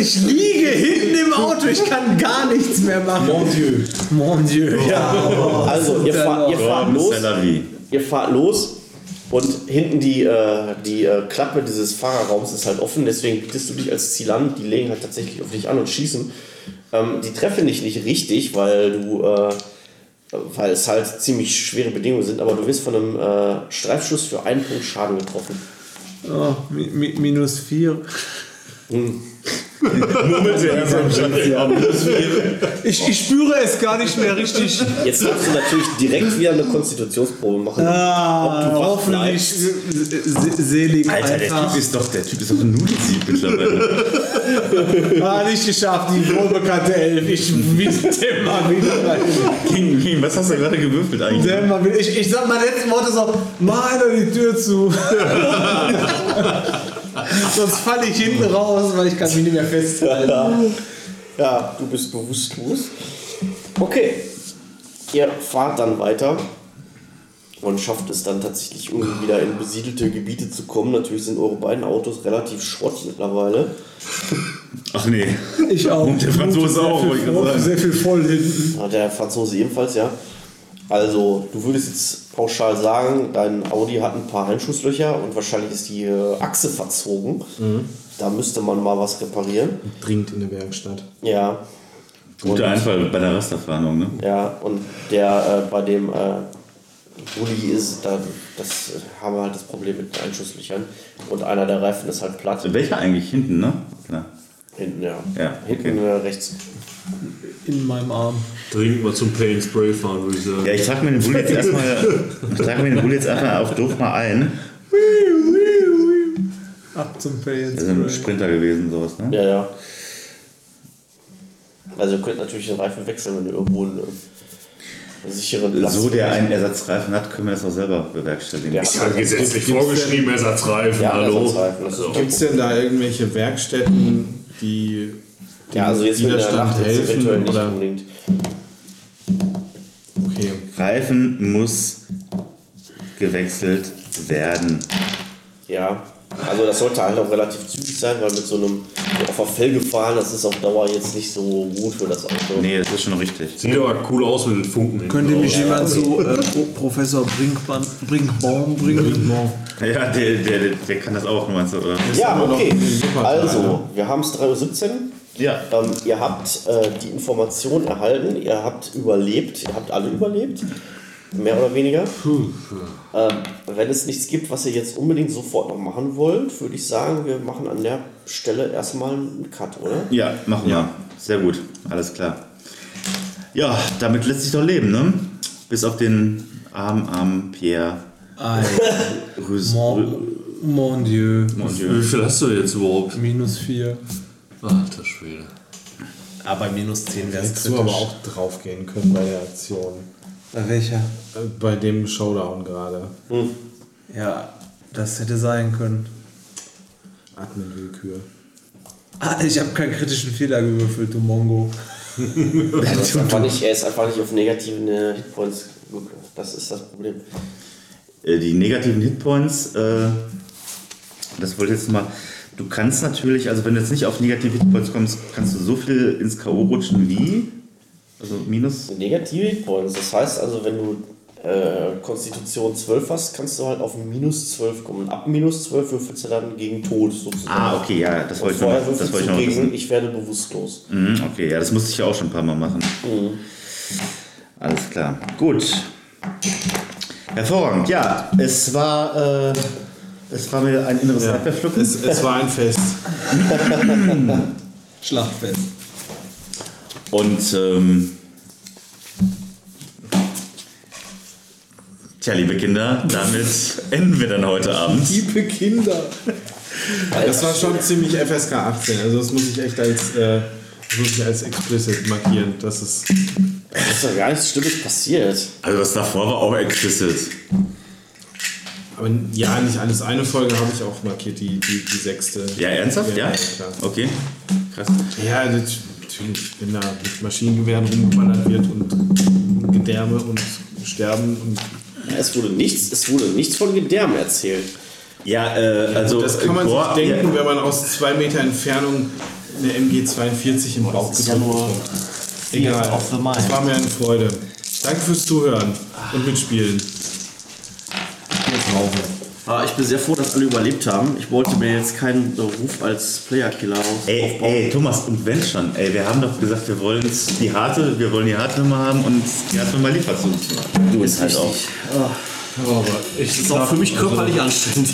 Ich liege hinten im Auto, ich kann gar nichts mehr machen. Mon Dieu. Mon Dieu, ja. Also, ihr, fahr, ihr fahrt Gordon los. Salavi. Ihr fahrt los und hinten die, äh, die äh, Klappe dieses Fahrerraums ist halt offen, deswegen bietest du dich als Ziel an. Die legen halt tatsächlich auf dich an und schießen. Ähm, die treffen dich nicht richtig, weil du, äh, weil es halt ziemlich schwere Bedingungen sind, aber du wirst von einem äh, Streifschuss für einen Punkt Schaden getroffen. Oh, mi mi minus 4. Ich, ich spüre es gar nicht mehr richtig. Jetzt darfst du natürlich direkt wieder eine Konstitutionsprobe machen. Ah, Ob du wach hoffentlich bleibst. se- se- selig. Alter, der Typ ist doch, der Typ ist doch ein Nudelsieb mittlerweile. Ah, nicht geschafft, die wohlbekannte Elf. Ich dämmer wieder rein. King, King, was hast du gerade gewürfelt eigentlich? Dämmer wieder. Ich, ich sag meine letzten Worte so, mach doch die Tür zu. Sonst falle ich hinten raus, weil ich kann mich nicht mehr festhalten. Ja, du bist bewusstlos. Okay. Ihr fahrt dann weiter und schafft es dann tatsächlich irgendwie wieder in besiedelte Gebiete zu kommen. Natürlich sind eure beiden Autos relativ Schrott mittlerweile. Ach nee. Ich auch. Und der Franzose auch, Sehr wollte ich viel, gerade voll, sagen. sehr viel voll hinten. Hat der Franzose ebenfalls, ja. Also, du würdest jetzt pauschal sagen, dein Audi hat ein paar Einschusslöcher und wahrscheinlich ist die äh, Achse verzogen. Da müsste man mal was reparieren. Dringend in der Werkstatt. Ja, Guter Einfall bei der Rasterfahndung, ne? Ja, und der äh, bei dem äh, Bulli ist, da, das äh, haben wir halt das Problem mit den Einschusslöchern. Und einer der Reifen ist halt platt. Also Welcher eigentlich? Hinten, ne? Klar. Hinten, ja. Ja, Hinten äh, rechts. In meinem Arm. Dringend mal zum Pain Spray fahren, würde ich sagen. Ja, ich trage mir den Bulli jetzt erstmal, ich trage mir den Bulli jetzt einfach auf doof mal ein. Ab zum Fels. Das ist ein Sprinter gewesen, sowas, ne? Ja, ja. Also ihr könnt natürlich den Reifen wechseln, wenn ihr irgendwo einen, äh, einen sicheren Platz So der einen Ersatzreifen hat, können wir das auch selber bewerkstelligen. Ja. Ist ja gesetzlich vorgeschrieben, Ersatzreifen, ja, hallo. Ersatzreifen, das ist Gibt es denn da irgendwelche Werkstätten, die Ja, also jetzt mit der Widerstand Nacht jetzt helfen, eventuell nicht oder? unbedingt. okay, Reifen muss gewechselt werden. Ja, also das sollte halt auch relativ zügig sein, weil mit so einem auf der Felge fahren, das ist auf Dauer jetzt nicht so gut für das Auto. Nee, das ist schon richtig. Sieht aber cool aus mit den Funken. Könnte mich Ja. jemand so äh, Pro- Professor Brinkmann, Brinkbaum bringen? Ja, der, der, der kann das auch, meinst du, oder? Ja, okay. Superteil, Also, wir haben es 3.17 Uhr. Ja. Ähm, ihr habt äh, die Information erhalten, ihr habt überlebt, ihr habt alle überlebt, mehr oder weniger. Ähm, wenn es nichts gibt, was ihr jetzt unbedingt sofort noch machen wollt, würde ich sagen, wir machen an der Stelle erstmal einen Cut, oder? Ja, machen wir. Sehr gut, alles klar. Ja, damit lässt sich doch leben, ne? Bis auf den armen, armen Pierre Ei, Rüs. mon, mon Dieu. Mon Dieu. Wie viel hast du jetzt überhaupt? Minus 4. Alter Schwede. Aber minus 10 wäre hättest du aber auch draufgehen können bei der Aktion. Bei welcher? Äh, Bei dem Showdown gerade. Ja, das hätte sein können. Atmenwillkür. Ah, ich habe keinen kritischen Fehler gewürfelt, du Mongo. Er ist, einfach nicht, er ist einfach nicht auf negativen äh, Hitpoints. gut, Das ist das Problem. Äh, die negativen Hitpoints, äh, das wollte ich jetzt mal. Du kannst natürlich, also wenn du jetzt nicht auf negative Hitpoints kommst, kannst du so viel ins K.O. rutschen wie. Also minus. Negative Hitpoints. Das heißt also, wenn du äh, Konstitution 12 hast, kannst du halt auf minus 12 kommen. Und ab minus 12 würfelst du dann gegen Tod sozusagen. Ah, okay, ja, das Und wollte ich noch, vorher das würfelst wollte ich du noch gegen, wissen. ich werde bewusstlos. Mhm, okay, ja, das musste ich ja auch schon ein paar Mal machen. Alles klar. Gut. Hervorragend, ja. Es war, äh, es war mir ein inneres ja. Erdbeerpflücken. Es, es war ein Fest. Schlachtfest. Und ähm, tja, liebe Kinder, damit enden wir dann heute Abend. Liebe Kinder. Das war schon ziemlich FSK 18. Also das muss ich echt als, äh, das muss ich als explicit markieren. Das ist Da ist doch gar nichts Schlimmes passiert. Also das davor war auch explicit. aber ja, nicht alles. Eine Folge habe ich auch markiert, die, die, die sechste. Ja, ernsthaft? Ja? Ja, klar. Okay. Krass. Ja, nat- natürlich, wenn da mit Maschinengewehren rumgeballert wird und Gedärme und Sterben und Ja, Es wurde nichts, es wurde nichts von Gedärm erzählt. Ja, äh, also das kann man Gore- sich denken, ja, wenn man aus zwei Meter Entfernung eine MG42 im Bauch ist ja gedrückt nur bekommt. Egal, of the mind. es war mir eine Freude. Danke fürs Zuhören und Mitspielen. Ah, ich bin sehr froh, dass alle überlebt haben. Ich wollte mir jetzt keinen Ruf als Player-Killer auf- Ey, ey, Thomas, und wenn schon, ey, wir haben doch gesagt, wir wollen die harte, wir wollen die harte Nummer haben und die harte Nummer liefert so. Du bist halt auch. Das ist auch für mich körperlich anstrengend.